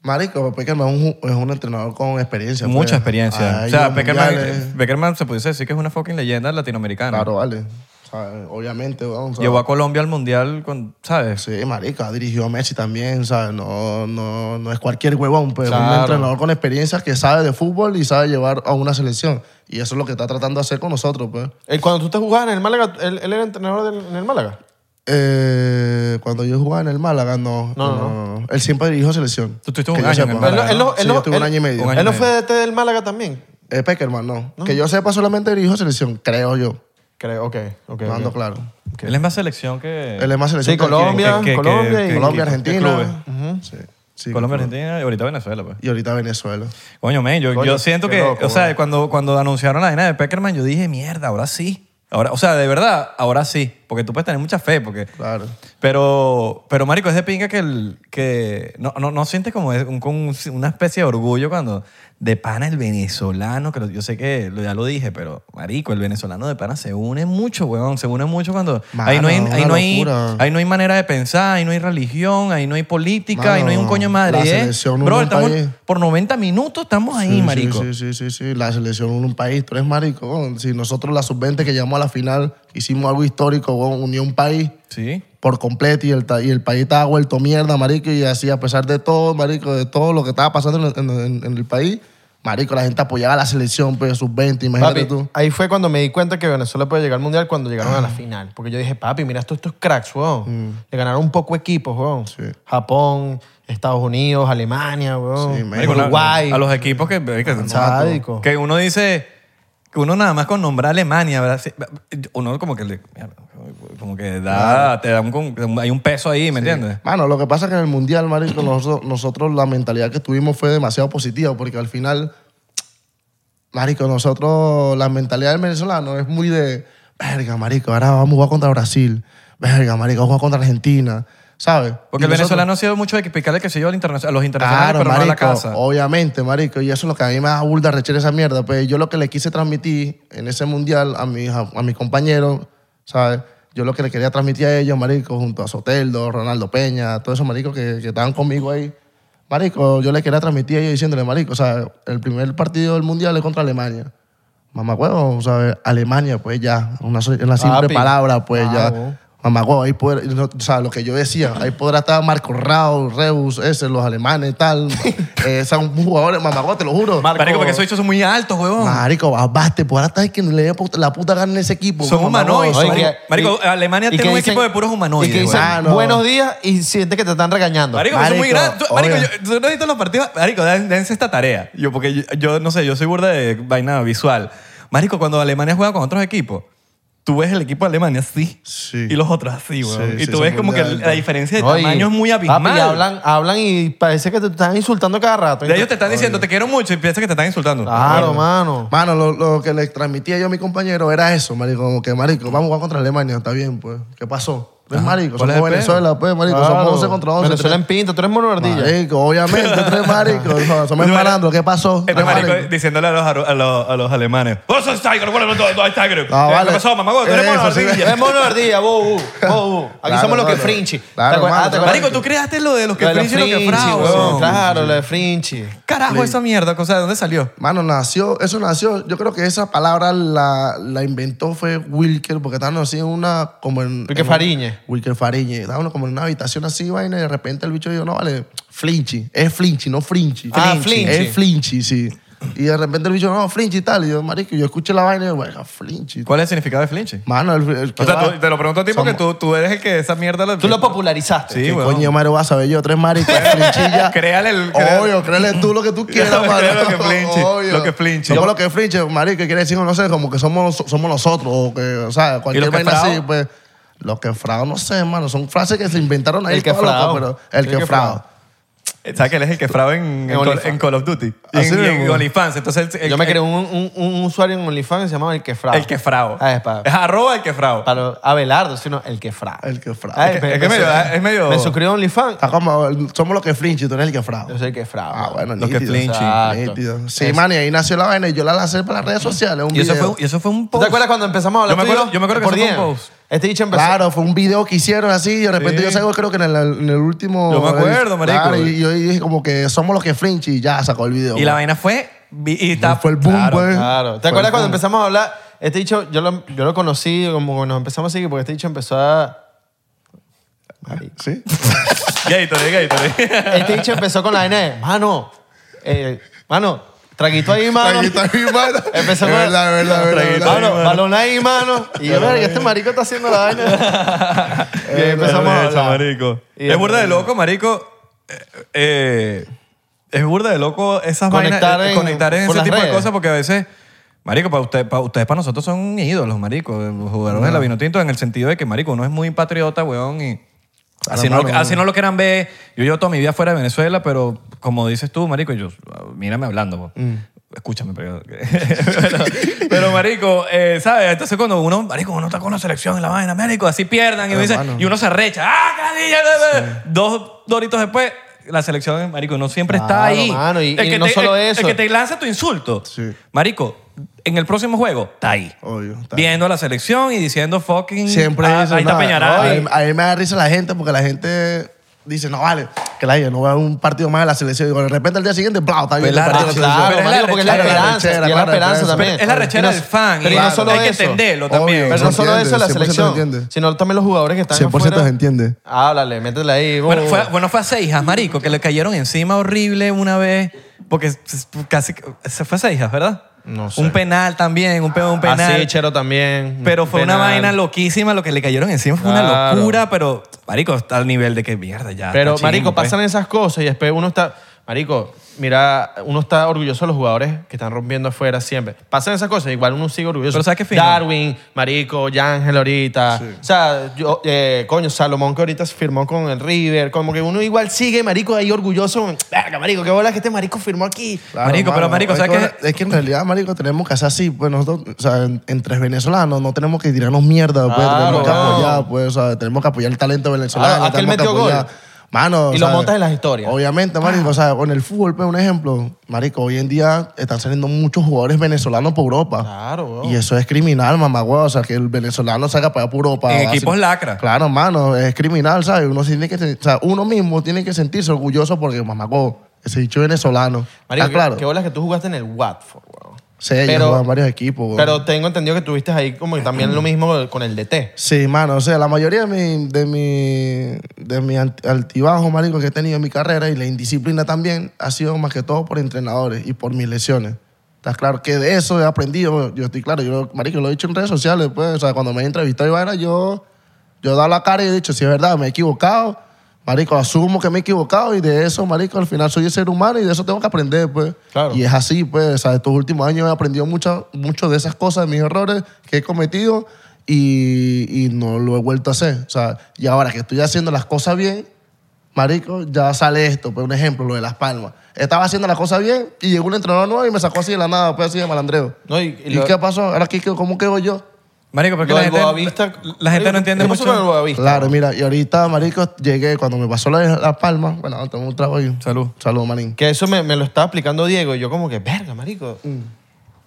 Marico, Peckerman es un, es un entrenador con experiencia. pues.
Mucha experiencia.
Ha
o
ido a
sea, Peckerman, eh,
mundiales.
Peckerman se pudiese decir que es una fucking leyenda latinoamericana.
Claro, vale. O sea, obviamente, weón. o sea,
Llevó a Colombia al mundial, con, ¿sabes?
Sí, marica, dirigió a Messi también, ¿sabes? No, no, no es cualquier huevón, pero es un
Claro.
entrenador con experiencia que sabe de fútbol y sabe llevar a una selección. Y eso es lo que está tratando de hacer con nosotros, pues.
Él, Eh, cuando tú te jugabas en el Málaga, él, él era entrenador del- en el Málaga.
Eh, cuando yo jugaba en el Málaga, no.
No, no,
Él siempre dirigió selección.
Tú estuviste un
Que yo
año en
sepa.
el
Él, no-
Málaga,
él no-
Sí,
él
yo
no-
estuve un
él-
año y medio.
Un año
Él no
y
fue
medio.
DT del Málaga también.
Eh, Peckerman, no. Que yo sepa, solamente dirigió selección, creo yo.
Creo, ok, ok.
No ando
ok.
claro.
Él es más selección que...
Él es más selección.
Sí,
que
Colombia,
Que- que-
Colombia
que-
y...
em- Colombia,
¿Qué- qué clubes?
Argentina. Sí, sí.
Colombia, Argentina y ahorita Venezuela, pues.
Y ahorita Venezuela.
Coño, men, yo,
Coño,
yo siento
qué
que,
loco,
o sea,
weón.
cuando, cuando anunciaron la vaina de Peckerman, yo dije, mierda, ahora sí. Ahora, o sea, de verdad, ahora sí. Porque tú puedes tener mucha fe, porque...
Claro.
Pero, pero marico, es de pinga que, el, que no, no, no sientes como es un- con un- una especie de orgullo cuando de pana el venezolano, que lo- yo sé que lo- ya lo dije, pero marico, el venezolano de pana se une mucho, weón, se une mucho cuando...
Mano,
ahí, no hay,
una
ahí, no hay,
locura.
ahí no hay manera de pensar, ahí no hay religión, ahí no hay política, ahí no hay un
Mano,
coño de madre.
la
y es,
selección une
bro,
un
estamos-
país.
por 90 minutos estamos ahí,
Sí, sí,
marico.
Sí, sí, sí, sí. La selección en un país, tú eres marico. weón. Si nosotros la sub-20 que llegamos a la final hicimos algo histórico, weón, unió un país
Sí.
por completo y el, ta- y el país estaba vuelto mierda, marico. Y así, a pesar de todo, marico, de todo lo que estaba pasando en, en- en- en el país, marico, la gente apoyaba a la selección, pues, sub-20, imagínate
Papi,
tú.
ahí fue cuando me di cuenta que Venezuela puede llegar al mundial cuando llegaron
Ah.
a la final. Porque yo dije, papi, mira estos, estos cracks, weón.
Mm.
Le ganaron un poco equipos, weón.
Sí.
Japón, Estados Unidos, Alemania, weón.
Sí, marico,
Marico, la-
Uruguay.
A los equipos que... que-
Sádico.
Que uno dice, que uno nada más con nombrar Alemania, Brasil, uno como que le- como que da, te da un, con- hay un peso ahí, ¿me entiendes?
Mano, lo que pasa es que en el Mundial, marico, nosotros, nosotros la mentalidad que tuvimos fue demasiado positiva porque al final, marico, nosotros, la mentalidad del venezolano es muy de, verga, marico, ahora vamos a jugar contra Brasil, verga, marico, vamos a jugar contra Argentina, ¿sabes?
Porque
Y
el
nosotros-
venezolano ha sido mucho de explicarle que se yo al interna- a los internacionales,
Claro,
pero no a la
marico,
casa.
obviamente, marico, y eso es lo que a mí me da burda rechera esa mierda, pues yo lo que le quise transmitir en ese mundial a mis, a, a mis compañeros, ¿sabes? Yo lo que le quería transmitir a ellos, marico, junto a Soteldo, Ronaldo Peña, todos esos maricos que, que estaban conmigo ahí, marico, yo le quería transmitir a ellos diciéndole, marico, o sea, el primer partido del mundial es contra Alemania. Mamá huevo, ¿sabes? Alemania, pues ya, una, so- una simple
Papi.
palabra, pues ya.
Claro.
Mamá, huevo, ahí podrá, no, o sea, lo que yo decía, ahí podrá estar Marco Rao, Reus, ese, los alemanes, tal. eh, son jugadores, mamá, huevo, te lo juro.
Mar-
Marico, porque esos bichos son muy altos, huevón.
Marico, baste, podrá estar que le dé pu- la puta gana en ese equipo.
Son
huevo, mamá,
humanoides,
huevo,
son-
marico.
marico, Alemania tiene
que
un equipo de puros humanoides,
Y que dicen,
weón.
Ah, no.
buenos días y sientes que te están regañando.
Marico, que son muy
Marico,
grandes. Tú- Marico,
obvio.
yo, tú no has visto los partidos. Marico, den- dense esta tarea. Yo, porque yo, yo no sé, yo soy burda de vaina visual. Marico, cuando Alemania juega con otros equipos, tú ves el equipo de Alemania así.
Sí.
Y los otros así, weón.
Sí,
y
sí,
tú
son
ves como
muy
que
altos.
la diferencia de
No, y-
tamaño es muy
papi,
abismal.
y hablan, hablan y parece que te están insultando cada rato.
De ellos te están diciendo, te quiero mucho, y piensas que te están insultando.
Claro, mano.
Mano, lo, lo que le transmitía yo a mi compañero era eso, marico, como que, marico, vamos a jugar contra Alemania, está bien, pues, ¿qué pasó? Es marico.
¿Cuál es el
Somos
pedo?
Venezuela, pues, marico.
Claro.
Somos 11 contra 11.
Venezuela en pinta, tú eres mono
tres-
ardilla.
Marico, obviamente, tres maricos. No, Somos
Bueno,
malandros. ¿Qué pasó?
Este
Ah,
marico diciéndole a los, aru- a los, a los alemanes. ¡Vos sos tiger! ¡Bueno, no, no, no hay tiger! Eh,
Ah,
¿Qué
vale.
pasó, mamá? Tú eres
Eso,
mono
sí.
ardilla.
Eres mono ardilla, bobu, bobu. Aquí
Claro,
somos los que
mano.
frinchi. ¿Te
Claro, mano,
acuerdas? Ah, ¿te
claro.
acuerdas?
Marico, tú creaste lo de los que
Lo de los
frinchi y los que
Frinchi,
fra,
weón.
weón.
Claro, lo de frinchi.
Carajo, esa mierda, cosa, ¿de dónde salió?
Mano, nació, eso nació, yo creo que esa palabra la, la inventó fue Wilker, porque estaban así en una, como en...
Wilker
en-
Fariñe.
Wilker Fariñe. Estaban como en una habitación así, vaina, y de repente el bicho dijo, no, vale, flinchy. Es flinchy, no frinchy.
Ah, flinchy.
Es flinchy, sí. Y de repente el bicho, no, flinchy y tal. Y yo, marico, yo escuché la vaina y yo, bueno, flinchy.
¿Cuál es el significado de flinche?
Mano, el... el-
O sea,
¿qué
tú- te lo pregunto a ti porque tú, tú eres el que esa mierda... la-
Tú lo popularizaste.
Sí,
¿Qué
weón.
coño, Mario, vas a ver yo? Tres maricos, flinchilla.
Créale el-
Obvio, créale tú lo que tú quieras,
Créale
mano.
lo que flinche,
Obvio.
lo que flinche.
Yo lo que flinche, marico, que quiere decir, no sé, como que somos, somos nosotros, o que, o sea,
¿Y
cualquier
lo que
vaina
frao?
así, pues. Lo que frao, no sé, mano. Son frases que se inventaron ahí.
El que
todo loco,
frao.
pero El que frao.
¿Sabes que él es el que fraba en, en, Call-
OnlyFans. Ah,
en Call of Duty? Y
Así
en, y en
mismo.
OnlyFans. Entonces, el- el-
Yo me
el-
creé un, un, un usuario en OnlyFans que se llamaba El Quefrao.
El que frao.
Ah, es para,
Es arroba el que frao.
para los- Abelardo, sino El Quefrao.
El que frao.
Ah,
Es que- es que medio- es medio-
Me suscribí a OnlyFans.
Está como, el- somos lo que flinche, tú eres el que frao.
Yo soy El Quefrao.
Ah, bueno,
Lo que
nítido,
flinche.
Exacto.
nítido. Sí,
Es-
man, y ahí nació la vaina y yo la lancé para las redes sociales. Un
Y eso,
video.
fue, un- y eso fue un
¿Tú
post.
te acuerdas cuando empezamos a
Yo
hablar
me
tú y
acuerdo- yo me acuerdo que
Por
eso fue un
DM.
post.
Este dicho empezó.
Claro, fue un video que hicieron así y de repente
Sí.
yo salgo creo que en el, en el último...
Yo me acuerdo, marico.
Claro, y yo dije como que somos los que flinch y ya sacó el video.
Y la vaina fue... vi- Y está,
Fue el boom,
Claro.
pues.
Claro. ¿Te
Fue
acuerdas
el
cuando
boom.
empezamos a hablar? Este dicho, yo lo, yo lo conocí, como que nos empezamos a seguir, porque este dicho empezó a.
¿Sí?
Gatorade, Gatorade.
Este dicho empezó con la vaina de, mano, eh, mano, traguito ahí, mano.
Traguito ahí, mano.
Empezó
Es
con-
verdad, es verdad, es verdad, es verdad.
Mano, balón ahí, mano. Y yo, verga, este marico está haciendo la vaina. y ahí empezamos a
Arrecho,
hablar.
marico.
Y-
es burda de loco, marico. Eh, eh, es burda de loco esas
Conectar
vainas. eh,
en-
conectar en ese
por las
tipo de
redes.
cosas porque a veces... Marico, para usted, para ustedes, para nosotros son ídolos, marico. eh, Jugadores de la Vinotinto en el sentido de que, marico, uno es muy patriota, weón, y... Así no, lo,
hermano.
así no lo quieran ver. Yo llevo toda mi vida fuera de Venezuela, pero como dices tú, marico, yo, mírame hablando, po. escúchame. Pero, pero, pero, marico, eh, ¿sabes? Entonces cuando uno, marico, uno está con una selección en la vaina, marico, así pierdan y, uno dice-
Hermano.
y uno se recha. ¡Ah, carilla! Dos doritos después, la selección, marico, no siempre está
Claro,
ahí.
mano, y- y no
te,
solo
el-
eso.
El que te lanza tu insulto,
Sí.
marico, en el próximo juego, está ahí.
Obvio, está bien.
Viendo la selección y diciendo fucking...
Siempre
ah,
dicen,
Ahí está
no,
Peñaranda.
no, a mí- a mí me da risa la gente porque la gente dice, no vale, que la haya, no va a un partido más de la selección. Y de repente al día siguiente, bla, está bien.
Pues la
el partido de la
rechazada,
Claro,
Pero es la
marico, porque es la
rechera,
la
esperanza.
rechera,
y es la
claro,
esperanza
pero
también.
es la rechera
Y no-
del fan,
Pero y
claro,
no solo
hay que
eso.
entenderlo
Obvio,
también.
Pero
se
no solo
entiende,
eso, la
100%
selección,
entiende.
sino también los jugadores que están
100%
afuera.
se entiende.
Háblale, métele ahí. uh. bobo.
Bueno, fue, bueno, fue a Seijas, marico, que le cayeron encima horrible una vez, porque s- s- casi que- se fue a Seijas, ¿verdad?
No sé. Ah,
Un penal también, un, pe- un
Así,
penal.
Chero también.
pero fue una
Penal.
vaina loquísima, lo que le cayeron encima fue una
Claro.
locura, pero marico, está al nivel de que mierda ya.
Pero,
está chimbo,
marico,
pues.
pasan esas cosas y después uno está... Marico, mira, uno está orgulloso de los jugadores que están rompiendo afuera siempre. Pasan esas cosas, igual uno sigue orgulloso.
Pero ¿sabes qué fino?
Darwin, marico, Yángel ahorita. O sea, yo, eh, coño, Salomón que ahorita firmó con el River. Como que uno igual sigue, marico, ahí orgulloso. Verga, marico, qué bola que este marico firmó aquí.
Claro,
Marico, pero, marico,
es
¿sabes
que- Es que en realidad, marico, tenemos que hacer así. Pues nosotros, o sea, en- entre venezolanos, no tenemos que tirarnos mierda, pues.
Claro.
tenemos que apoyar, pues, o sea, tenemos que apoyar el talento venezolano.
Ah, aquel
tenemos que
metió gol.
apoyar- Mano,
Y
o
lo
sea,
montas en las historias.
Obviamente, marico, o sea, con el fútbol, pues, un ejemplo. Marico, hoy en día están saliendo muchos jugadores venezolanos por Europa.
Claro, weón.
Y eso es criminal, mamá, weón. O sea, que el venezolano salga para allá por Europa.
En
así-
equipos lacra.
Claro, mano, es criminal, ¿sabes? Uno, tiene que, sen- o sea, uno mismo tiene que sentirse orgulloso porque, mamá, weón, ese dicho venezolano.
Marico,
Ah,
qué-
claro.
qué bola que tú jugaste en el Watford, weón.
Sí, ellos
Pero-
juegan varios equipos. weón.
Pero tengo entendido que tuviste ahí como que también lo mismo con el DT.
Sí, mano, o sea, la mayoría de mi, de mi, de mi alt- altibajo, marico, que he tenido en mi carrera y la indisciplina también ha sido más que todo por entrenadores y por mis lesiones. ¿Estás claro? Que de eso he aprendido, yo estoy claro, yo, marico, lo he dicho en redes sociales, pues, o sea, cuando me he entrevistado y vaina, yo, yo he dado la cara y he dicho, si es verdad, me he equivocado, marico, asumo que me he equivocado y de eso, marico, al final soy ser humano y de eso tengo que aprender, pues.
Claro.
Y es así, pues, o sea, estos últimos años he aprendido mucho, mucho de esas cosas, de mis errores que he cometido y, y no lo he vuelto a hacer. O sea, y ahora que estoy haciendo las cosas bien, marico, ya sale esto. Pues un ejemplo, lo de Las Palmas. Estaba haciendo las cosas bien y llegó un entrenador nuevo y me sacó así de la nada, pues así de malandreo.
No, y-
y,
y lo-
qué pasó? ¿Ahora qué, qué- cómo quedo yo?
pues. Marico, porque
Lo
la
del
gente,
Boavista-
la gente no entiende
¿Qué pasó
mucho.
con el Boavista?
Claro, mira, y ahorita, marico, llegué cuando me pasó la, la palma. Bueno, tomé un trago ahí.
Salud.
Salud, manín.
Que eso me, me lo estaba explicando Diego y yo como que, verga, marico.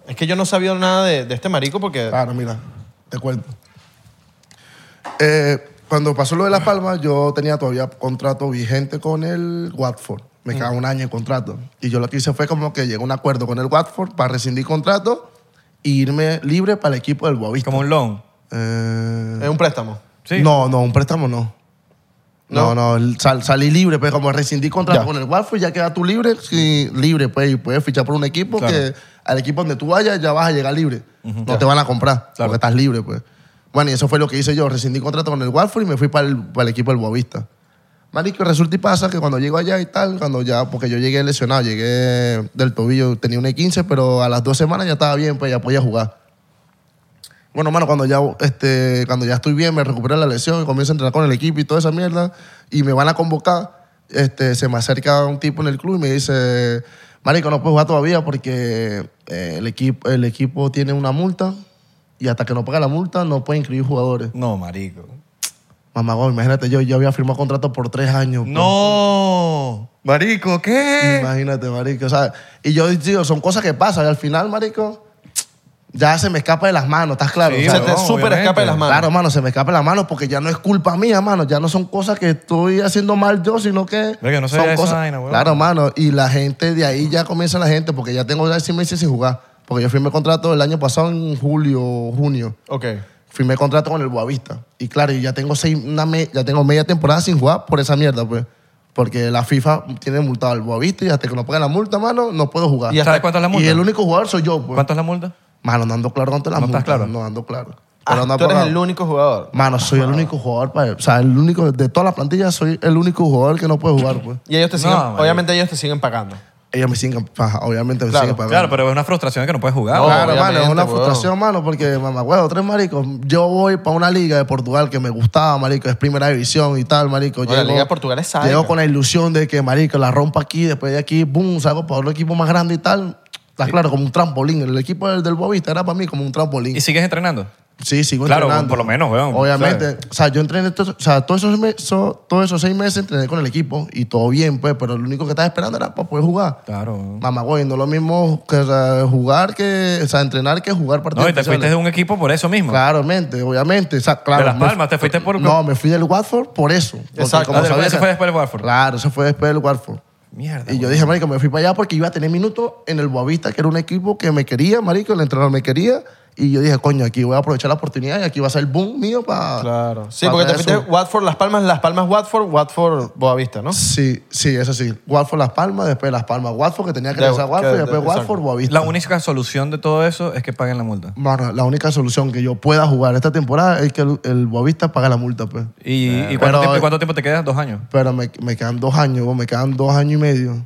Es que yo no sabía nada de, de este marico porque...
Claro, Ah, mira, te cuento. Eh, cuando pasó lo de Las Palmas, yo tenía todavía contrato vigente con el Watford. Me quedaba un año de contrato. Y yo lo que hice fue como que llegué a un acuerdo con el Watford para rescindir contrato e irme libre para el equipo del Boavista.
Como un long.
Eh,
Es un préstamo.
Sí.
No, no, un préstamo no. No, no, el- sal- salí libre, pues como rescindí contrato
Ya.
con el Watford, ya queda tú libre, sí, libre, pues, y puedes fichar por un equipo
Claro.
que al equipo donde tú vayas ya vas a llegar libre. No te van a comprar, porque estás libre, pues. Bueno, y eso fue lo que hice yo, rescindí contrato con el Watford y me fui para el, para el equipo del Boavista. Marico, resulta y pasa que cuando llego allá y tal, cuando ya, porque yo llegué lesionado, llegué del tobillo, tenía un E15, pero a las dos semanas ya estaba bien, pues ya podía jugar. Bueno, mano, cuando ya, este, cuando ya estoy bien, me recupero de la lesión, comienzo a entrenar con el equipo y toda esa mierda, y me van a convocar, este, se me acerca un tipo en el club y me dice, marico, no puedes jugar todavía porque eh, el, equipo, el equipo tiene una multa y hasta que no pague la multa no puede inscribir jugadores.
No, marico.
Mamá, guau, imagínate, yo, yo había firmado contrato por tres años. pues.
No. Marico, ¿qué?
Imagínate, marico. O sea, y yo digo, son cosas que pasan. Y al final, marico, ya se me escapa de las manos, ¿estás claro?
Sí,
O sea,
se te
no,
súper
obviamente.
escapa de las manos.
Claro, mano, se me escapa de las manos porque ya no es culpa mía, mano. Ya no son cosas que estoy haciendo mal yo, sino que
Verga, no sabía
son
esa
cosas.
vaina, weón.
claro, mano. Y la gente de ahí ya comienza la gente porque ya tengo ya seis meses sin jugar. Porque yo firmé contrato el año pasado en julio, junio.
Ok.
Firmé contrato con el Boavista. Y claro, y ya tengo, seis, una me- ya tengo media temporada sin jugar por esa mierda, pues. Porque la FIFA tiene multado al Boavista y hasta que no pague la multa, mano, no puedo jugar.
Y
Y,
hasta-
¿Sabes cuánto es la multa?
el único jugador soy yo, pues.
¿Cuánto es la multa?
Mano, no ando claro cuánto es la
¿No estás
multa.
claro?
No ando claro.
Ah,
Pero no ha
tú eres
pagado.
el único jugador.
Mano, soy el único jugador, pa- o sea, el único de toda la plantilla soy el único jugador que no puede jugar, pues.
Y ellos te
No,
siguen...
marico.
obviamente ellos te siguen pagando.
Ellos me siguen, paja, obviamente me
Claro,
siguen pagando.
Claro, pero es una frustración que no puedes jugar.
No,
weón.
Claro, mano, es
obviamente,
una
weón.
frustración, mano, porque, mamá, huevo, tres maricos. Yo voy para una liga de Portugal que me gustaba, marico, es primera división y tal, marico.
Bueno, la liga de Portugal es sádica.
Llego con la ilusión de que, marico, la rompa aquí, después de aquí, boom, salgo para otro equipo más grande y tal. Está claro, como un trampolín. El equipo del, del Boavista era para mí como un trampolín.
¿Y sigues entrenando?
Sí, sigo
Claro,
entrenando.
por lo menos, weón,
Obviamente. O sea, yo entrené, to- o sea, todos esos, me- so- todos esos seis meses entrené con el equipo y todo bien, pues, pero lo único que estaba esperando era para poder jugar.
Claro. weón.
Mamá, güey, no es lo mismo que o sea, jugar que, o sea, entrenar que jugar partidos.
No, y te
oficiales.
fuiste de un equipo por eso mismo.
Claramente, obviamente. O sea, claro,
De Las
me-
Palmas, te fuiste por-
No, me fui del Watford por eso. porque
Exacto.
Ah,
como
después-
sabía
eso
que-
fue después del Watford.
Claro, eso fue después del Watford.
Mierda.
Y yo
weón.
dije, marico, me fui para allá porque iba a tener minutos en el Boavista, que era un equipo que me quería, marico, el entrenador me quería. Y yo dije, coño, aquí voy a aprovechar la oportunidad y aquí va a ser el boom mío para...
Sí, porque te fuiste Watford, Las Palmas, Las Palmas, Watford, Watford, Boavista, ¿no?
Sí, sí, eso sí. Watford Las Palmas, después Las Palmas Watford, que tenía que
De-
regresar a Watford,
que-
y después
de- exacto.
Watford Boavista.
La única solución de todo eso es que paguen la multa.
Mano, la única solución que yo pueda jugar esta temporada es que el, el Boavista pague la multa, pues.
¿Y, y cuánto,
pero-
tiempo, cuánto tiempo te quedas? Dos años.
Pero me, me quedan dos años, bo, me quedan dos años y medio.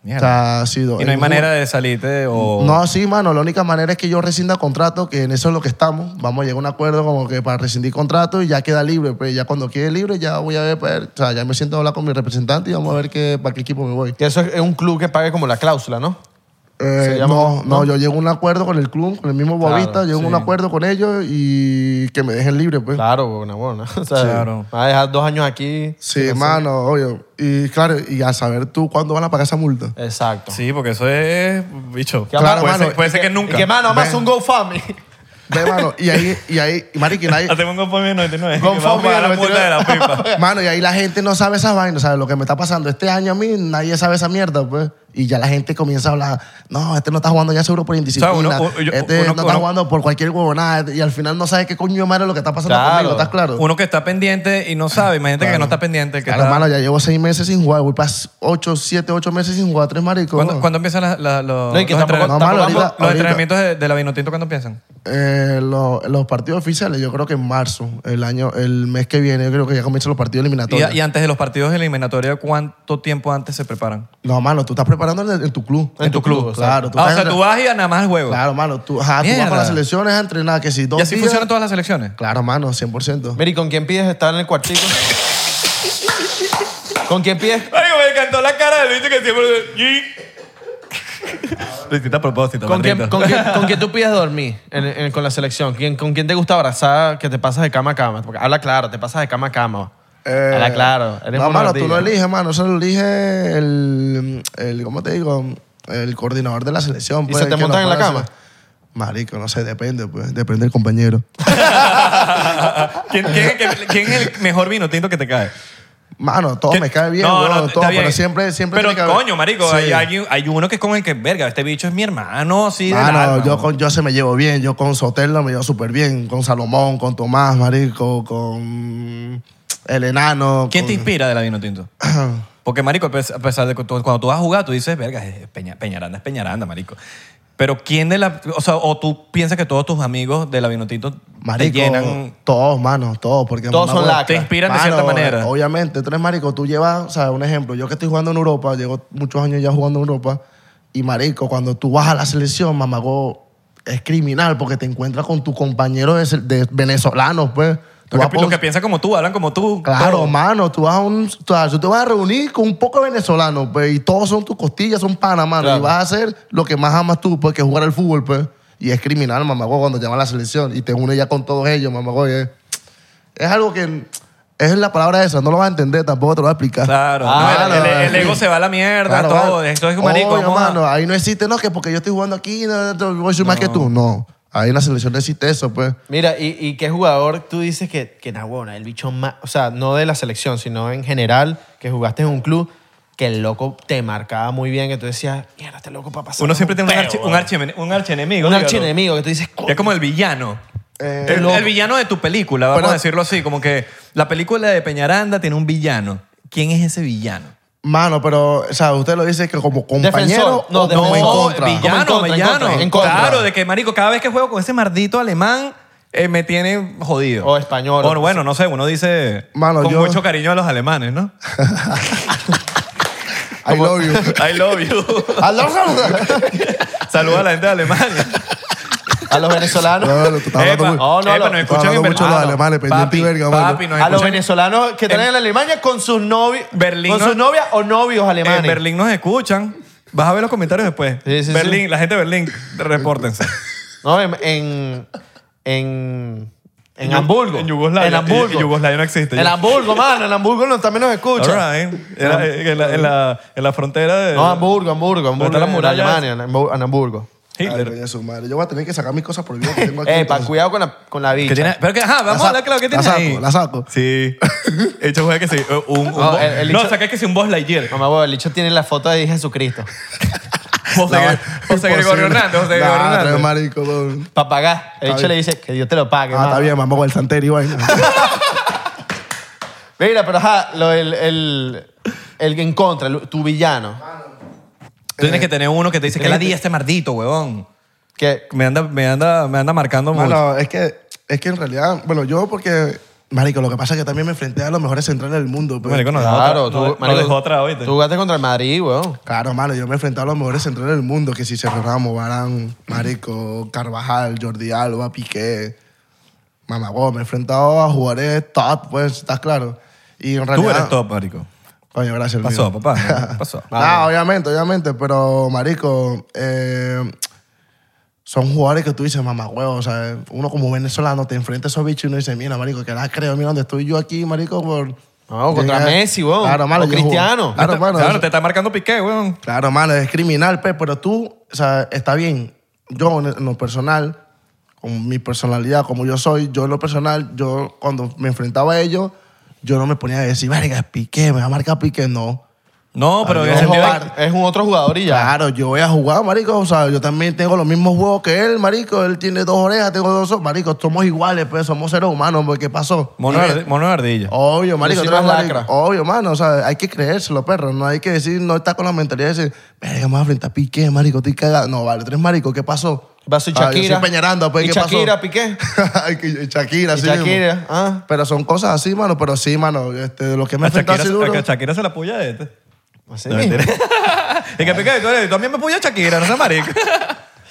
O
Mierda.
sea, ha sido...
y no hay
el-
manera de salirte o...
No, sí, mano. La única manera es que yo rescinda contrato, que en eso es lo que estamos. Vamos a llegar a un acuerdo como que para rescindir contrato y ya queda libre. Pues ya cuando quede libre, ya voy a ver, pues, o sea, ya me siento a hablar con mi representante y vamos a ver qué, para qué equipo me voy.
Que eso es un club que pague como la cláusula, ¿no?
Eh,
Se llama-
no,
¿no?
no, yo llego a un acuerdo con el club, con el mismo Boavista,
Claro,
llego a un
sí.
acuerdo con ellos y que me dejen libre, pues.
Claro, buena, buena. O sea,
Claro.
Vas a dejar dos años aquí.
Sí, mano, obvio. Y claro, y a saber tú cuándo van a pagar esa multa.
Exacto.
Sí, porque eso es... Bicho.
Que
Claro,
puede,
mano,
ser, puede ser que nunca.
Y que, mano, más un GoFundMe.
Ve, mano, y ahí, y ahí, y marico, y nadie-
Hacemos un conforme de 99.
Conforme
que vamos a pagar
de
la multa de la pipa.
Mano, y ahí la gente no sabe esas vainas, ¿sabes? Lo que me está pasando este año a mí, nadie sabe esa mierda, pues. Y ya la gente comienza a hablar, no, este no está jugando ya seguro por indisciplina,
O sea, uno- u- yo-
este
uno-
no está
uno-
jugando por cualquier huevonada, y al final no sabe qué coño de madre es lo que está pasando
Claro.
conmigo, ¿estás claro?
Uno que está pendiente y no sabe. Imagínate que no está pendiente. el Que
Claro,
está-
hermano, ya llevo seis meses sin jugar, voy para ocho, siete, ocho meses sin jugar, tres maricos.
¿Cuándo, cuándo empiezan la- la- los,
No, y que
los
tampoco-
entrenamientos-
tampoco
los
vamos-
ahorita-
entrenamientos de, de la Vinotinto? ¿Cuándo empiezan?
Eh, lo- los partidos oficiales, yo creo que en marzo, el año, el mes que viene, yo creo que ya comienzan los partidos
Y,
eliminatorios.
y antes de los partidos de eliminatoria, ¿cuánto tiempo antes se preparan?
No, mano, tú estás preparando en, el- en tu club.
En tu club,
claro.
Ah, o
estás
sea,
en-
tú vas y nada más al juego.
Claro, mano, tú, ajá, tú vas
Mierda.
para las selecciones a entrenar, que si dos
y así
días-
funcionan todas las selecciones.
Claro, mano, 100%.
Mira, ¿y con quién pides estar en el cuartico? ¿Con quién pides?
Ay, me encantó la cara de Luis que siempre. Lo hiciste a propósito.
¿Con quién,
Marrito.
con, quién, con quién tú pides dormir en- en- con la selección? ¿Quién- ¿Con quién te gusta abrazar que te pasas de cama a cama? Porque habla claro, te pasas de cama a cama.
Eh,
habla claro. Eres
no,
una
mano, tú
ardilla.
lo eliges, mano. Eso lo elige el, el, ¿cómo te digo? El coordinador de la selección.
¿Y
pues,
se te
que
montan en
nos
la
pone a
cama?
hacer- Marico, no sé, depende, pues. Depende del compañero.
¿Quién, quién- quién- quién es el mejor vino tinto que te cae?
Mano, todo
¿Qué?
me cae bien,
No,
weón,
no,
todo,
está bien.
pero siempre, siempre.
Pero
tiene que haber-
coño, marico,
Sí.
hay, hay- hay uno que es con el que, verga, este bicho es mi hermano, sí, del
Mano,
alma.
yo con Jose me llevo bien, yo con Sotelo me llevo súper bien, con Salomón, con Tomás, marico, con el enano.
¿Quién te
con-
inspira de la vino tinto? Porque, marico, a pes- a pesar de que tú- cuando tú vas a jugar, tú dices, verga, es Peña- Peñaranda es Peñaranda, marico. Pero quién de la... O sea, o tú piensas que todos tus amigos de la vino tinto te
Marico,
llenan...
todos, mano, todos. Porque
Todos son
mamá,
lacras. Te
inspiran de cierta manera.
Obviamente, tú eres marico, tú llevas, o sea, un ejemplo, yo que estoy jugando en Europa, llevo muchos años ya jugando en Europa, y marico, cuando tú vas a la selección, mamago, es criminal porque te encuentras con tus compañeros de, de venezolanos, pues. Tú
Los
vas
que,
por-
los que piensan como tú, hablan como tú.
Claro,
todo.
mano, tú vas a un, tú vas- tú te vas a reunir con un poco de venezolanos, pues, y todos son tus costillas, son panas, mano,
Claro.
y vas a hacer lo que más amas tú, pues, que es jugar al fútbol, pues. Y es criminal, mamagó, cuando llama a la selección y te une ya con todos ellos, mamagó, y es, es algo que es la palabra esa, no lo vas a entender, tampoco te lo voy a explicar.
Claro.
Ah,
No, el- el, el
sí.
ego se va a la mierda,
Claro,
todo.
mano.
Esto es un marico.
Obvio,
vamos a-
mano, ahí no existe, no, que porque yo estoy jugando aquí, no, no, yo soy más que tú. No, ahí en la selección no existe eso, pues.
Mira, ¿y, y qué jugador tú dices que, que nah, huevona, el bicho más, o sea, no de la selección, sino en general, que jugaste en un club, que el loco te marcaba muy bien, que tú decías, mierda, este loco para pasar.
Uno siempre tiene un,
peo,
archi-
huevón".
un, archiene- un archienemigo.
Un
dígalo.
archienemigo, que tú dices,
Que es como el villano. el,
loco.
el villano de tu película, vamos
Eh, Pero-
a decirlo así. Como que la película de Peñaranda tiene un villano. ¿Quién es ese villano?
Mano, pero, o sea, usted lo dice que como compañero
no,
o como en
defensor,
contra.
Como
Oh, Villano,
en contra, en
villano.
contra, en contra.
Claro, de que, marico, cada vez que juego con ese mardito alemán, eh, me tiene jodido.
O español.
O bueno, no sé, uno dice
Mano,
con
yo-
mucho cariño a los alemanes, ¿no?
I love you.
I love you.
I love you.
Saluda a la gente de Alemania.
a los venezolanos.
No, no, tú estás hablando
Epa,
muy-
oh, no,
Epa,
lo-
nos
escuchan
estás hablando
en
mucho de
Berlín. Ah,
los alemanes, pendiente y verga, mano.
papi, nos
a los
escuchan-
venezolanos que están en, Alemania con sus novios.
Berlín
Con
no-
sus novias o novios alemanes.
En Berlín nos escuchan. Vas a ver los comentarios después.
Sí, sí,
Berlín,
sí.
la gente de Berlín, repórtense.
No, en. En. En, en Hamburgo.
En Yugoslavia.
En Hamburgo.
En Yugoslavia no existe.
En Hamburgo, mano. En Hamburgo no, también nos escuchan.
All right. En la, en la- en la- en la frontera de
No, Hamburgo, Hamburgo, Hamburgo.
está la
en
muralla?
Alemania, en Hamburgo- en Hamburgo.
Ay,
Hitler.
coño, su madre. Yo voy a tener que sacar mis cosas prohibidas que tengo aquí.
Eh, pa,
entonces.
cuidado con la, con la bicha.
Que tiene- pero que, ajá, vamos
La
a hablar claro que tiene
saco, la
ahí.
saco, la saco.
Sí. Hecho juega que sí. Un, un
No,
bo-
el- el
no,
hecho-
saqué que sí un boss Lightyear.
Mamá, huevo, el bicho tiene la foto de Jesucristo.
José,
No,
José
imposible.
Gregorio Hernández. José Gregorio
Nah,
Hernández.
tres marico, weón.
Para pagar. El bicho le dice que Dios te lo pague.
Ah,
mano.
está bien, mamá, con el santero y vaina.
Mira, pero ajá, lo, el, el, el en contra, el- tu villano.
Tú tienes que tener uno que te dice que la di este mardito, huevón.
Que
Me anda, me anda, me anda marcando mucho.
Mano, es que, es que en realidad, bueno, yo porque, marico, lo que pasa es que también me enfrenté a los mejores centrales del mundo. pues.
Marico, no,
Claro, tú,
no, no
marico,
dejó otra, oíste.
Tú jugaste contra el Madrid, weón.
Claro, mano, yo me he enfrentado a los mejores centrales del mundo, que si Sergio Ramos, Barán, Marico, Carvajal, Jordi Alba, Piqué, Mamagó, me he enfrentado a jugadores top, pues, ¿estás claro? Y en
Tú
realidad...
eres top, marico.
Coño, gracias,
Pasó,
amigo.
papá. ¿no? Pasó.
Ah, obviamente, obviamente, pero, Marico, eh, son jugadores que tú dices, mamagüeo, o sea, uno como venezolano te enfrenta a esos bichos y uno dice, mira, Marico, que la creo, mira dónde estoy yo aquí, Marico, por...
No, contra
Llegué-
Messi, weón.
Claro, mano,
O
yo jugué-
Cristiano.
Claro, mano,
Claro,
eso-
te está marcando piqué, huevón.
Claro, mano, es criminal, pe, pero tú, o sea, está bien. Yo, en en lo personal, con mi personalidad, como yo soy, yo en lo personal, yo cuando me enfrentaba a ellos, yo no me ponía a decir, verga, piqué, me va a marcar piqué, no.
No, pero en el
Es,
sentido de-
jugar- es un otro jugador y ya.
Claro, yo voy a jugar, marico, o sea, yo también tengo los mismos juegos que él, marico, él tiene dos orejas, tengo dos ojos, marico, somos iguales, pues, somos seres humanos, pues, ¿qué pasó?
mono,
Dime.
de ardi- mono de ardilla.
Obvio, marico.
sí
tú
no
eres
es
marico.
lacra.
Obvio, mano. O sea, hay que creérselo, perro. No hay que decir, no está con la mentalidad de decir, verga, me voy a enfrentar a Piqué, marico, estoy cagado. No, vale, tres marico, ¿qué pasó?
¿Qué pasó? Y
Ah, yo
Shakira.
soy Peñaranda, pues,
Y
¿qué
Shakira,
pasó?
Piqué.
Ay, que- y Shakira,
Y
sí.
Shakira,
mismo.
ah.
Pero son cosas así, mano. Pero sí, mano, este, lo que me
A
enfrentó
Shakira,
así
a
duro.
que Shakira se la puya de este.
Así
No,
mismo.
mentira. y que piqué, tú eres- tú también me puya Shakira, no seas marico.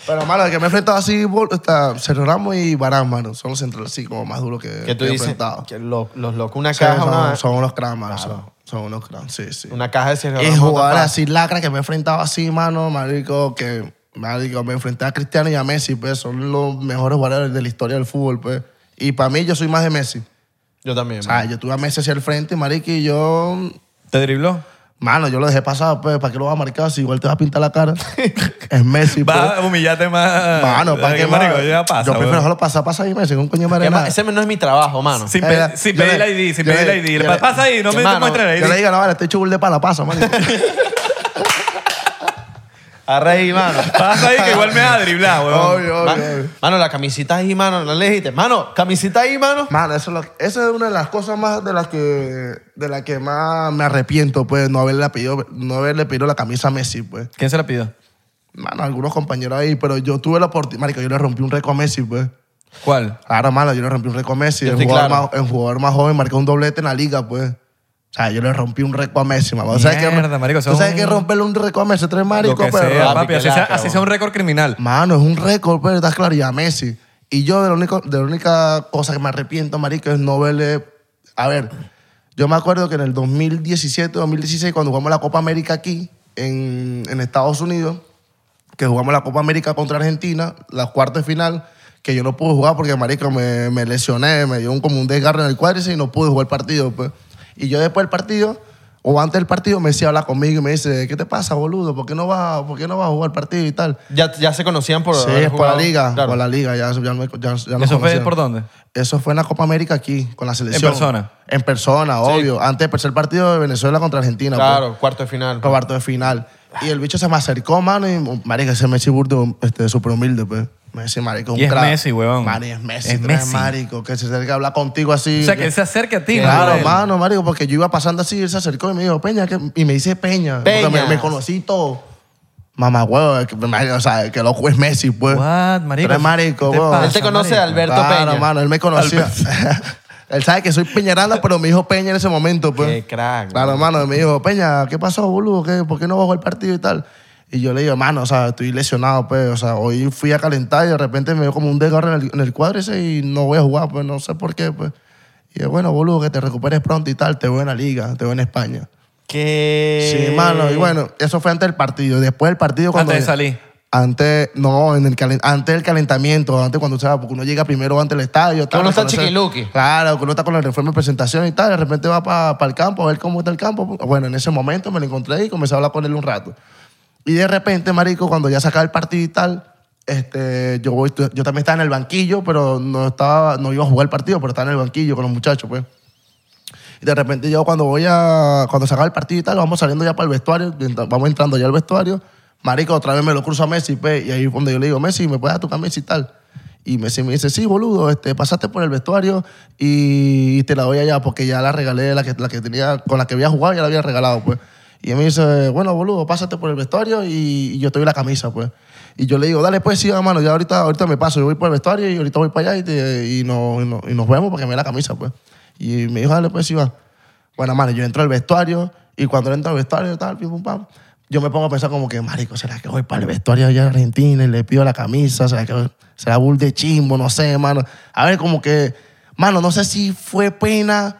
Pero, mano, el que me enfrentó así, bol- está Sergio Ramos y Barán, mano. Son los centrales así como más duros que,
Que tú
que he
dices,
enfrentado.
que lo- los locos, una
Sí,
caja, una,
son, son unos cracks, mano. Son, son unos cracks, sí, sí.
una caja de Sergio
Y
Ramos,
jugar
otra
así lacra que me he enfrentado así, mano, marico, que Marico, me enfrenté a Cristiano y a Messi, pues son los mejores jugadores de la historia del fútbol, pues. Y para mí yo soy más de Messi.
Yo también.
O sea, yo tuve a Messi hacia el frente, marico, y yo...
¿Te dribló?
Mano, yo lo dejé pasar, pues, ¿para qué lo vas a marcar si igual te vas a pintar la cara? es Messi, pues.
Va a humillarte más.
Mano, ¿para qué más?
marico? Ya pasa.
Yo prefiero
weón.
dejarlo pasar, pasa ahí Messi, con un coño de
Que
madre
ma-
nada.
ese no es mi trabajo, mano.
Sin,
Eh,
pe-
yo
sin
le-
pedir la ID, sin
yo
pedir la
le-
ID.
yo
Pa-
le-
Pasa ahí, no me
Hermano,
muestres la ID.
Yo le digo, no, vale, estoy chubul de pana, pasa, marico.
Arre ahí, mano.
Pasa ahí que igual me va a driblar, weón.
obvio,
Ma-
obvio, obvio.
Mano, la camisita ahí, mano, la elegiste. Mano, camisita ahí, mano.
Mano, eso es lo- esa es una de las cosas más de las que de las que más me arrepiento, pues, no haberle pedido, no haberle pedido la camisa a Messi, pues.
¿Quién se la pidió?
Mano, algunos compañeros ahí, pero yo tuve la oportunidad, marico, yo le rompí un récord a Messi, pues.
¿Cuál?
Claro, mano, yo le rompí un récord a Messi.
Yo
El
estoy
jugador,
claro.
más, el jugador más joven marcó un doblete en la liga, pues. O sea, yo le rompí un récord a Messi, mamá. ¿Tú sabes qué-
Mierda, marico,
¿Tú sabes
son-
que romperle un récord a Messi? Tres maricos,
Lo que
pero...
papi,
sea, papi. Así
que
sea,
laca,
así
weón.
sea un récord criminal.
Mano, es un récord, pero estás claro, y a Messi. Y yo de la, única, de la única cosa que me arrepiento, marico, es no verle... A ver, yo me acuerdo que en el 2017, 2016, cuando jugamos la Copa América aquí, en, en Estados Unidos, que jugamos la Copa América contra Argentina, la cuarta de final, que yo no pude jugar porque, marico, me, me lesioné, me dio un, como un desgarro en el cuádriceps y no pude jugar el partido, pues. Y yo después del partido, o antes del partido, Messi habla conmigo y me dice, ¿qué te pasa, boludo? ¿Por qué no vas, por qué no vas a jugar el partido y tal?
Ya, ya se conocían por.
Sí,
haber
es por la
jugado.
liga,
Claro.
por la liga, ya, ya, no- ya- ya no
¿Eso fue
conocía.
por dónde?
Eso fue en la Copa América aquí, con la selección.
persona?
En persona, obvio. Antes del tercer partido de Venezuela contra Argentina.
Claro,
pues,
cuarto de final.
Roberto de final. Y el bicho se me acercó, mano, y marica, ese Messi burdo, este, súper humilde, pues. Messi, marico, un
Y es
crack.
Messi, huevón.
Mano, y es Messi.
Es
Es
Messi.
marico, que se acerca a hablar contigo así.
O sea, que él se acerque a ti.
Claro,
weón.
mano, marico, porque yo iba pasando así, él se acercó y me dijo, Peña, ¿qué? y me dice Peña. porque
Peña.
Me, me conocí y todo. Mamá, huevo, es que, marico, o sea, que loco es Messi, pues.
What, marico?
Pero es marico,
¿Qué te
huevón.
pasa,
Él te conoce
marico?
a Alberto
Claro,
Peña.
mano, él me conocía. él sabe que soy Peñaranda, pero me dijo Peña en ese momento, pues.
Qué crack,
Claro, mano, me dijo, Peña, ¿qué pasó, boludo? ¿Qué, ¿Por qué no bajó el partido y tal? Y yo le digo, mano, o sea, estoy lesionado, pues. O sea, hoy fui a calentar y de repente me dio como un desgarro en el, en el cuádriceps y no voy a jugar, pues, no sé por qué, pues. Y yo, bueno, boludo, que te recuperes pronto y tal, te veo en la liga, te veo en España.
¿Qué?
Sí, mano, y bueno, eso fue antes del partido. Después del partido, cuando.
Eh, Antes de salir.
Antes, no, en el calen- antes del calentamiento, antes cuando se va, porque uno llega primero antes del estadio. tal,
uno está
reconoce-
chiquiluqui.
Claro, que uno está con el reforma de presentación y tal, de repente va para el campo a ver cómo está el campo. Bueno, en ese momento me lo encontré y comencé a hablar con él un rato. Y de repente, marico, cuando ya sacaba el partido y tal, este, yo, voy, yo también estaba en el banquillo, pero no, estaba, no iba a jugar el partido, pero estaba en el banquillo con los muchachos, pues. Y de repente yo cuando voy a... Cuando se acaba el partido y tal, vamos saliendo ya para el vestuario, entra- vamos entrando ya al vestuario. Marico, otra vez me lo cruzo a Messi, pe, y ahí es donde yo le digo, Messi, ¿me puedes dar tu camisa y tal? Y Messi me dice, sí, boludo, este, pasaste por el vestuario y te la doy allá porque ya la regalé, la que, la que tenía, con la que había jugado ya la había regalado, pues. Y él me dice, bueno, boludo, pásate por el vestuario y, y yo te doy la camisa, pues. Y yo le digo, dale, pues sí, hermano, ya ahorita, ahorita me paso, yo voy por el vestuario y ahorita voy para allá y, te- y, no- y no- y nos vemos porque me dé la camisa, pues. Y me dijo, dale, pues sí, va. Bueno, mano, yo entro al vestuario y cuando entro al vestuario, tal, pim, pum, pam, yo me pongo a pensar como que, marico, ¿será que voy para el vestuario allá en Argentina y le pido la camisa? ¿Será que voy- será bull de chimbo? No sé, mano. A ver, como que, mano, no sé si fue pena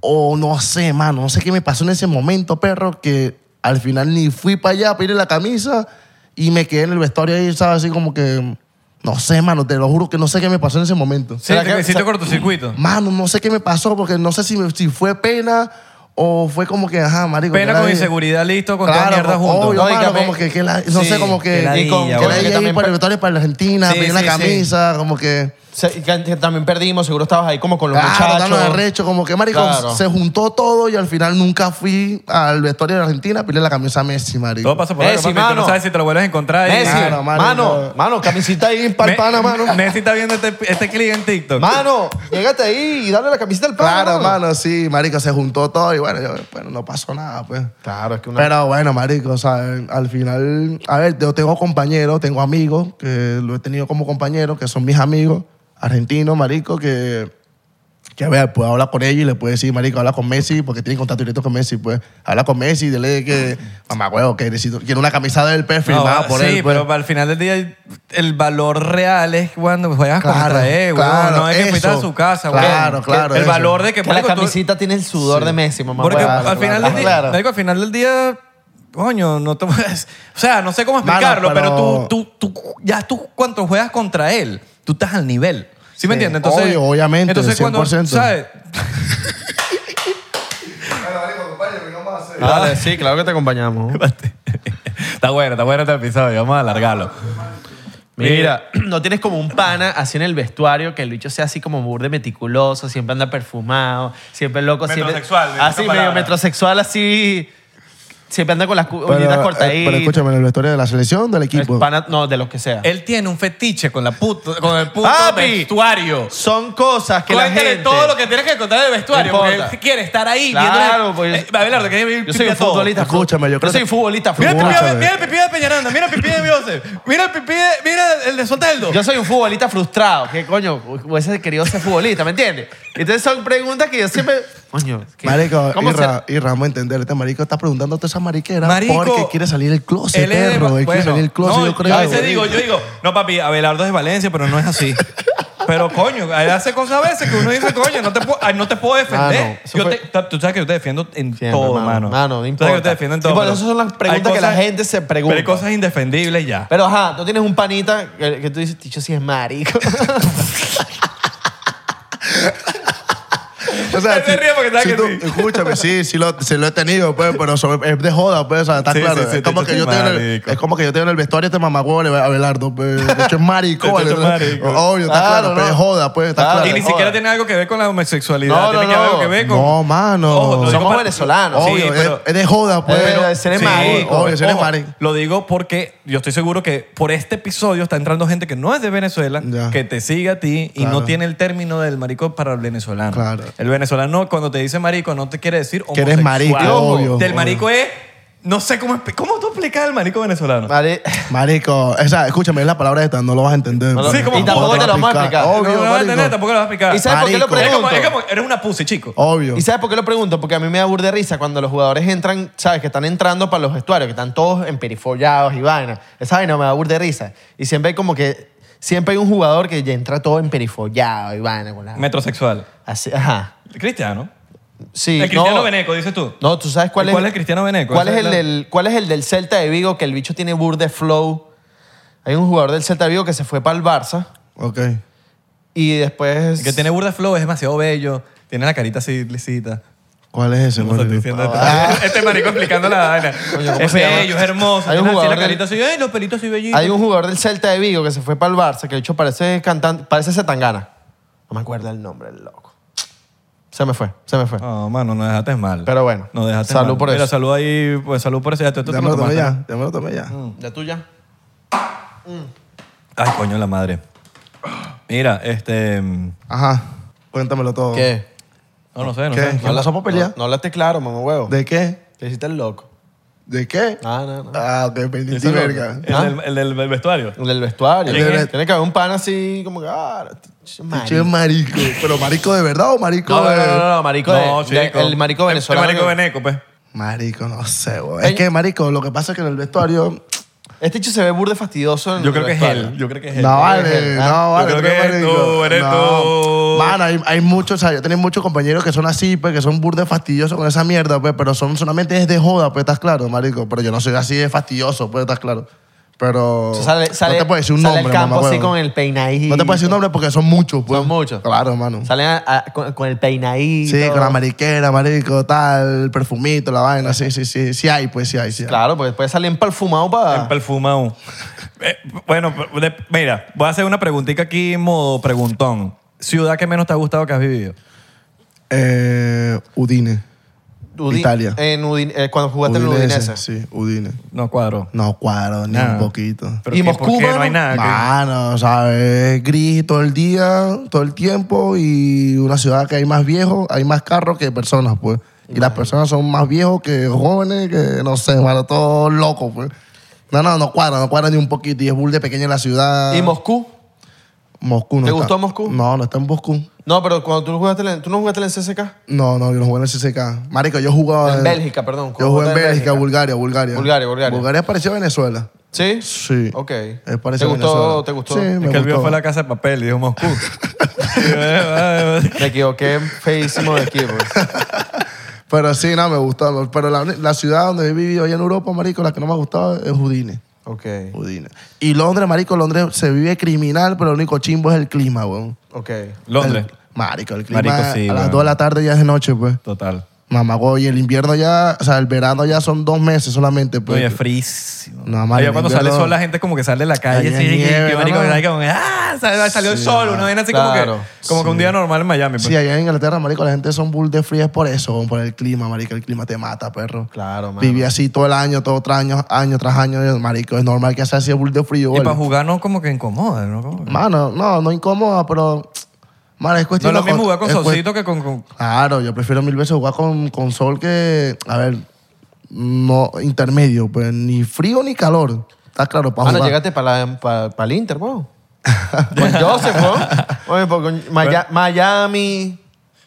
o no sé, mano. No sé qué me pasó en ese momento, perro, que al final ni fui para allá a pedirle la camisa y me quedé en el vestuario ahí, ¿sabes? Así como que, no sé, mano, te lo juro que no sé qué me pasó en ese momento.
Sí,
¿Será
te-
que-
sí te cortocircuito.
Mano, no sé qué me pasó, porque no sé si, me- si fue pena o fue como que, ajá, marico. que
Pena
la
con
dije.
inseguridad, listo, con toda
Claro, pues,
mierda junto.
obvio,
No, y
mano,
que me-
como que, que la- no
Sí,
sé, como que...
que la
y con-
dilla,
que
bueno,
la
que
dije ahí
también
para el
per-
vestuario para la Argentina,
Sí,
pedí una
sí, sí.
camisa, como que... ah,
se- que- que también perdimos, seguro estabas ahí como con los
Claro,
muchachos.
dando arrecho, como que, marico,
Claro.
se juntó todo y al final nunca fui al vestuario de Argentina a pedirle la camisa a Messi, marico.
Todo pasa por ahí,
Messi,
papi, tú no
mano.
sabes si te lo vuelves a encontrar. ahí.
Messi,
Claro, mano,
mano, mano,
yo-
camisita ahí
Me-
para pana, mano.
Messi está viendo este, este clip en TikTok.
Mano, llégate ahí y dale la camisita al pana.
Claro, mano, sí, marico, se juntó todo y bueno, yo, bueno, no pasó nada, pues.
Claro, es que una.
Pero bueno, marico, o sea, al final, a ver, yo tengo compañeros, tengo amigos que lo he tenido como compañeros, que son mis amigos argentinos, marico, que, que a ver, puedo hablar con ellos y le puedo decir, marico, habla con Messi, porque tiene contacto directo con Messi, pues, habla con Messi y dile que, mamá, huevo, que necesito, quiero una camisa del PF
No,
firmada por
sí,
él. pues.
pero al final del día el valor real es cuando juegas
Claro,
contra él, weón.
claro,
No es que fuiste
eso.
a su casa, weón.
Claro,
Que-
claro,
El
eso.
valor de que,
que la
marico, tú-
camisita tiene el sudor de Messi, mamá.
Porque
huevo.
al, final del día,
Claro.
marico, al final del día Coño, no te puedes. O sea, no sé cómo
Mano,
explicarlo, pero,
pero-
tú, tú, tú, ya tú, cuando juegas contra él, tú estás al nivel. ¿Sí, me entiendes? Entonces,
obvio, obviamente,
Entonces, cuando,
100%.
¿sabes?
Ah,
Dale, sí, claro que te acompañamos.
está bueno, está bueno este episodio, vamos a alargarlo.
Mira, no tienes como un pana así en el vestuario que el bicho sea así como burde meticuloso, siempre anda perfumado, siempre loco, siempre.
Metrosexual, en
Así,
otra
medio
palabra.
metrosexual, así. Siempre anda con las cu- uñitas
Pero, eh, pero
cortaditas.
escúchame, en el vestuario de la selección, del
Es
equipo.
pana- no, de los que sea.
Él tiene un fetiche con, la puto, con el puto
Papi.
vestuario.
Son cosas que la
Cuéntale
gente.
todo lo que tienes que contar del vestuario,
No
porque
importa.
él quiere estar ahí.
Claro,
viéndole-
pues-
Eh, Abelardo, que viene
Yo soy un futbolista.
Escúchame, yo creo
soy
que-
futbolista.
Mira el,
frustrado.
pipí,
Escúchame.
de- mira el pipí de Peñaranda, mira el pipí de Biose, mira el pipí de, mira el de Soteldo.
Yo soy un futbolista frustrado. ¿Qué coño? Hubiese querido ser futbolista, ¿me entiendes? Entonces son preguntas que yo siempre. Coño. ¿qué-
Marico,
¿cómo
y,
se-
Ra- y Ramo entender, este marico está preguntando toda esa mariquera
Marico,
porque quiere salir del closet,
Él es de-
perro. Él
bueno,
quiere salir del closet,
no,
yo creo.
A veces digo, yo digo, no papi, Abelardo es de Valencia, pero no es así. Pero coño, él hace cosas a veces que uno dice, coño, no te puedo, ay, no te puedo defender.
Mano, eso
Yo
fue-
te- tú sabes que yo te defiendo en
Siempre,
todo,
mano.
mano.
Mano, no
Tú
importa.
sabes que yo te defiendo en
Sí,
todo.
porque
pero
esas son las
hay
preguntas que la gente se pregunta.
Pero hay cosas indefendibles ya.
Pero ajá, tú tienes un panita que, que tú dices, Ticho, sí es marico.
O sea,
Él se
si-
ríe porque sabe
si
que
tú-
sí.
Escúchame, sí, sí lo, sí lo he tenido, pues, pero sobre- es de joda, pues, o sea, está
Sí,
claro.
sí, sí,
es, como
te
que yo
echaste
tengo en el,
marico.
es como que yo tengo en el vestuario este mamagüevo le va a Abelardo, pues, de hecho es marico,
Te echaste
vale,
marico.
Obvio, está
Claro,
claro, pero
no.
es joda, pues, está
Claro.
claro.
Y ni
joda.
siquiera tiene algo que ver con la homosexualidad.
No,
tiene
no,
que ver
no.
algo que ver con.
No, mano.
te digo
Somos
para-
venezolanos. eh.
Sí,
Obvio, es-
pero-
es de joda, pues.
Pero-
pero-
se eres marico.
ojo,
Obvio, se eres marico.
Lo digo porque yo estoy seguro que por este episodio está entrando gente que no es de Venezuela,
Ya.
que te sigue a ti y no
Claro.
tiene el término del marico para el venezolano.
Claro.
El venezolano, cuando te dice marico, no te quiere decir
Que eres marico,
homosexual.
obvio,
Del
obvio.
marico es. No sé cómo. expli- ¿Cómo tú explicas el marico venezolano?
Mari-
Marico, o sea, escúchame, es la palabra esta, no lo vas a entender.
lo-
pues.
Sí, como-
No
y tampoco
te lo vamos a explicar.
no
Obvio,
lo vas a entender,
marico.
tampoco lo vas a explicar.
¿Y sabes por qué lo
Marico. Oh.
Es como, es
pregunto?
como- eres una pussy, chico.
Obvio.
¿Y sabes por qué lo pregunto? Porque a mí me da burde risa cuando los jugadores entran, ¿sabes? Que están entrando para los vestuarios, que están todos emperifollados y vaina. Esa vaina me da burde risa. Y siempre hay como que... Siempre hay un jugador que ya entra todo emperifollado y vaina. Con la,
Metrosexual.
así, ajá.
Cristiano.
Sí,
El cristiano
no,
veneco, dices tú.
No, tú sabes cuál
¿Y
es.
cuál es Cristiano Beneco?
¿Cuál es,
Esa
el
es la-
del, ¿Cuál es el del Celta de Vigo que el bicho tiene burde flow? Hay un jugador del Celta de Vigo que se fue para el Barça
Ok.
y después.
El que tiene burda flow es demasiado bello. Tiene la carita así lisita.
¿Cuál es ese,
No estoy
marico?
diciendo esto. Este marico explicando la vaina.
Ah. ¿cómo
Es
se llama?
bello, es hermoso.
Hay
Tiene
un
así
jugador
la
del-
carita así. ¡Ay, los pelitos así bellitos!
Hay un jugador del Celta de Vigo que se fue para el Barça que el bicho parece cantante, parece Setangana. No me acuerdo el nombre del loco. Se me fue, se me fue.
No, mano, no dejaste mal.
Pero bueno,
No dejaste
salud
mal.
por
Mira,
eso.
salud ahí. Pues salud por eso. Ya tú- tú te lo
Ya
Mm.
me lo tomé
tomaste.
ya, ya me lo tomé ya.
¿La tuya?
Ay, coño, la madre. Mira, este... mm,
Ajá, cuéntamelo todo.
¿Qué?
No, no sé, no
¿Qué?
sé.
¿No la somos pelear?
No, no hablaste claro, mamá huevo.
¿De qué?
Te hiciste el loco.
¿De qué?
Ah, no, no.
Ah, ok,
Eso
pendiente
es lo-
verga.
El,
¿Ah?
del, el del vestuario.
El del vestuario.
¿Quién
Tiene
es?
que haber un pan así como que. Ah,
Che,
marico.
marico. ¿Pero marico de verdad o marico
No, no,
de...?
no, no, no, marico.
No,
de- de-
chico.
el marico venezolano.
El marico veneco, pues.
Marico, no sé, güey.
Ey.
Es que, marico, lo que pasa es que en el vestuario...
Este hecho se ve burde fastidioso. En
Yo
el
creo que es
vestuario.
él. Yo creo que es él.
No vale,
eres él, ah.
no vale.
Yo creo
tú eres
que eres
marico.
tú, eres tú.
Mano, hay, hay muchos, o sea, yo tenía muchos compañeros que son así, pues, que son burdes fastidiosos con esa mierda, pues, pero son solamente es de joda, pues, estás claro, marico. Pero yo no soy así de fastidioso, pues, estás claro. Pero...
O sea, sale, sale,
no te puedo decir un
sale
nombre,
al campo
mamá,
así
huevo.
con el peinadito.
No te puedo decir un nombre porque son muchos, pues.
Son muchos.
Claro, mano.
Salen a- a- con, con el peinadito.
Sí, con la mariquera, marico, tal, el perfumito, la vaina, sí, sí, sí. Sí hay, pues, sí hay, sí hay.
Claro, porque después salen perfumados
Ah.
para.
Perfumado. Eh, bueno, de- mira, voy a hacer una preguntita aquí, modo preguntón. ¿Ciudad que menos te ha gustado que has vivido?
Eh, Udine. Italia.
En Udin- eh, cuando jugaste en el Udinese.
Sí, Udine.
No, cuadro.
No cuadro, ni
Nada.
un poquito.
Pero
¿Y
qué?
Moscú,
¿Por qué?
mano?
No hay nada. que-
Mano, ¿sabes? Gris todo el día, todo el tiempo y una ciudad que hay más viejos, hay más carros que personas, pues. Y las personas son más viejos que jóvenes, que no sé, mano, todo loco, pues. No, no, no cuadra, no cuadra ni un poquito. Y es bull de pequeña la ciudad.
¿Y Moscú?
Moscú no
¿Te
está.
gustó Moscú?
No, no está en Moscú.
No, pero cuando tú no jugaste, en el- ¿tú no jugaste en el CSK?
No, no, yo no jugué en el CCK. Marico, yo jugaba
En Bélgica, perdón.
Yo jugué en
Jugaste en
Bélgica,
Bélgica.
Bulgaria, Bulgaria.
Bulgaria, Bulgaria.
Bulgaria pareció Venezuela.
¿Sí?
Sí.
Ok.
Es parecido
¿Te
a
gustó?
Venezuela.
¿Te gustó?
Sí, me
Es que el vio
gustó.
fue a la casa de papel y dijo Moscú.
Me equivoqué feísimo de equipo.
Pero sí, no, me gustó. Pero la, la ciudad donde he vivido allá en Europa, marico, la que no me ha gustado es Udine.
Ok.
Udine. Y Londres, marico, Londres se vive criminal, pero lo único chimbo es el clima, weón.
Ok.
Londres.
El- marico, el clima
Marico, sí,
a las
weón.
2 de la tarde ya es de noche, pues.
Total.
Mamá, y el invierno ya, o sea, el verano ya son dos meses solamente, pues.
Oye, es frísimo.
No, marico,
Allá cuando
yo
sale
no-
sol, la gente como que sale de la calle
Allá
así, y-
nieve,
y marico,
¿no?
ahí como, ¡ah! sal- Salió el sol, una vaina así como
claro,
que como que un día normal en Miami. pues.
Sí, allá en Inglaterra, marico, la gente son bull de frías por eso, weón, por el clima, marico. El clima te mata, perro.
Claro, mano.
Viví así todo el año, todo otro año, año tras año, marico. Es normal que sea así bull de frío,
Y
weón.
para jugar no como que incomoda, ¿no? Como que-
Mano, no, no incómoda, pero... Mano, es
No
cuestión
es lo
de-
mismo jugar con
es cuest-
solcito que con... con-
Claro, yo prefiero mil veces jugar con, con sol que... A ver, no, intermedio, pues ni frío ni calor. Está claro, para
Mano,
jugar.
Ah, llegaste para el Inter, bro. Con Joseph, bro. Oye, pues, con Maya- Miami.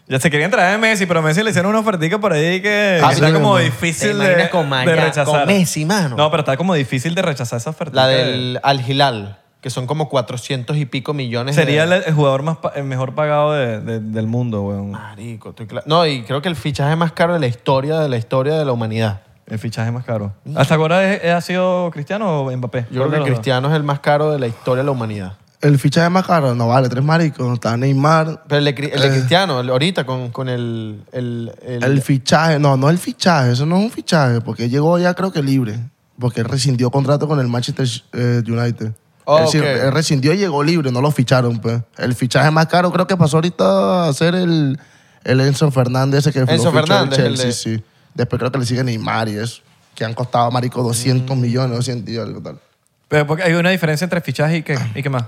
Ya se querían traer a Messi, pero a Messi le hicieron una ofertica por ahí que
Ah,
que está
sí,
como
¿no?
difícil
¿Te imaginas
de,
con Maya-
de rechazar.
con Messi, mano?
No, pero está como difícil de rechazar esa oferta.
La del Al Hilal, que son como 400 y pico millones de-
Sería el, el jugador más pa- el mejor pagado de- de- del mundo, weón.
Marico, estoy cla- No, y creo que el fichaje más caro de la historia de la historia de la humanidad.
El fichaje más caro. ¿Hasta ahora es- ha sido Cristiano o Mbappé?
Yo
¿Cuál de
creo que
los dos?
Cristiano es el más caro de la historia de la humanidad.
El fichaje más caro, no vale, tres maricos. Está Neymar.
Pero el de, Cri- el de
Eh.
Cristiano, el- ahorita con, con el, el, el-
El fichaje, no, no el fichaje, eso no es un fichaje, porque llegó ya creo que libre, porque él rescindió contrato con el Manchester eh, United.
Oh,
Él sí-
ok.
él rescindió y llegó libre, no lo ficharon, pues. El fichaje más caro creo que pasó ahorita a ser el, el Enzo Fernández, ese que lo
Enzo
fichó el
Fernández, el
Chelsea,
de-
sí. Después creo que le sigue Neymar y eso, que han costado, marico,
Mm.
200 millones, 200 y algo tal.
Pero porque hay una diferencia entre fichaje y qué, y qué más.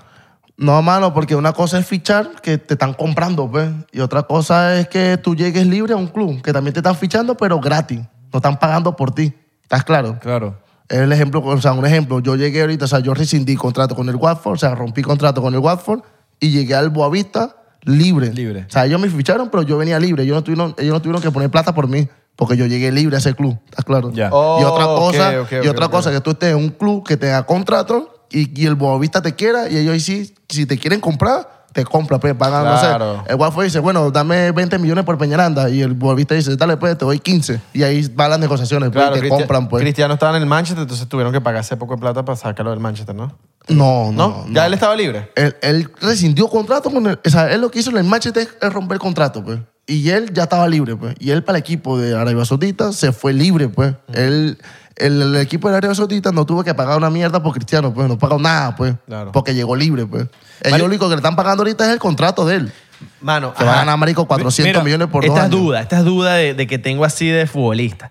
No, mano, porque una cosa es fichar que te están comprando, pues. Y otra cosa es que tú llegues libre a un club que también te están fichando, pero gratis. No están pagando por ti. ¿Estás claro?
Claro.
Es el ejemplo, o sea, un ejemplo. Yo llegué ahorita, o sea, yo rescindí contrato con el Watford, o sea, rompí contrato con el Watford y llegué al Boavista libre.
Libre.
O sea, ellos me ficharon, pero yo venía libre. Ellos no tuvieron, ellos no tuvieron que poner plata por mí. Porque yo llegué libre a ese club, ¿estás claro?
Ya.
Oh,
y otra
ok,
cosa,
ok,
y
ok,
otra
ok.
cosa que tú estés en un club que te da contrato y, y el Boavista te quiera y ellos ahí sí, si te quieren comprar, te compra, pues pagan, no
Claro.
sé. El Watford dice, bueno, dame 20 millones por Peñaranda y el Boavista dice, dale, pues te doy 15. Y ahí van las negociaciones, pues,
Claro,
y te
Cristi-
compran, pues.
Cristiano estaba en el Manchester, entonces tuvieron que pagarse poco de plata para sacarlo del Manchester, ¿no?
No, no,
¿No?
no.
ya él estaba libre.
Él, él rescindió contrato con el. O sea, él lo que hizo en el Manchester es romper contrato, pues. Y él ya estaba libre, pues. Y él para el equipo de Arabia Saudita se fue libre, pues.
Mm.
Él, el, el equipo de Arabia Saudita no tuvo que pagar una mierda por Cristiano, pues. No pagó nada, pues.
Claro.
Porque llegó libre, pues. El único que le están pagando ahorita es el contrato de él.
Mano,
Que va a
ajá.
ganar, marico, 400
Mira,
millones por dos
Esta es
años.
duda, esta es duda de, de que tengo así de futbolista.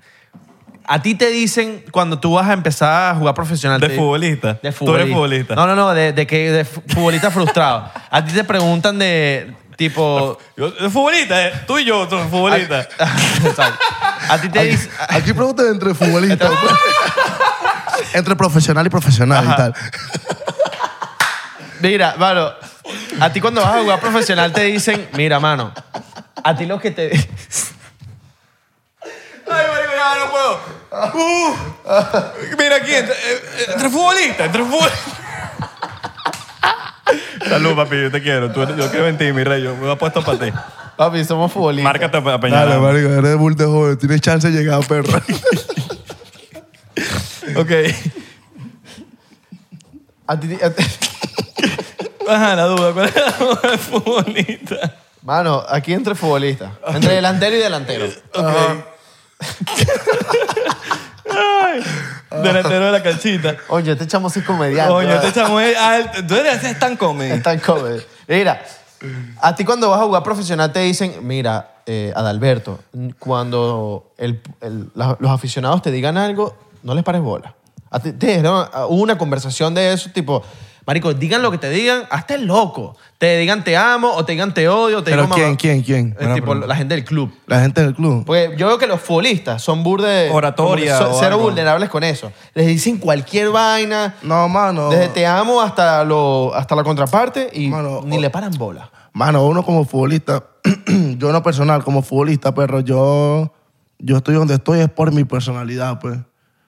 A ti te dicen cuando tú vas a empezar a jugar profesional.
De
te-
futbolista.
De
Tú eres futbolista.
No, no, no, de, de que de fu- futbolista frustrado. A ti te preguntan de tipo.
Yo, yo futbolista, eh. tú y yo somos futbolistas.
Exacto. a ti te dicen.
Aquí preguntan entre futbolistas, pues. entre profesional y profesional y tal.
Mira, mano, a ti cuando vas a jugar profesional te dicen, mira, mano, a ti lo que te.
Ay, marico, ya no puedo. Uh, mira aquí, entre, eh, entre futbolistas, entre futbolistas. Salud, papi, yo te quiero. Tú eres- yo creo en ti, mi rey. Yo me he puesto para ti.
Papi, somos futbolistas.
Márcate a
Dale,
Peñaranda.
marico, eres bull de joven. Tienes chance de llegar, perro.
Ok.
A ti- a ti-
Ajá, la duda. ¿Cuál es la duda de futbolista?
Mano, aquí entre futbolistas. Entre delantero y delantero.
Delantero de la canchita.
Oye, este chamo sí es comediante.
Coño, este
¿verdad?
te chamo es alto. Tú eres stand comedy.
Está en COVID. Mira, a ti cuando vas a jugar profesional te dicen, mira, eh, Adalberto, cuando el- el- la- los aficionados te digan algo, no les pares bola. A ti- te dijeron- hubo una conversación de eso, tipo,
Marico, digan lo que te digan, hazte el loco. Te digan te amo o te digan te odio. Te
Pero
digo,
¿quién,
mamá-
quién, quién?
Eh,
Buena
tipo,
pregunta.
la gente del club.
La gente del club.
porque yo veo que los futbolistas son burde...
Oratoria
como que son-
o
Cero
algo.
vulnerables con eso. Les dicen cualquier vaina,
No, mano.
desde te amo hasta, lo, hasta la contraparte y
Mano,
ni
o-
le paran bola.
Mano, uno como futbolista, yo no personal, como futbolista, pero yo, yo estoy donde estoy es por mi personalidad, pues.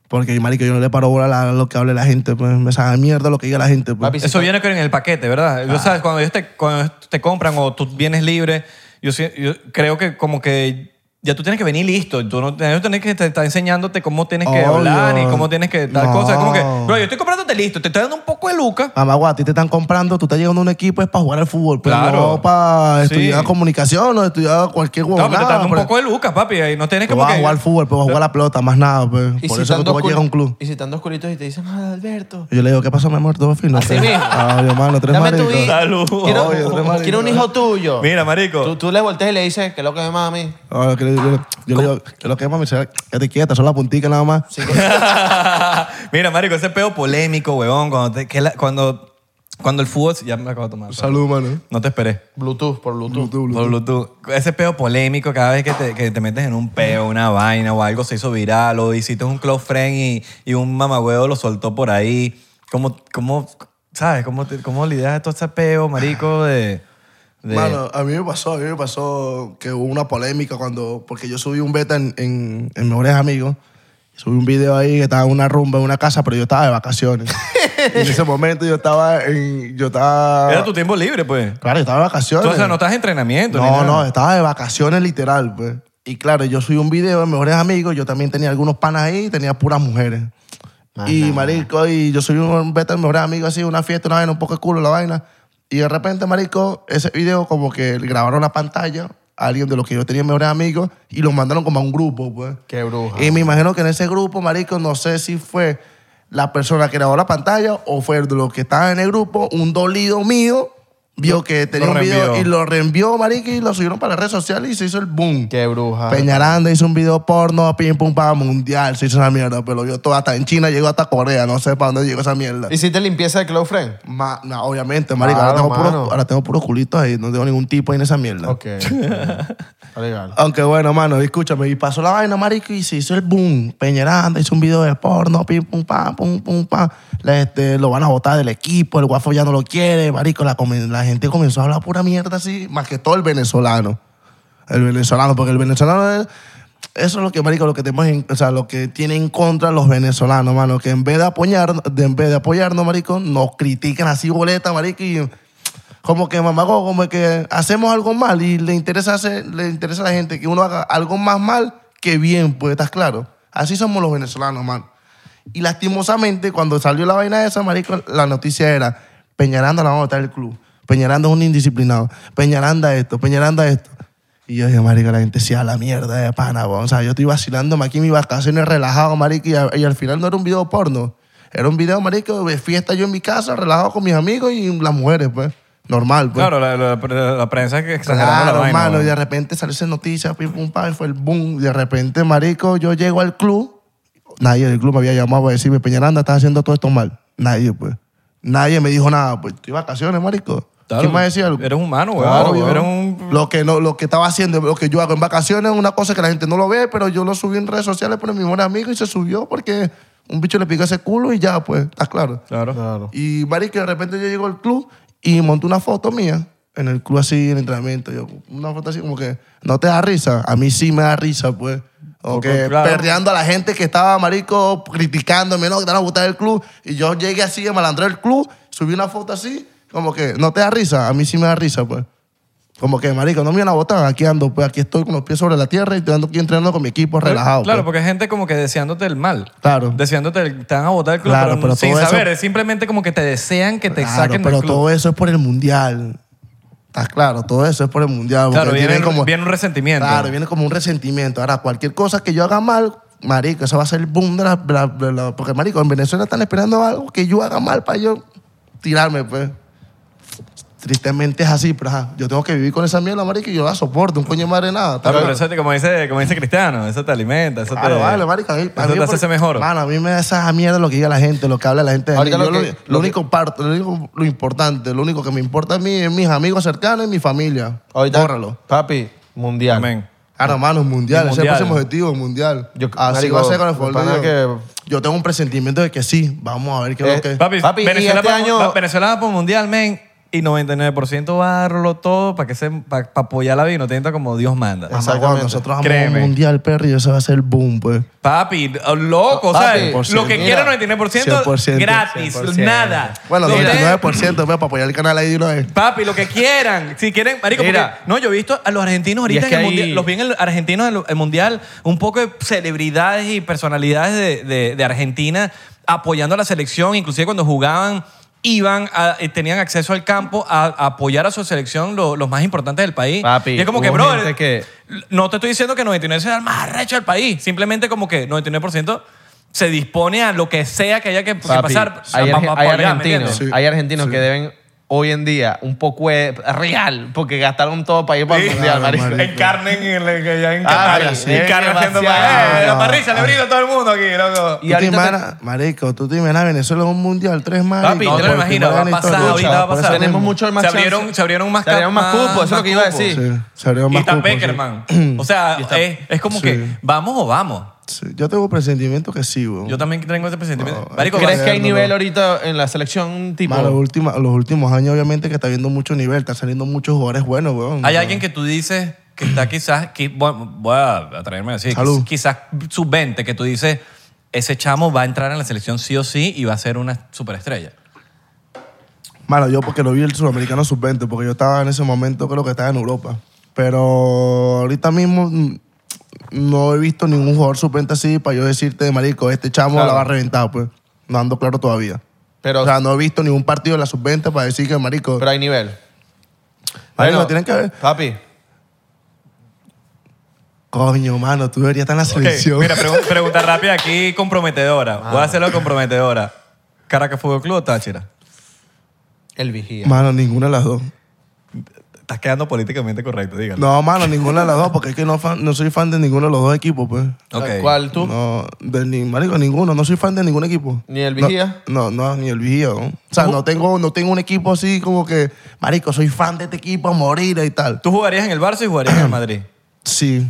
Porque, marico, yo no le paro bola a la- lo que hable la gente, pues. Me sabe mierda lo que diga la gente, pues.
Papi, sí.
Eso viene en el paquete, ¿verdad? O sea, cuando ellos te, cuando ellos te compran o tú vienes libre, yo, sí- yo creo que como que ya tú tienes que venir listo. Tú no ya no tienes que te- estar enseñándote cómo tienes que
Obvio.
hablar y cómo tienes que tal
No.
cosa. Es como que, bro, yo estoy comprándote listo. Te estoy dando un poco de lucas.
Mamá, guau, a ti te están comprando, tú estás llegando a un equipo, es para jugar al fútbol, pero
Claro.
no para
Sí.
estudiar comunicación o estudiar cualquier
No,
huevo.
pero te estás dando un poco de lucas, papi. Y no tienes
Tú
como
vas
que...
a jugar al fútbol, pero vas a jugar a la pelota, más nada. pues.
Y
Por
si
eso
están
que tú
dos
vas a
cul-
llegar a un club.
Y si están dos culitos y te dicen, ah, Alberto.
Y yo le digo, ¿qué pasó, mi amor? ¿Todo fino?
Así mismo.
Ah, mi hermano, tres
Dame tu
maricos.
hijo.
Salud.
Quiero,
Obvio, tres maricos.
quiero un hijo tuyo.
Mira, marico.
Tú, tú le volteas y le dices, que lo que es mami.
Ah, yo, le- yo le- yo le digo, ¿qué lo que es, mami? Será- Quédate quieta, son las punticas nada más.
Mira, marico, ese peo polémico, huevón, cuando, te- que la- cuando, cuando el fútbol... Ya me acabo de tomar.
Salud, mano.
No te esperé.
Bluetooth, por Bluetooth.
Por Bluetooth. Ese peo polémico, cada vez que te, que te metes en un peo, una vaina o algo se hizo viral, o hiciste un close friend y, y un mamagüeo lo soltó por ahí. ¿Cómo, cómo sabes? ¿Cómo, te- cómo lidias todo ese peo, marico? De, de-
Mano, a mí me pasó, a mí me pasó que hubo una polémica cuando, porque yo subí un beta en, en, en Mejores Amigos, subí un video ahí que estaba en una rumba, en una casa, pero yo estaba de vacaciones. Y en ese momento yo estaba en, yo estaba...
Era tu tiempo libre, pues.
Claro, yo estaba de vacaciones.
Tú, o sea, no estás en entrenamiento. ni
No,
nada.
no, estaba de vacaciones literal, pues. Y claro, yo subí un video de mejores amigos, yo también tenía algunos panas ahí, tenía puras mujeres. y marico, y yo subí un beta de mejores amigos así, una fiesta, una vaina, un poco de culo la vaina. Y de repente, marico, ese video como que grabaron la pantalla a alguien de los que yo tenía mejores amigos y los mandaron como a un grupo, pues.
Qué bruja.
Y me imagino que en ese grupo, marico, no sé si fue la persona que grabó la pantalla o fue de los que estaban en el grupo, un dolido mío vio que tenía un video
reenvió.
y lo reenvió, marico, y lo subieron para las redes sociales y se hizo el boom.
Qué bruja.
Peñaranda hizo un video porno, pim, pum, pa, mundial, se hizo esa mierda, pero lo vio todo, hasta en China, llegó hasta Corea, no sé para dónde llegó esa mierda.
¿Hiciste limpieza de Cloud Friend?
Ma- no, obviamente, marico, ahora,
Claro,
tengo puros-
mano.
ahora tengo puros culitos ahí, no tengo ningún tipo ahí en esa mierda.
Ok. Está legal.
Aunque bueno, mano, escúchame, y pasó la vaina, marico, y se hizo el boom. Peñeranda hizo un video de porno, pim, pum, pam, pum, pum, pam. La, Este, lo van a votar del equipo, el guafo ya no lo quiere, marico. La, comen- la gente comenzó a hablar pura mierda así, más que todo el venezolano. El venezolano, porque el venezolano es... Eso es lo que, marico, lo que tenemos en- o sea, lo que tienen en contra los venezolanos, mano, que en vez de apoyarnos, de, en vez de apoyarnos, marico, nos critican así boleta, marico, y como que mamago, como que hacemos algo mal y le interesa, hacer- le interesa a la gente que uno haga algo más mal que bien, pues estás claro. Así somos los venezolanos, mano. Y lastimosamente, cuando salió la vaina esa, marico, la noticia era Peñaranda la van a botar del club. Peñaranda es un indisciplinado. Peñaranda esto, Peñaranda esto. Y yo dije, marico, la gente sea la mierda de pana, weón. O sea, yo estoy vacilándome aquí en mis vacaciones relajado, marico, y, a- y al final no era un video porno. Era un video, marico, de fiesta yo en mi casa, relajado con mis amigos y las mujeres, pues. Normal, pues.
Claro, la, la- la- la prensa que exageraba la
Claro,
vaina.
mano, y
huevón.
de repente salió esa noticia, pim, pum, pam, y fue el boom. Y de repente, marico, yo llego al club. Nadie del club me había llamado para decirme, Peñaranda, estás haciendo todo esto mal. Nadie, pues. Nadie me dijo nada, pues. Estoy de vacaciones, marico.
Claro,
¿Quién me decía algo?
Eres humano,
Claro,
huevón.
yo-
Eres un...
lo, que no, lo que estaba haciendo, lo que yo hago en vacaciones, es una cosa que la gente no lo ve, pero yo lo subí en redes sociales por mi mejor amigo y se subió porque un bicho le picó ese culo y ya, pues, ¿estás claro?
Claro.
Y marico, de repente yo llego al club y monto una foto mía en el club así, en el entrenamiento. Yo, una foto así como que, ¿no te da risa? A mí sí me da risa, pues. O
Porque,
que
claro.
perreando a la gente que estaba, marico, criticándome, no, que te van a gustar el club. Y yo llegué así, me malandré el club, subí una foto así, como que, ¿no te da risa? A mí sí me da risa, pues. Como que, marico, no me van a botar, aquí ando, pues aquí estoy con los pies sobre la tierra y estoy ando aquí entrenando con mi equipo relajado.
Claro,
pues.
porque hay gente como que deseándote el mal.
Claro.
Deseándote el, te van a botar el club,
Claro,
pero,
pero
sin
todo eso-
saber. Es simplemente como que te desean que te
Claro,
saquen
pero
del club.
todo eso es por el mundial. ¿Estás claro? Todo eso es por el mundial.
Claro,
porque
viene,
tienen como,
viene un resentimiento.
Claro, viene como un resentimiento. Ahora, cualquier cosa que yo haga mal, marico, eso va a ser el boom de la... de la- de la- porque, marico, en Venezuela están esperando algo que yo haga mal para yo tirarme, pues. Tristemente es así, pero ajá, yo tengo que vivir con esa mierda, marico, y yo la soporto, un coño de madre nada. ¿está
Claro, Ah, pero
claro?
eso te- como dice, como dice Cristiano, eso te alimenta, eso
Claro,
te,
vale, marico. A mí, a
eso
mí
te hace
porque-
ser mejor.
Mano, a mí me da esa mierda lo que diga la gente, lo que habla la gente. de mí.
Ahorita
Yo
lo
Lo,
que-
lo
lo que-
único parto, lo único- lo importante, lo único que me importa a mí es mis amigos cercanos y mi familia.
Ahorita,
Bórralo.
Papi, mundial.
Amén.
Claro, mano, mundial,
Y
ese es el
mundial.
próximo objetivo, mundial.
Yo-
Así
marico,
va a ser con el
el pana
fútbol.
que-
Yo tengo un presentimiento de que sí, vamos a ver qué es
Eh,
lo que.
Papi,
Papi, y
Venezuela,
este
pa-
año-
pa- Venezuela va por mundial, men. Y y 99% barro, todo para que se para apoyar la vinotenta como Dios manda.
Mamá, cuando nosotros vamos a un
Créeme.
mundial, Perry, eso va a ser boom, pues.
Papi, loco, ¿sabes?
100%,
Lo que quiera
mira,
99%
100%,
gratis,
100%.
nada.
Bueno,
Ustedes-
99%, pues, para apoyar el canal ahí de una vez.
Papi, lo que quieran. Si quieren, marico,
Mira.
porque- no, yo he visto a los argentinos
Y es
ahorita en
que
el
ahí-
mundial, los vi en el argentino en el- el mundial, un poco de celebridades y personalidades de, de- de Argentina apoyando a la selección, inclusive cuando jugaban iban a- eh, tenían acceso al campo a, a apoyar a su selección lo- los más importantes del país.
Papi,
y es como que,
hubo
bro,
gente que-
no te estoy diciendo que 99 sea el más recho del país, simplemente como que 99% se dispone a lo que sea que haya que, que
Papi,
pasar.
Hay,
pa-
arge-
pa-
hay
apoyar, ¿me
argentinos,
entiendes?
Sí.
hay argentinos
Sí.
que deben hoy en día un poco eh, real porque gastaron todo para ir para el mundial,
Claro,
marico.
marico.
Encarnen en el que ya en
Ah,
Qatar.
sí.
Encarnen haciendo
Demasiado.
pa- eh, la
No,
parrilla, le
ah.
brindo a todo el mundo aquí, loco.
Y
¿Tú te
ahorita te-
imaginas, marico, tú te imaginas Venezuela en un mundial, tres más.
Papi,
No te lo imaginas, va a pasar, ahorita va a pasar.
Tenemos
pues, mucho.
mucho más
Se abrieron-
chance.
se abrieron más
Se abrieron
cap-
más cupos, eso es
más
lo que iba a
cupos.
decir.
Sí, se abrieron
Y
más
está
cupos, sí.
Peckerman. O sea, es, es como que vamos o vamos.
Sí, Yo tengo presentimiento que sí, weón.
Yo también tengo ese presentimiento.
No,
Marico,
¿Crees que hay
Verlo,
nivel
no.
ahorita en la selección tipo?
Ma, los, últimos, los últimos años, obviamente, que está viendo mucho nivel, está saliendo muchos jugadores buenos, weón.
hay alguien que tú dices que está quizás, qui- bueno, voy a atreverme a decir,
Salud.
quizás sub-20, que tú dices, ese chamo va a entrar en la selección sí o sí y va a ser una superestrella.
Mano, yo porque lo vi el sudamericano sub-20, porque yo estaba en ese momento, creo que estaba en Europa. Pero ahorita mismo mm, no he visto ningún jugador sub-20 así para yo decirte, marico, este chamo
Claro.
la va a reventar, pues. No ando claro todavía.
Pero,
o sea, no he visto ningún partido de la sub-20 para decir que, marico,
pero hay nivel.
marico,
Bueno,
tienen que ver.
Papi,
Coño, mano, tú deberías estar en la
Ok,
selección.
Mira, pregu- pregunta rápida aquí, comprometedora. Voy a hacerlo comprometedora. ¿Caracas Fútbol Club o Táchira?
el vigía.
mano, ninguna de las dos.
Estás quedando políticamente correcto, dígalo.
No, mano, ninguna de las dos, porque es que no, fan- no soy fan de ninguno de los dos equipos, pues.
Ok.
¿Cuál tú?
No, de ni, marico, ninguno. No soy fan de ningún equipo.
¿Ni el
No,
Vigía?
No, no, ni el Vigía. ¿no? O sea, no tengo, no tengo un equipo así como que, marico, soy fan de este equipo a morir y tal.
¿Tú jugarías en el Barça y jugarías en el Madrid?
Mm, Sí,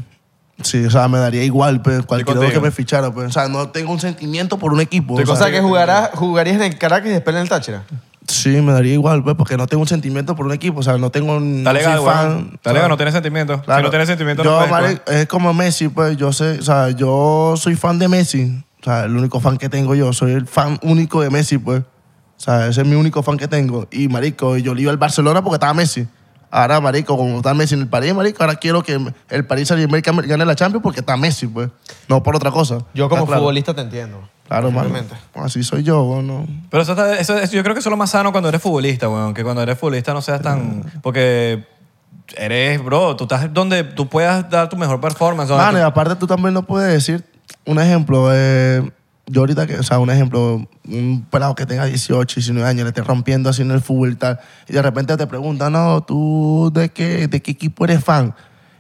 sí, o sea, me daría igual, pues, cualquier
contigo.
que me fichara, pues. O sea, no tengo un sentimiento por un equipo.
O sea, que jugarás, jugarías en el Caracas y después en el Táchira.
Sí, me daría igual, pues, porque no tengo un sentimiento por un equipo. O sea, no tengo un
Está legal,
soy
güey.
fan.
Está legal, no tienes sentimientos. Si no tienes sentimientos,
yo,
no puedes
marico, Es como Messi, pues yo sé, o sea, yo soy fan de Messi. O sea, el único fan que tengo yo, soy el fan único de Messi, pues. O sea, ese es mi único fan que tengo. Y, marico, yo le iba al Barcelona porque estaba Messi. Ahora, marico, como está Messi en el París, marico, ahora quiero que el París Saint-Germain gane la Champions porque está Messi, pues. No por otra cosa.
Yo como
¿Está claro?
futbolista te entiendo.
Claro, mano. Así soy yo, bueno.
Pero eso está- eso- eso- yo creo que eso es lo más sano cuando eres futbolista, weón. Que cuando eres futbolista no seas tan...
Mm.
Porque eres, bro, tú estás donde tú puedas dar tu mejor performance. donde
Mano, y
tú-
aparte tú también no puedes decir, un ejemplo, eh, yo ahorita, que, o sea, un ejemplo, un pelado que tenga 18, 19 años, le esté rompiendo así en el fútbol y tal, y de repente te preguntan, no, ¿tú de qué, de qué equipo eres fan?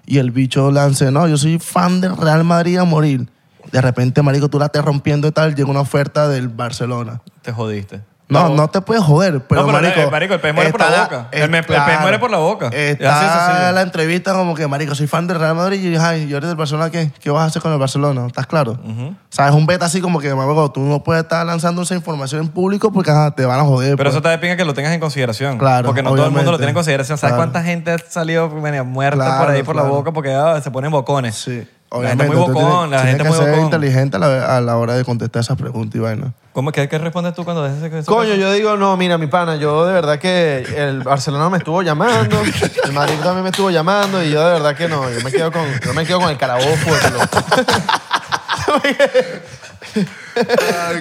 Y el bicho lance, no, yo soy fan del Real Madrid a morir. De repente, marico, tú la estés rompiendo y tal, llega una oferta del Barcelona.
te jodiste.
No, no te puedes joder, pero,
No, pero
marico,
el- marico, el pez muere por la
está
boca. El me- el pez muere por la boca.
Está
Así de sencillo.
la entrevista como que, marico, soy fan del Real Madrid y ay, yo eres del Barcelona, ¿qué? ¿Qué vas a hacer con el Barcelona? ¿Estás claro? O sea, es un beta así como que, marico, tú no puedes estar lanzando esa información en público porque ajá, te van a joder.
Pero
pues.
eso está de pinga que lo tengas en consideración.
Claro,
Porque no todo el mundo lo
obviamente.
tiene en consideración. ¿Sabes
Claro.
cuánta gente ha salido bueno, muerta
Claro,
por ahí por la
claro.
boca porque ah, se ponen bocones?
Sí,
La gente
obviamente.
es muy
tú tienes-
bocón, la
tienes
gente es muy
que ser
bocón.
inteligente a la, a la hora de contestar esas preguntas y vaina.
¿Cómo, qué, ¿Qué respondes tú cuando dejes ese
Coño, yo digo, no, mira, mi pana, yo de verdad que el Barcelona me estuvo llamando, el Madrid también me estuvo llamando y yo de verdad que no, yo me quedo con, yo me quedo con el pues, calabozo.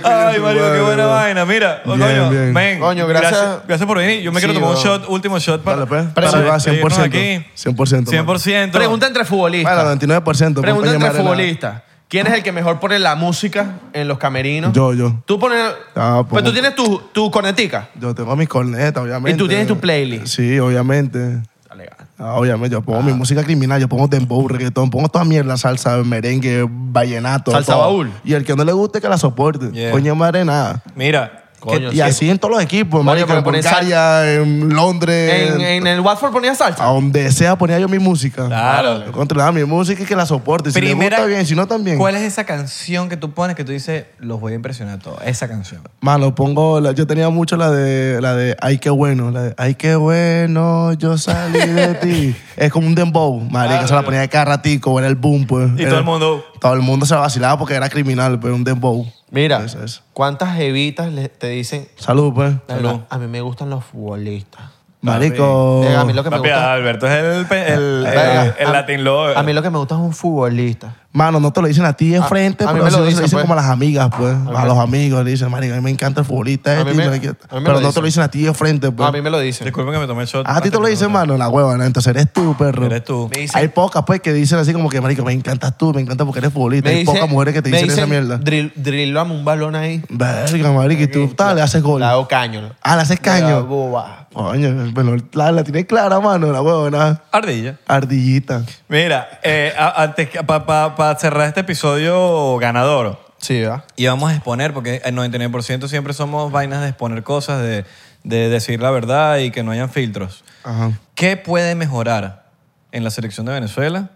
Ay, Mario, qué buena vaina. Mira, oh,
Bien,
coño,
bien.
men,
Coño, gracias.
Gracias por venir. Yo me quiero
Sí,
tomar un
bro.
shot, último shot para,
Dale, pues.
para
Sí, va,
despedirnos
100%.
aquí.
100%,
100%.
Pregunta entre futbolistas.
Bueno, 99%. pues,
Pregunta
coño,
entre
madre, la-
futbolistas. ¿Quién es el que mejor pone la música en los camerinos?
Yo, yo.
Tú pones.
Ah,
Pero
Pues
pongo-
tú tienes tu, tu cornetica.
Yo tengo mis cornetas, obviamente.
Y tú tienes tu playlist.
Sí, obviamente.
Está legal.
Ah, Obviamente, yo pongo mi música criminal, yo pongo dembow, reggaetón, pongo toda mierda, salsa, merengue, vallenato.
Salsa
todo.
baúl.
Y el que no le guste, que la soporte.
Yeah.
Coño madre, nada.
Mira,
Coño,
y
sí.
así en todos los equipos, marico,
pero
en
poner
Bulgaria, en Londres,
En, en el Watford ponía
a
salsa.
donde sea ponía yo mi música.
Claro.
Yo controlaba mi música y que la soporte. Si
Primera-
le gusta bien, si no también.
¿Cuál es esa canción que tú pones que tú dices, los voy a impresionar a todos? Esa canción.
Mano, pongo. la- yo tenía mucho la de. La de Ay, qué bueno. La de Ay, qué bueno, yo salí de ti. es como un dembow, marico.
Ah,
se la ponía de cada ratico, era el boom, pues.
Y
Era-
todo el mundo-
Todo el mundo se la vacilaba porque era criminal, pues, un dembow.
Mira,
Eso es.
¿cuántas evitas le- te dicen?
Salud, pues.
"La verdad, A mí me gustan los futbolistas.
Marico.
Venga, A mí lo que me gusta.
Alberto es el, pe- ah, eh, el, eh.
Venga, a-
Lover.
A mí lo que me gusta es un futbolista.
Mano, no te lo dicen a ti de
A-
frente,
a mí
pero
me lo
sí se
dicen,
lo dicen
pues.
como a las amigas, pues.
mí
A,
me-
los amigos le dicen, marico, a mí me encanta el futbolista
A mí
este, y
me-
no sé qué".
a mí
Pero
me lo
no te
dicen.
lo dicen a ti de frente, pues.
A mí me lo dicen.
Disculpen que me tomé el shot.
Ah, a ti te lo dicen, mano, la hueva, ¿no? Entonces eres tú, perro.
Eres tú. Me dicen-
Hay pocas, pues, que dicen así como que, marico, me encantas tú, me encanta porque eres futbolista. Hay pocas mujeres que te
me
dicen, esa mierda.
"Drill- drillame un balón ahí.
Verga, marico, y tú, tal, le haces gol.
La hago caño.
Ah, le haces
La
caño.
boba.
Coño, bueno, la, la tiene clara, mano, la hueva, ¿no?
Ardilla.
Ardillita.
Mira, eh, a- antes para cerrar este episodio ganador,
Sí, ¿verdad?
y vamos a exponer, porque el 99% siempre somos vainas de exponer cosas, de, de decir la verdad y que no hayan filtros.
Ajá.
¿Qué puede mejorar en la selección de Venezuela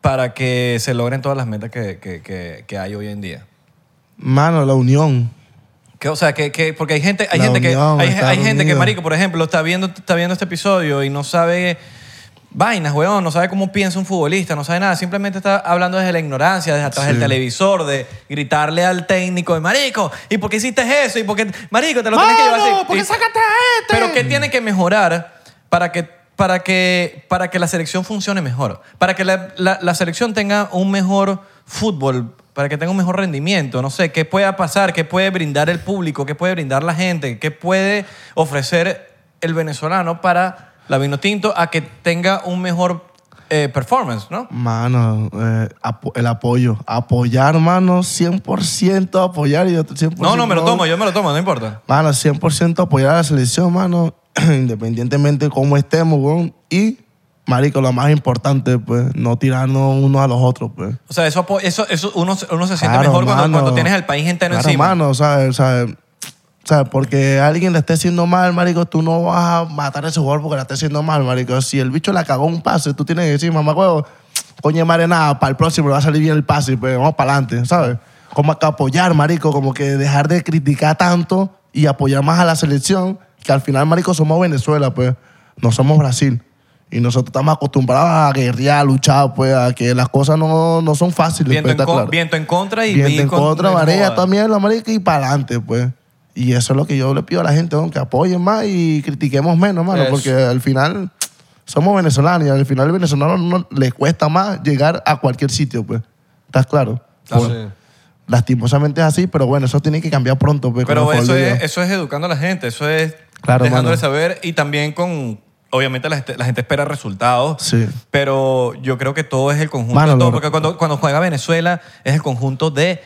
para que se logren todas las metas que, que- que- que hay hoy en día?
Mano, la unión.
Que, o sea, que, que- porque hay gente, hay
La
gente que,
unión,
hay,
estar
hay gente que,
unido.
marico, por ejemplo, está viendo, está viendo este episodio y no sabe vainas, weón, no sabe cómo piensa un futbolista, no sabe nada, simplemente está hablando desde la ignorancia, desde atrás del televisor, de gritarle al técnico de marico, ¿y por qué hiciste eso? ¿Y por qué, marico, te lo tienes que
Ah,
llevar así?
¿por qué
Y-
sacaste a este?
Pero ¿qué tiene que mejorar para que, para que, para que la selección funcione mejor? Para que la, la- la selección tenga un mejor fútbol, para que tenga un mejor rendimiento, no sé, qué pueda pasar, qué puede brindar el público, qué puede brindar la gente, qué puede ofrecer el venezolano para la vino tinto a que tenga un mejor eh, performance, ¿no?
Mano, eh, apo- el apoyo. Apoyar, mano, 100% apoyar. Y yo 100%
No, no, me lo tomo, yo me lo tomo, no importa.
Mano, 100% apoyar a la selección, mano, independientemente de cómo estemos, weón. Y, marico, lo más importante, pues, no tirarnos unos a los otros, pues.
O sea, eso, apo- eso, eso uno, se- uno se siente
Claro,
mejor cuando,
mano.
cuando tienes al país entero
Claro,
encima.
mano, ¿sabes? ¿sabes? ¿Sabes? Porque a alguien le esté haciendo mal, marico, tú no vas a matar a ese jugador porque le esté haciendo mal, marico. Si el bicho le cagó un pase, tú tienes que decir, mamá, huevo, coño, de madre, nada, para el próximo le va a salir bien el pase, pues vamos para adelante, ¿sabes? Como que apoyar, marico, como que dejar de criticar tanto y apoyar más a la selección, que al final, marico, somos Venezuela, pues, no somos Brasil. Y nosotros estamos acostumbrados a guerrear, a luchar, pues, a que las cosas no, no son fáciles.
Viento,
pues,
en
está
con-
claro.
viento en contra y
Viento
y
en
con-
contra,
no
María,
joda.
también la marica y para adelante, pues. Y eso es lo que yo le pido a la gente, don, que apoyen más y critiquemos menos, mano,
Eso.
porque al final somos venezolanos y al final el venezolano no le cuesta más llegar a cualquier sitio, pues. ¿Estás claro?
Ah,
Pues, Lastimosamente es así, pero bueno, eso tiene que cambiar pronto, pues.
Pero
como
eso
Florida.
es, eso es educando a la gente, eso es
Claro,
dejándole
mano.
saber y también con... Obviamente la gente, la gente espera resultados,
Sí.
pero yo creo que todo es el conjunto.
Mano,
de todo,
lo-
porque cuando, cuando juega Venezuela es el conjunto de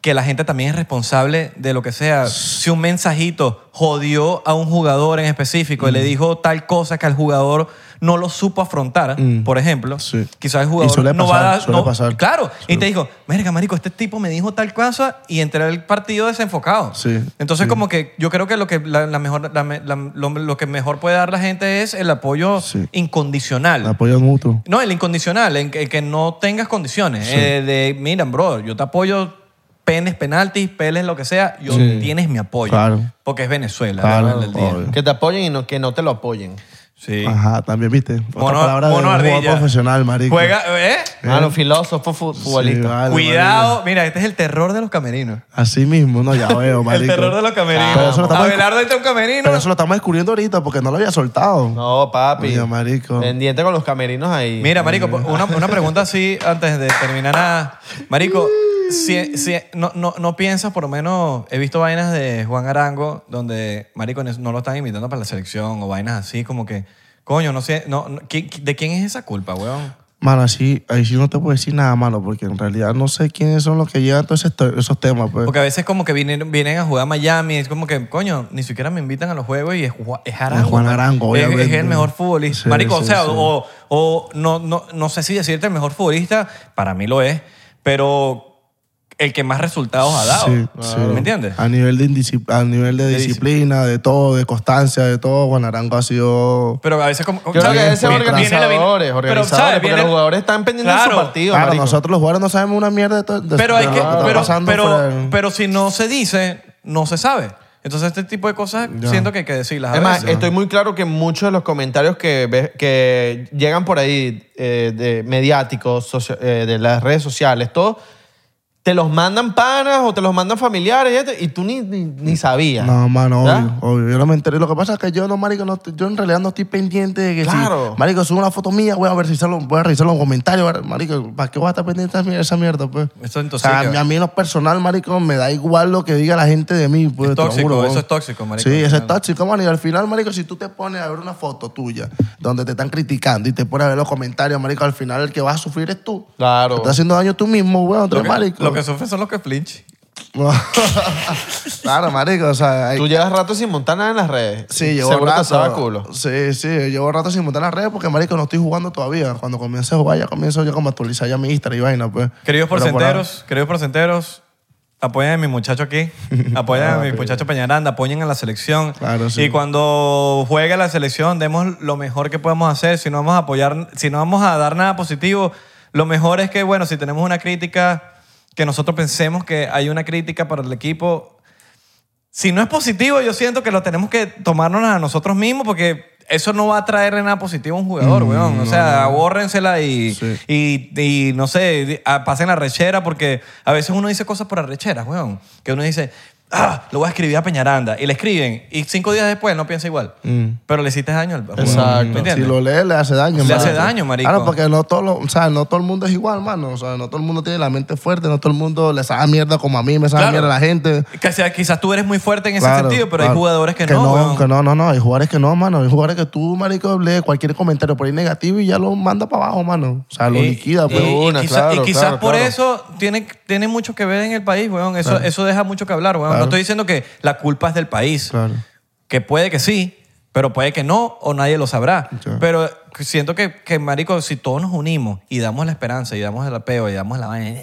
que la gente también es responsable de lo que sea. Si un mensajito jodió a un jugador en específico y
Mm.
le dijo tal cosa que al jugador no lo supo afrontar, por ejemplo,
Mm. Sí.
quizás el
Y suele
jugador no va a
pasar,
dar...
suele
no-
pasar.
Claro, y
Sí.
te dijo, verga, marico, este tipo me dijo tal cosa y entré al partido desenfocado.
Sí,
Entonces,
sí.
como que yo creo que lo que la, la mejor la me- la- lo, lo que mejor puede dar la gente es el apoyo
Sí.
incondicional.
Apoyo mutuo.
no, el incondicional, en que, en que no tengas condiciones. Eh, de, miran, bro, yo te apoyo penes, penaltis, peles, lo que sea, yo tienes mi apoyo.
Claro.
Porque es Venezuela.
Claro,
al final del día.
obvio.
Que te apoyen y no, que no te lo apoyen.
¿Eh?
Sí.
Ajá, también, ¿viste? Otra
Mono-
palabra de
mono
un jugador
ardilla.
profesional, marico.
Juega, ¿eh?
Mano, filósofo, Ah, fu-
Sí,
futbolista.
vale,
Cuidado.
marico.
Mira, este es el terror de los camerinos.
Así mismo, no, ya veo, marico.
El terror de los camerinos.
Pero eso lo estamos-
Abelardo entra a un camerino.
Pero eso lo estamos descubriendo ahorita porque no lo había soltado.
No, papi.
Oye, marico.
Pendiente con los camerinos ahí.
Mira, Marico, po- una, una pregunta así antes de terminar. a- Marico, si, si- no, no, no piensas, por lo menos he visto vainas de Juan Arango donde, Marico, no lo están invitando para la selección o vainas así como que, coño, no sé, no, no, ¿qui- qui- ¿de quién es esa culpa, weón?
Mano, así, ahí sí no te puedo decir nada, mano, porque en realidad no sé quiénes son los que llevan todos esos, te- esos temas, pues.
Porque a veces como que vienen, vienen a jugar a Miami, es como que, coño, ni siquiera me invitan a los juegos y es, Ju- es Arango.
Es Juan Arango,
Es, es
obviamente.
el mejor futbolista.
Sí,
Marico, o
sí,
sea,
sí.
o, o no, no, no sé si decirte el mejor futbolista, para mí lo es, pero el que más resultados ha dado.
Sí, sí. Ah.
¿Me entiendes?
A nivel de, indisci- a nivel de, disciplina, de todo, de constancia, de todo, Guanarango ha sido...
Pero a veces como...
Yo creo que ese
Viene la- viene-
organizadores,
pero,
organizadores,
¿sabes?
porque
Viene-
los jugadores están pendientes de su
Claro.
partido,
Claro,
marico.
nosotros los jugadores no sabemos una mierda de todo. de-
Pero
de
hay
lo
que...
está
Pero,
pasando fuera
pero,
del-
pero si no se dice, no se sabe. Entonces este tipo de cosas siento que hay que decirlas a
Además,
veces.
estoy muy claro que muchos de los comentarios que, ve- que llegan por ahí, eh, de mediáticos, socio- eh, de las redes sociales, todo, te los mandan panas o te los mandan familiares y, esto, y tú ni, ni, ni sabías.
No, mano,
¿verdad?
obvio, obvio. Yo no me enteré. Lo que pasa es que yo, no, marico, no, yo en realidad no estoy pendiente de que
Claro.
si, marico, subo una foto mía, voy a ver si salo- voy a revisar los comentarios. Marico, ¿para qué voy a estar pendiente de esa mier- esa mierda, pues?
Eso es
O sea,
tóxico.
a mí en lo personal, marico, me da igual lo que diga la gente de mí, pues,
Es
te lo
tóxico,
juro,
eso
weón.
es tóxico, marico,
Sí,
al
eso es
final.
tóxico, marico. Al final, marico, si tú te pones a ver una foto tuya donde te están criticando y te pones a ver los comentarios, marico, al final el que vas a sufrir es tú.
Claro.
Te estás haciendo daño tú mismo, weón, tú
Lo
eres
que,
marico.
lo que sufren son los que flinch.
claro, marico, o sea... hay-
Tú llevas rato sin montar nada en las redes.
Sí, llevo
Seguro te
rato.
asaba culo.
Sí, sí, llevo rato sin montar las redes porque, marico, no estoy jugando todavía. Cuando comience a jugar, ya comienzo yo como a actualizar ya mi Instagram y vaina, pues.
Queridos
Pero por
porcenteros, queridos porcenteros, apoyen a mi muchacho aquí, apoyen a mi muchacho Peñaranda, apoyen a la selección.
Ah, Claro, sí.
Y cuando juegue la selección, demos lo mejor que podemos hacer. Si no vamos a apoyar, si no vamos a dar nada positivo, lo mejor es que, bueno, si tenemos una crítica, que nosotros pensemos que hay una crítica para el equipo, si no es positivo, yo siento que lo tenemos que tomarnos a nosotros mismos porque eso no va a traerle nada positivo a un jugador,
Mm,
weón. O sea, abórrensela y, y, y, no sé, di- a- pasen la rechera porque a veces uno dice cosas por arrecheras, weón. Que uno dice, ah, lo voy a escribir a Peñaranda. Y le escriben y cinco días después no piensa igual. Pero le hiciste daño al
Exacto.
¿Me
Si
entiendes?
Mm. lo lees, le hace daño,
Mm. Le
marico.
hace daño, marico.
Claro, porque no todo, lo- o sea, no todo el mundo es igual, mano. O sea, no todo el mundo tiene la mente fuerte, no todo el mundo le sabe mierda como a mí, me sabe
Claro.
mierda a la gente.
Que sea, quizás tú eres muy fuerte en ese
Claro,
sentido, pero hay
claro.
jugadores que, no, weón.
que no, no, no. Hay jugadores que no, mano. Hay jugadores que tú, marico, lees cualquier comentario por ahí negativo y ya lo manda para abajo, mano. O sea, lo
Y-
liquida,
y-
pues.
Eh, y,
una,
quizá-
claro,
y quizás
claro,
por
claro.
eso tiene, tiene mucho que ver en el país, weón. Eso, eso deja mucho que hablar, weón. No estoy diciendo que la culpa es del país.
Claro.
Que puede que sí, pero puede que no, o nadie lo sabrá. Pero siento que, que, marico, si todos nos unimos y damos la esperanza, y damos el apeo, y damos la vaina,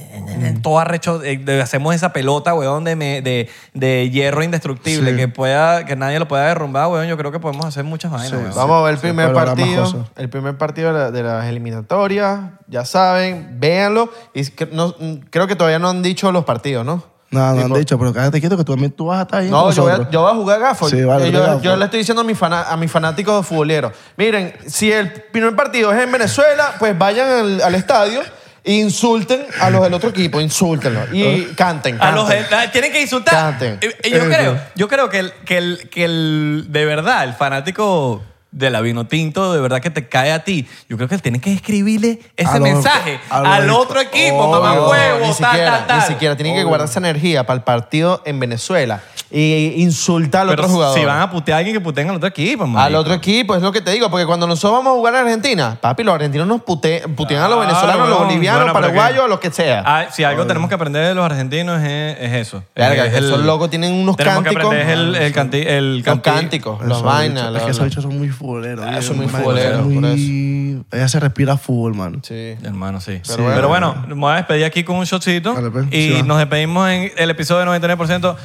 todo arrecho, eh, de- hacemos esa pelota, weón, de, me- de, de hierro indestructible, que pueda que nadie lo pueda derrumbar, weón, yo creo que podemos hacer muchas vainas, weón.
Vamos a ver el
sí,
primer
puede lograr más
partido.
cosas.
El primer partido de, la- de las eliminatorias. Ya saben, véanlo. Y es que no- creo que todavía no han dicho los partidos, ¿no?
No, no han
Tipo,
dicho, pero cállate quieto que tú también tú vas a estar ahí.
No,
con
yo voy, a,
nosotros.
yo voy a jugar gafo. Eh,
Sí, vale,
yo,
tú
yo
gafo.
le estoy diciendo a mis, fana- a mis fanáticos futboleros, miren, si el primer partido es en Venezuela, pues vayan al, al estadio e insulten a los del otro equipo, insúltenlos y
Ah.
canten.
A los
canten.
la- tienen que insultar.
Canten.
Eh, eh, Yo creo, yo creo que el, que el, que el- de verdad, el fanático de la vino tinto, de verdad que te cae a ti. Yo creo que él tiene que escribirle ese
A los-
mensaje
a los-
al otro equipo,
Obvio,
mamá
Oh, ni
huevo, tal,
siquiera,
tal, tal.
Ni siquiera, tienen que guardar esa energía para el partido en Venezuela e insultar al
Pero
otro jugador.
si van a putear a alguien que puteen al otro equipo, mamá.
Al otro equipo, es lo que te digo, porque cuando nosotros vamos a jugar a Argentina, papi, los argentinos nos pute- putean a los
Claro,
venezolanos, a los
weón.
bolivianos,
Bueno, pero
paraguayos,
que-
a los que sea.
Ah, si algo tenemos que aprender de los argentinos es, es eso.
Verga,
Es
que esos locos tienen unos
tenemos
cánticos.
que aprender es el, el, canti- el
Los
canti-
cánticos,
Eso,
los
bicho.
vainas.
Es
los-
que esos bichos son muy futboleros.
Ah,
tío,
son muy
marico,
futboleros,
son
por
muy- Ella se respira fútbol, mano.
Sí.
Hermano, sí. Pero,
Sí.
bueno, Pero bueno, me voy a despedir aquí con un shotcito.
Dale, pues,
y
sí va.
nos despedimos en el episodio 99%.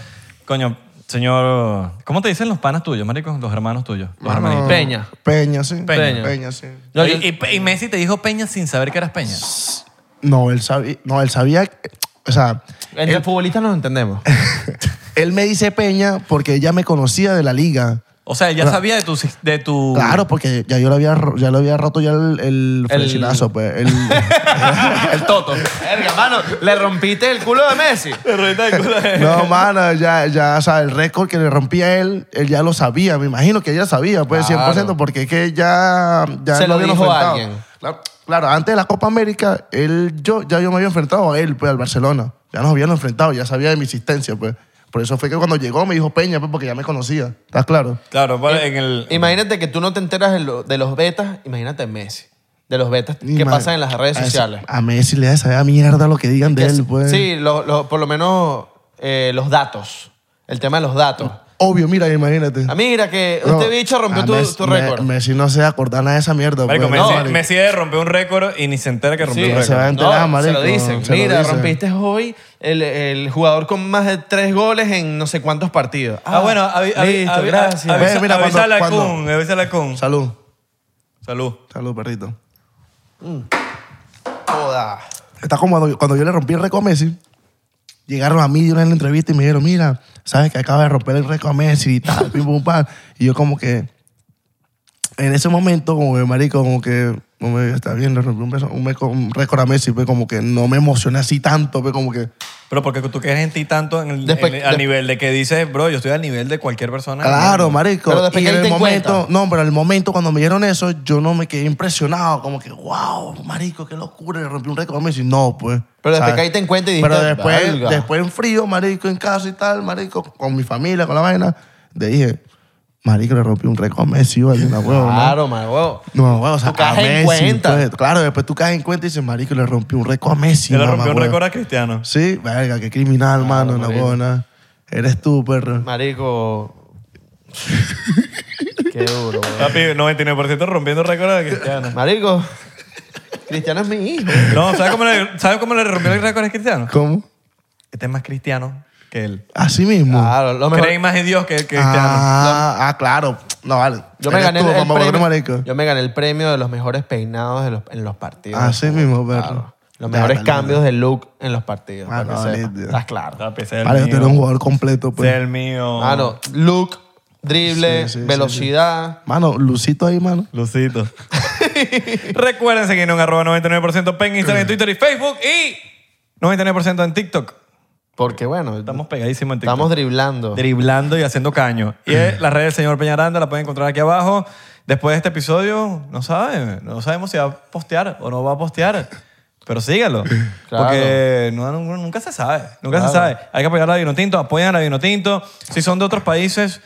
Coño, señor. ¿Cómo te dicen los panas tuyos, marico? Los hermanos tuyos. Los hermanitos.
Peña.
Ah, Peña, sí.
Peña.
Peña, sí.
No, yo-
y, y- y Messi te dijo Peña sin saber que eras Peña.
No, él sabía. No, él sabía. O sea,
Entre futbolistas nos entendemos.
él me dice Peña porque ella me conocía de la liga.
O sea, él ya sabía de tu. De tu
Claro, porque ya yo lo había, ro- ya lo había roto ya el, el flechinazo, pues. El,
El Toto. Verga, mano, le rompiste el culo de Messi.
no, mano, ya, ya, o sea, el récord que le rompía él, él ya lo sabía. Me imagino que ella sabía, pues, 100%, porque es que ya, ya
Se lo
habían
dijo a
enfrentado.
alguien.
Claro, claro, antes de la Copa América, él, yo, ya yo me había enfrentado a él, pues, al Barcelona. Ya nos habían enfrentado, ya sabía de mi existencia, pues. Por eso fue que cuando llegó me dijo Peña, pues, porque ya me conocía. ¿Estás claro?
Claro, pues, en el.
Imagínate que tú no te enteras de, lo- de los betas, imagínate Messi. De los betas que
Ima-
pasan en las redes
a ese-
sociales.
A Messi le da esa mierda lo que digan de
Que
él,
sí-
pues.
Sí, lo- lo- por lo menos eh, los datos. El tema de los datos.
Obvio, mira, imagínate.
Ah, Mira, que
Bro,
este bicho rompió
a
tu,
Messi-
tu récord.
Me- Messi no se acorda nada de esa mierda.
Marico,
pues.
Messi,
No,
Messi debe romper un récord y ni se entera que rompió
Sí,
un
se
récord.
va a enterar,
no, se
marico,
lo dicen.
se lo
Mira,
dicen.
rompiste hoy el, el jugador con más de tres goles en no sé cuántos partidos.
Ah, bueno, avi- avi-
listo,
avi-
gracias.
avisa-
Ve, mira, cuando-
avísale a
cuando-
Kun, avísale a Kun.
Salud.
Salud.
Salud, perrito.
Joda.
Está como cuando, cuando yo le rompí el récord a Messi. Llegaron a mí de una en la entrevista y me dijeron, mira, sabes que acaba de romper el récord a Messi y tal, pim, pum, pam. Y yo como que, en ese momento, como que, marico, como que, como que, está bien, le rompí un, beso- un meco- un récord a Messi, pues como que no me emocioné así tanto, pues como que,
Pero porque tú quieres en ti tanto en el-
Después-
en el- al
de-
nivel de que dices, bro, yo estoy al nivel de cualquier persona.
claro, marico.
Pero después
y
que
en
ahí
el
te
momento,
encuentras.
no, pero en el momento cuando me dieron eso, yo no me quedé impresionado, como que, wow, marico, qué locura, le rompí un récord a Messi. No, pues.
Pero después
¿sabes?
caíste en cuenta y
Pero
dijiste,
después,
"Valga".
después en frío, marico, en casa y tal, marico, con mi familia, con la vaina, le dije, marico, le rompí un récord a Messi, vale, una huevo, ¿no?
Claro, man, huevo.
No, güey, o sea,
Tú caes
a
en
Messi,
cuenta.
pues, claro, después tú caes en cuenta y dices, marico, le rompí un récord a Messi.
Yo le
mamá,
rompí un
güey".
récord a Cristiano.
Sí, verga, qué criminal, mano, la
marico.
buena. Eres tú, perro.
Marico. Qué duro, huevón.
Papi, 99% rompiendo récord a Cristiano.
Marico. Cristiano es mi hijo.
No, ¿sabes cómo le, ¿sabes cómo le rompió el récord a Cristiano?
¿Cómo?
Este es más cristiano que él.
Así mismo.
Claro, lo mejor.
Cree más en Dios que, que Cristiano.
ah, ah, claro. No, vale.
este Yo me,
Eres
gané
tú,
el
mamá,
premio,
marico.
yo me gané el premio de los mejores peinados de los- en los partidos.
Así Ah, mismo, perro.
Los mejores
Ya, dale,
cambios de look en los partidos.
Ah,
para
no,
que sepas.
lindo.
Estás claro.
Papi, ese es el
Vale, tú
mío.
eres un jugador completo,
Ese es
pues.
el mío.
Mano, look, drible,
Sí, sí, sí,
velocidad.
Mano, Lucito ahí, mano.
Lucito. Recuerden seguirnos en arroba 99% en Instagram, en Twitter y Facebook y 99% en TikTok.
Porque bueno, estamos,
Estamos pegadísimos en TikTok.
driblando.
driblando y haciendo caño. Y es la red del señor Peñaranda la pueden encontrar aquí abajo. Después de este episodio, no saben, no sabemos si va a postear o no va a postear. Pero sígalo.
Claro.
Porque no- nu- nunca se sabe. Nunca
Claro.
se sabe. Hay que apoyar a Vinotinto, apoyen a Vinotinto. Si son de otros países,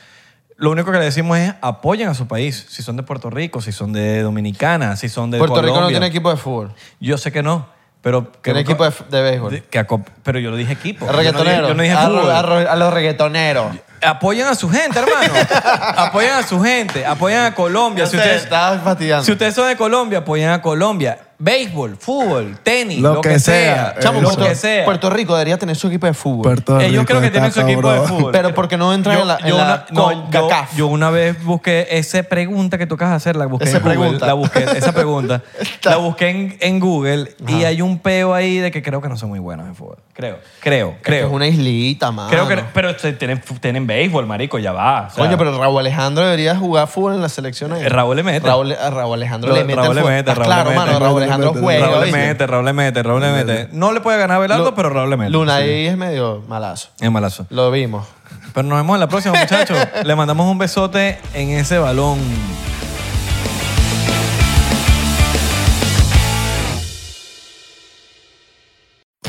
lo único que le decimos es apoyen a su país. Si son de Puerto Rico, si son de Dominicana, si son de
Puerto Rico no
Colombia.
tiene equipo de fútbol.
Yo sé que no, pero... creo
Tiene
que-
equipo de, f- de béisbol. Ah,
de- que acop- pero yo lo dije equipo. Yo no dije-
Reggaetoneros.
Yo no dije,
a, ro-
fútbol.
a ro- a los reggaetoneros.
Apoyan a su gente, hermano. apoyan a su gente. Apoyan a Colombia. Si
Yo sé,
ustedes,
estabas Ah, fastidiando.
si ustedes son de Colombia, apoyan a Colombia. Béisbol, fútbol, tenis, lo, que, sea. eh,
Chamo,
lo
Puerto,
que sea.
Puerto Rico debería tener su equipo de fútbol.
Puerto
Ellos creo
Rico
que tienen su
está
equipo de
cabrón.
fútbol.
Pero porque no entran en la- en la CONCACAF.
yo, yo una vez busqué esa pregunta que tocas hacer, la busqué
Esa
en Google,
pregunta.
la busqué, esa pregunta, la busqué en, en Google y hay un peo ahí de que creo que no son muy buenos en fútbol. Creo, creo, creo.
Es una islita, mano.
creo que, pero se- tienen, tienen béisbol, marico, ya va. o sea,
Coño, pero Raúl Alejandro debería jugar fútbol en la selección. ahí.
Eh, Raúl le mete.
Raúl, a Raúl Alejandro le
Raúl
mete.
Raúl
al
le
fútbol.
mete,
Estás
Raúl
claro,
le
mano.
mete,
Raúl
Raúl
Alejandro
le
juega.
Raúl le
¿viste?
mete, Raúl le mete, Raúl le mete. No le puede ganar a Belardo,
Lu-
pero Raúl le mete.
Luna ahí es medio malazo.
Es malazo.
Lo vimos.
Pero nos vemos en la próxima, muchachos. le mandamos un besote en ese balón.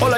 Hola,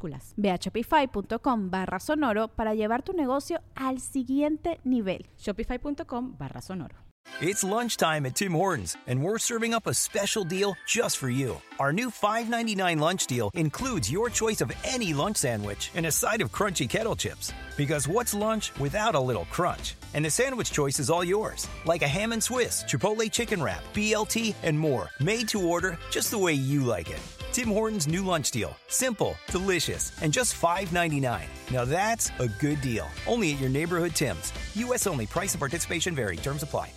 Ve a shopify.com barra sonoro para llevar tu negocio al siguiente nivel.
Shopify.com barra sonoro.
It's lunchtime at Tim Hortons, and we're serving up a special deal just for you. Our new $5.99 lunch deal includes your choice of any lunch sandwich and a side of crunchy kettle chips. Because what's lunch without a little crunch? And the sandwich choice is all yours, like a ham and Swiss, Chipotle chicken wrap, BLT, and more, made to order just the way you like it. Tim Hortons' new lunch deal. Simple, delicious, and just $5.99. Now that's a good deal. Only at your neighborhood Tim's. U.S. only. Price and participation vary. Terms apply.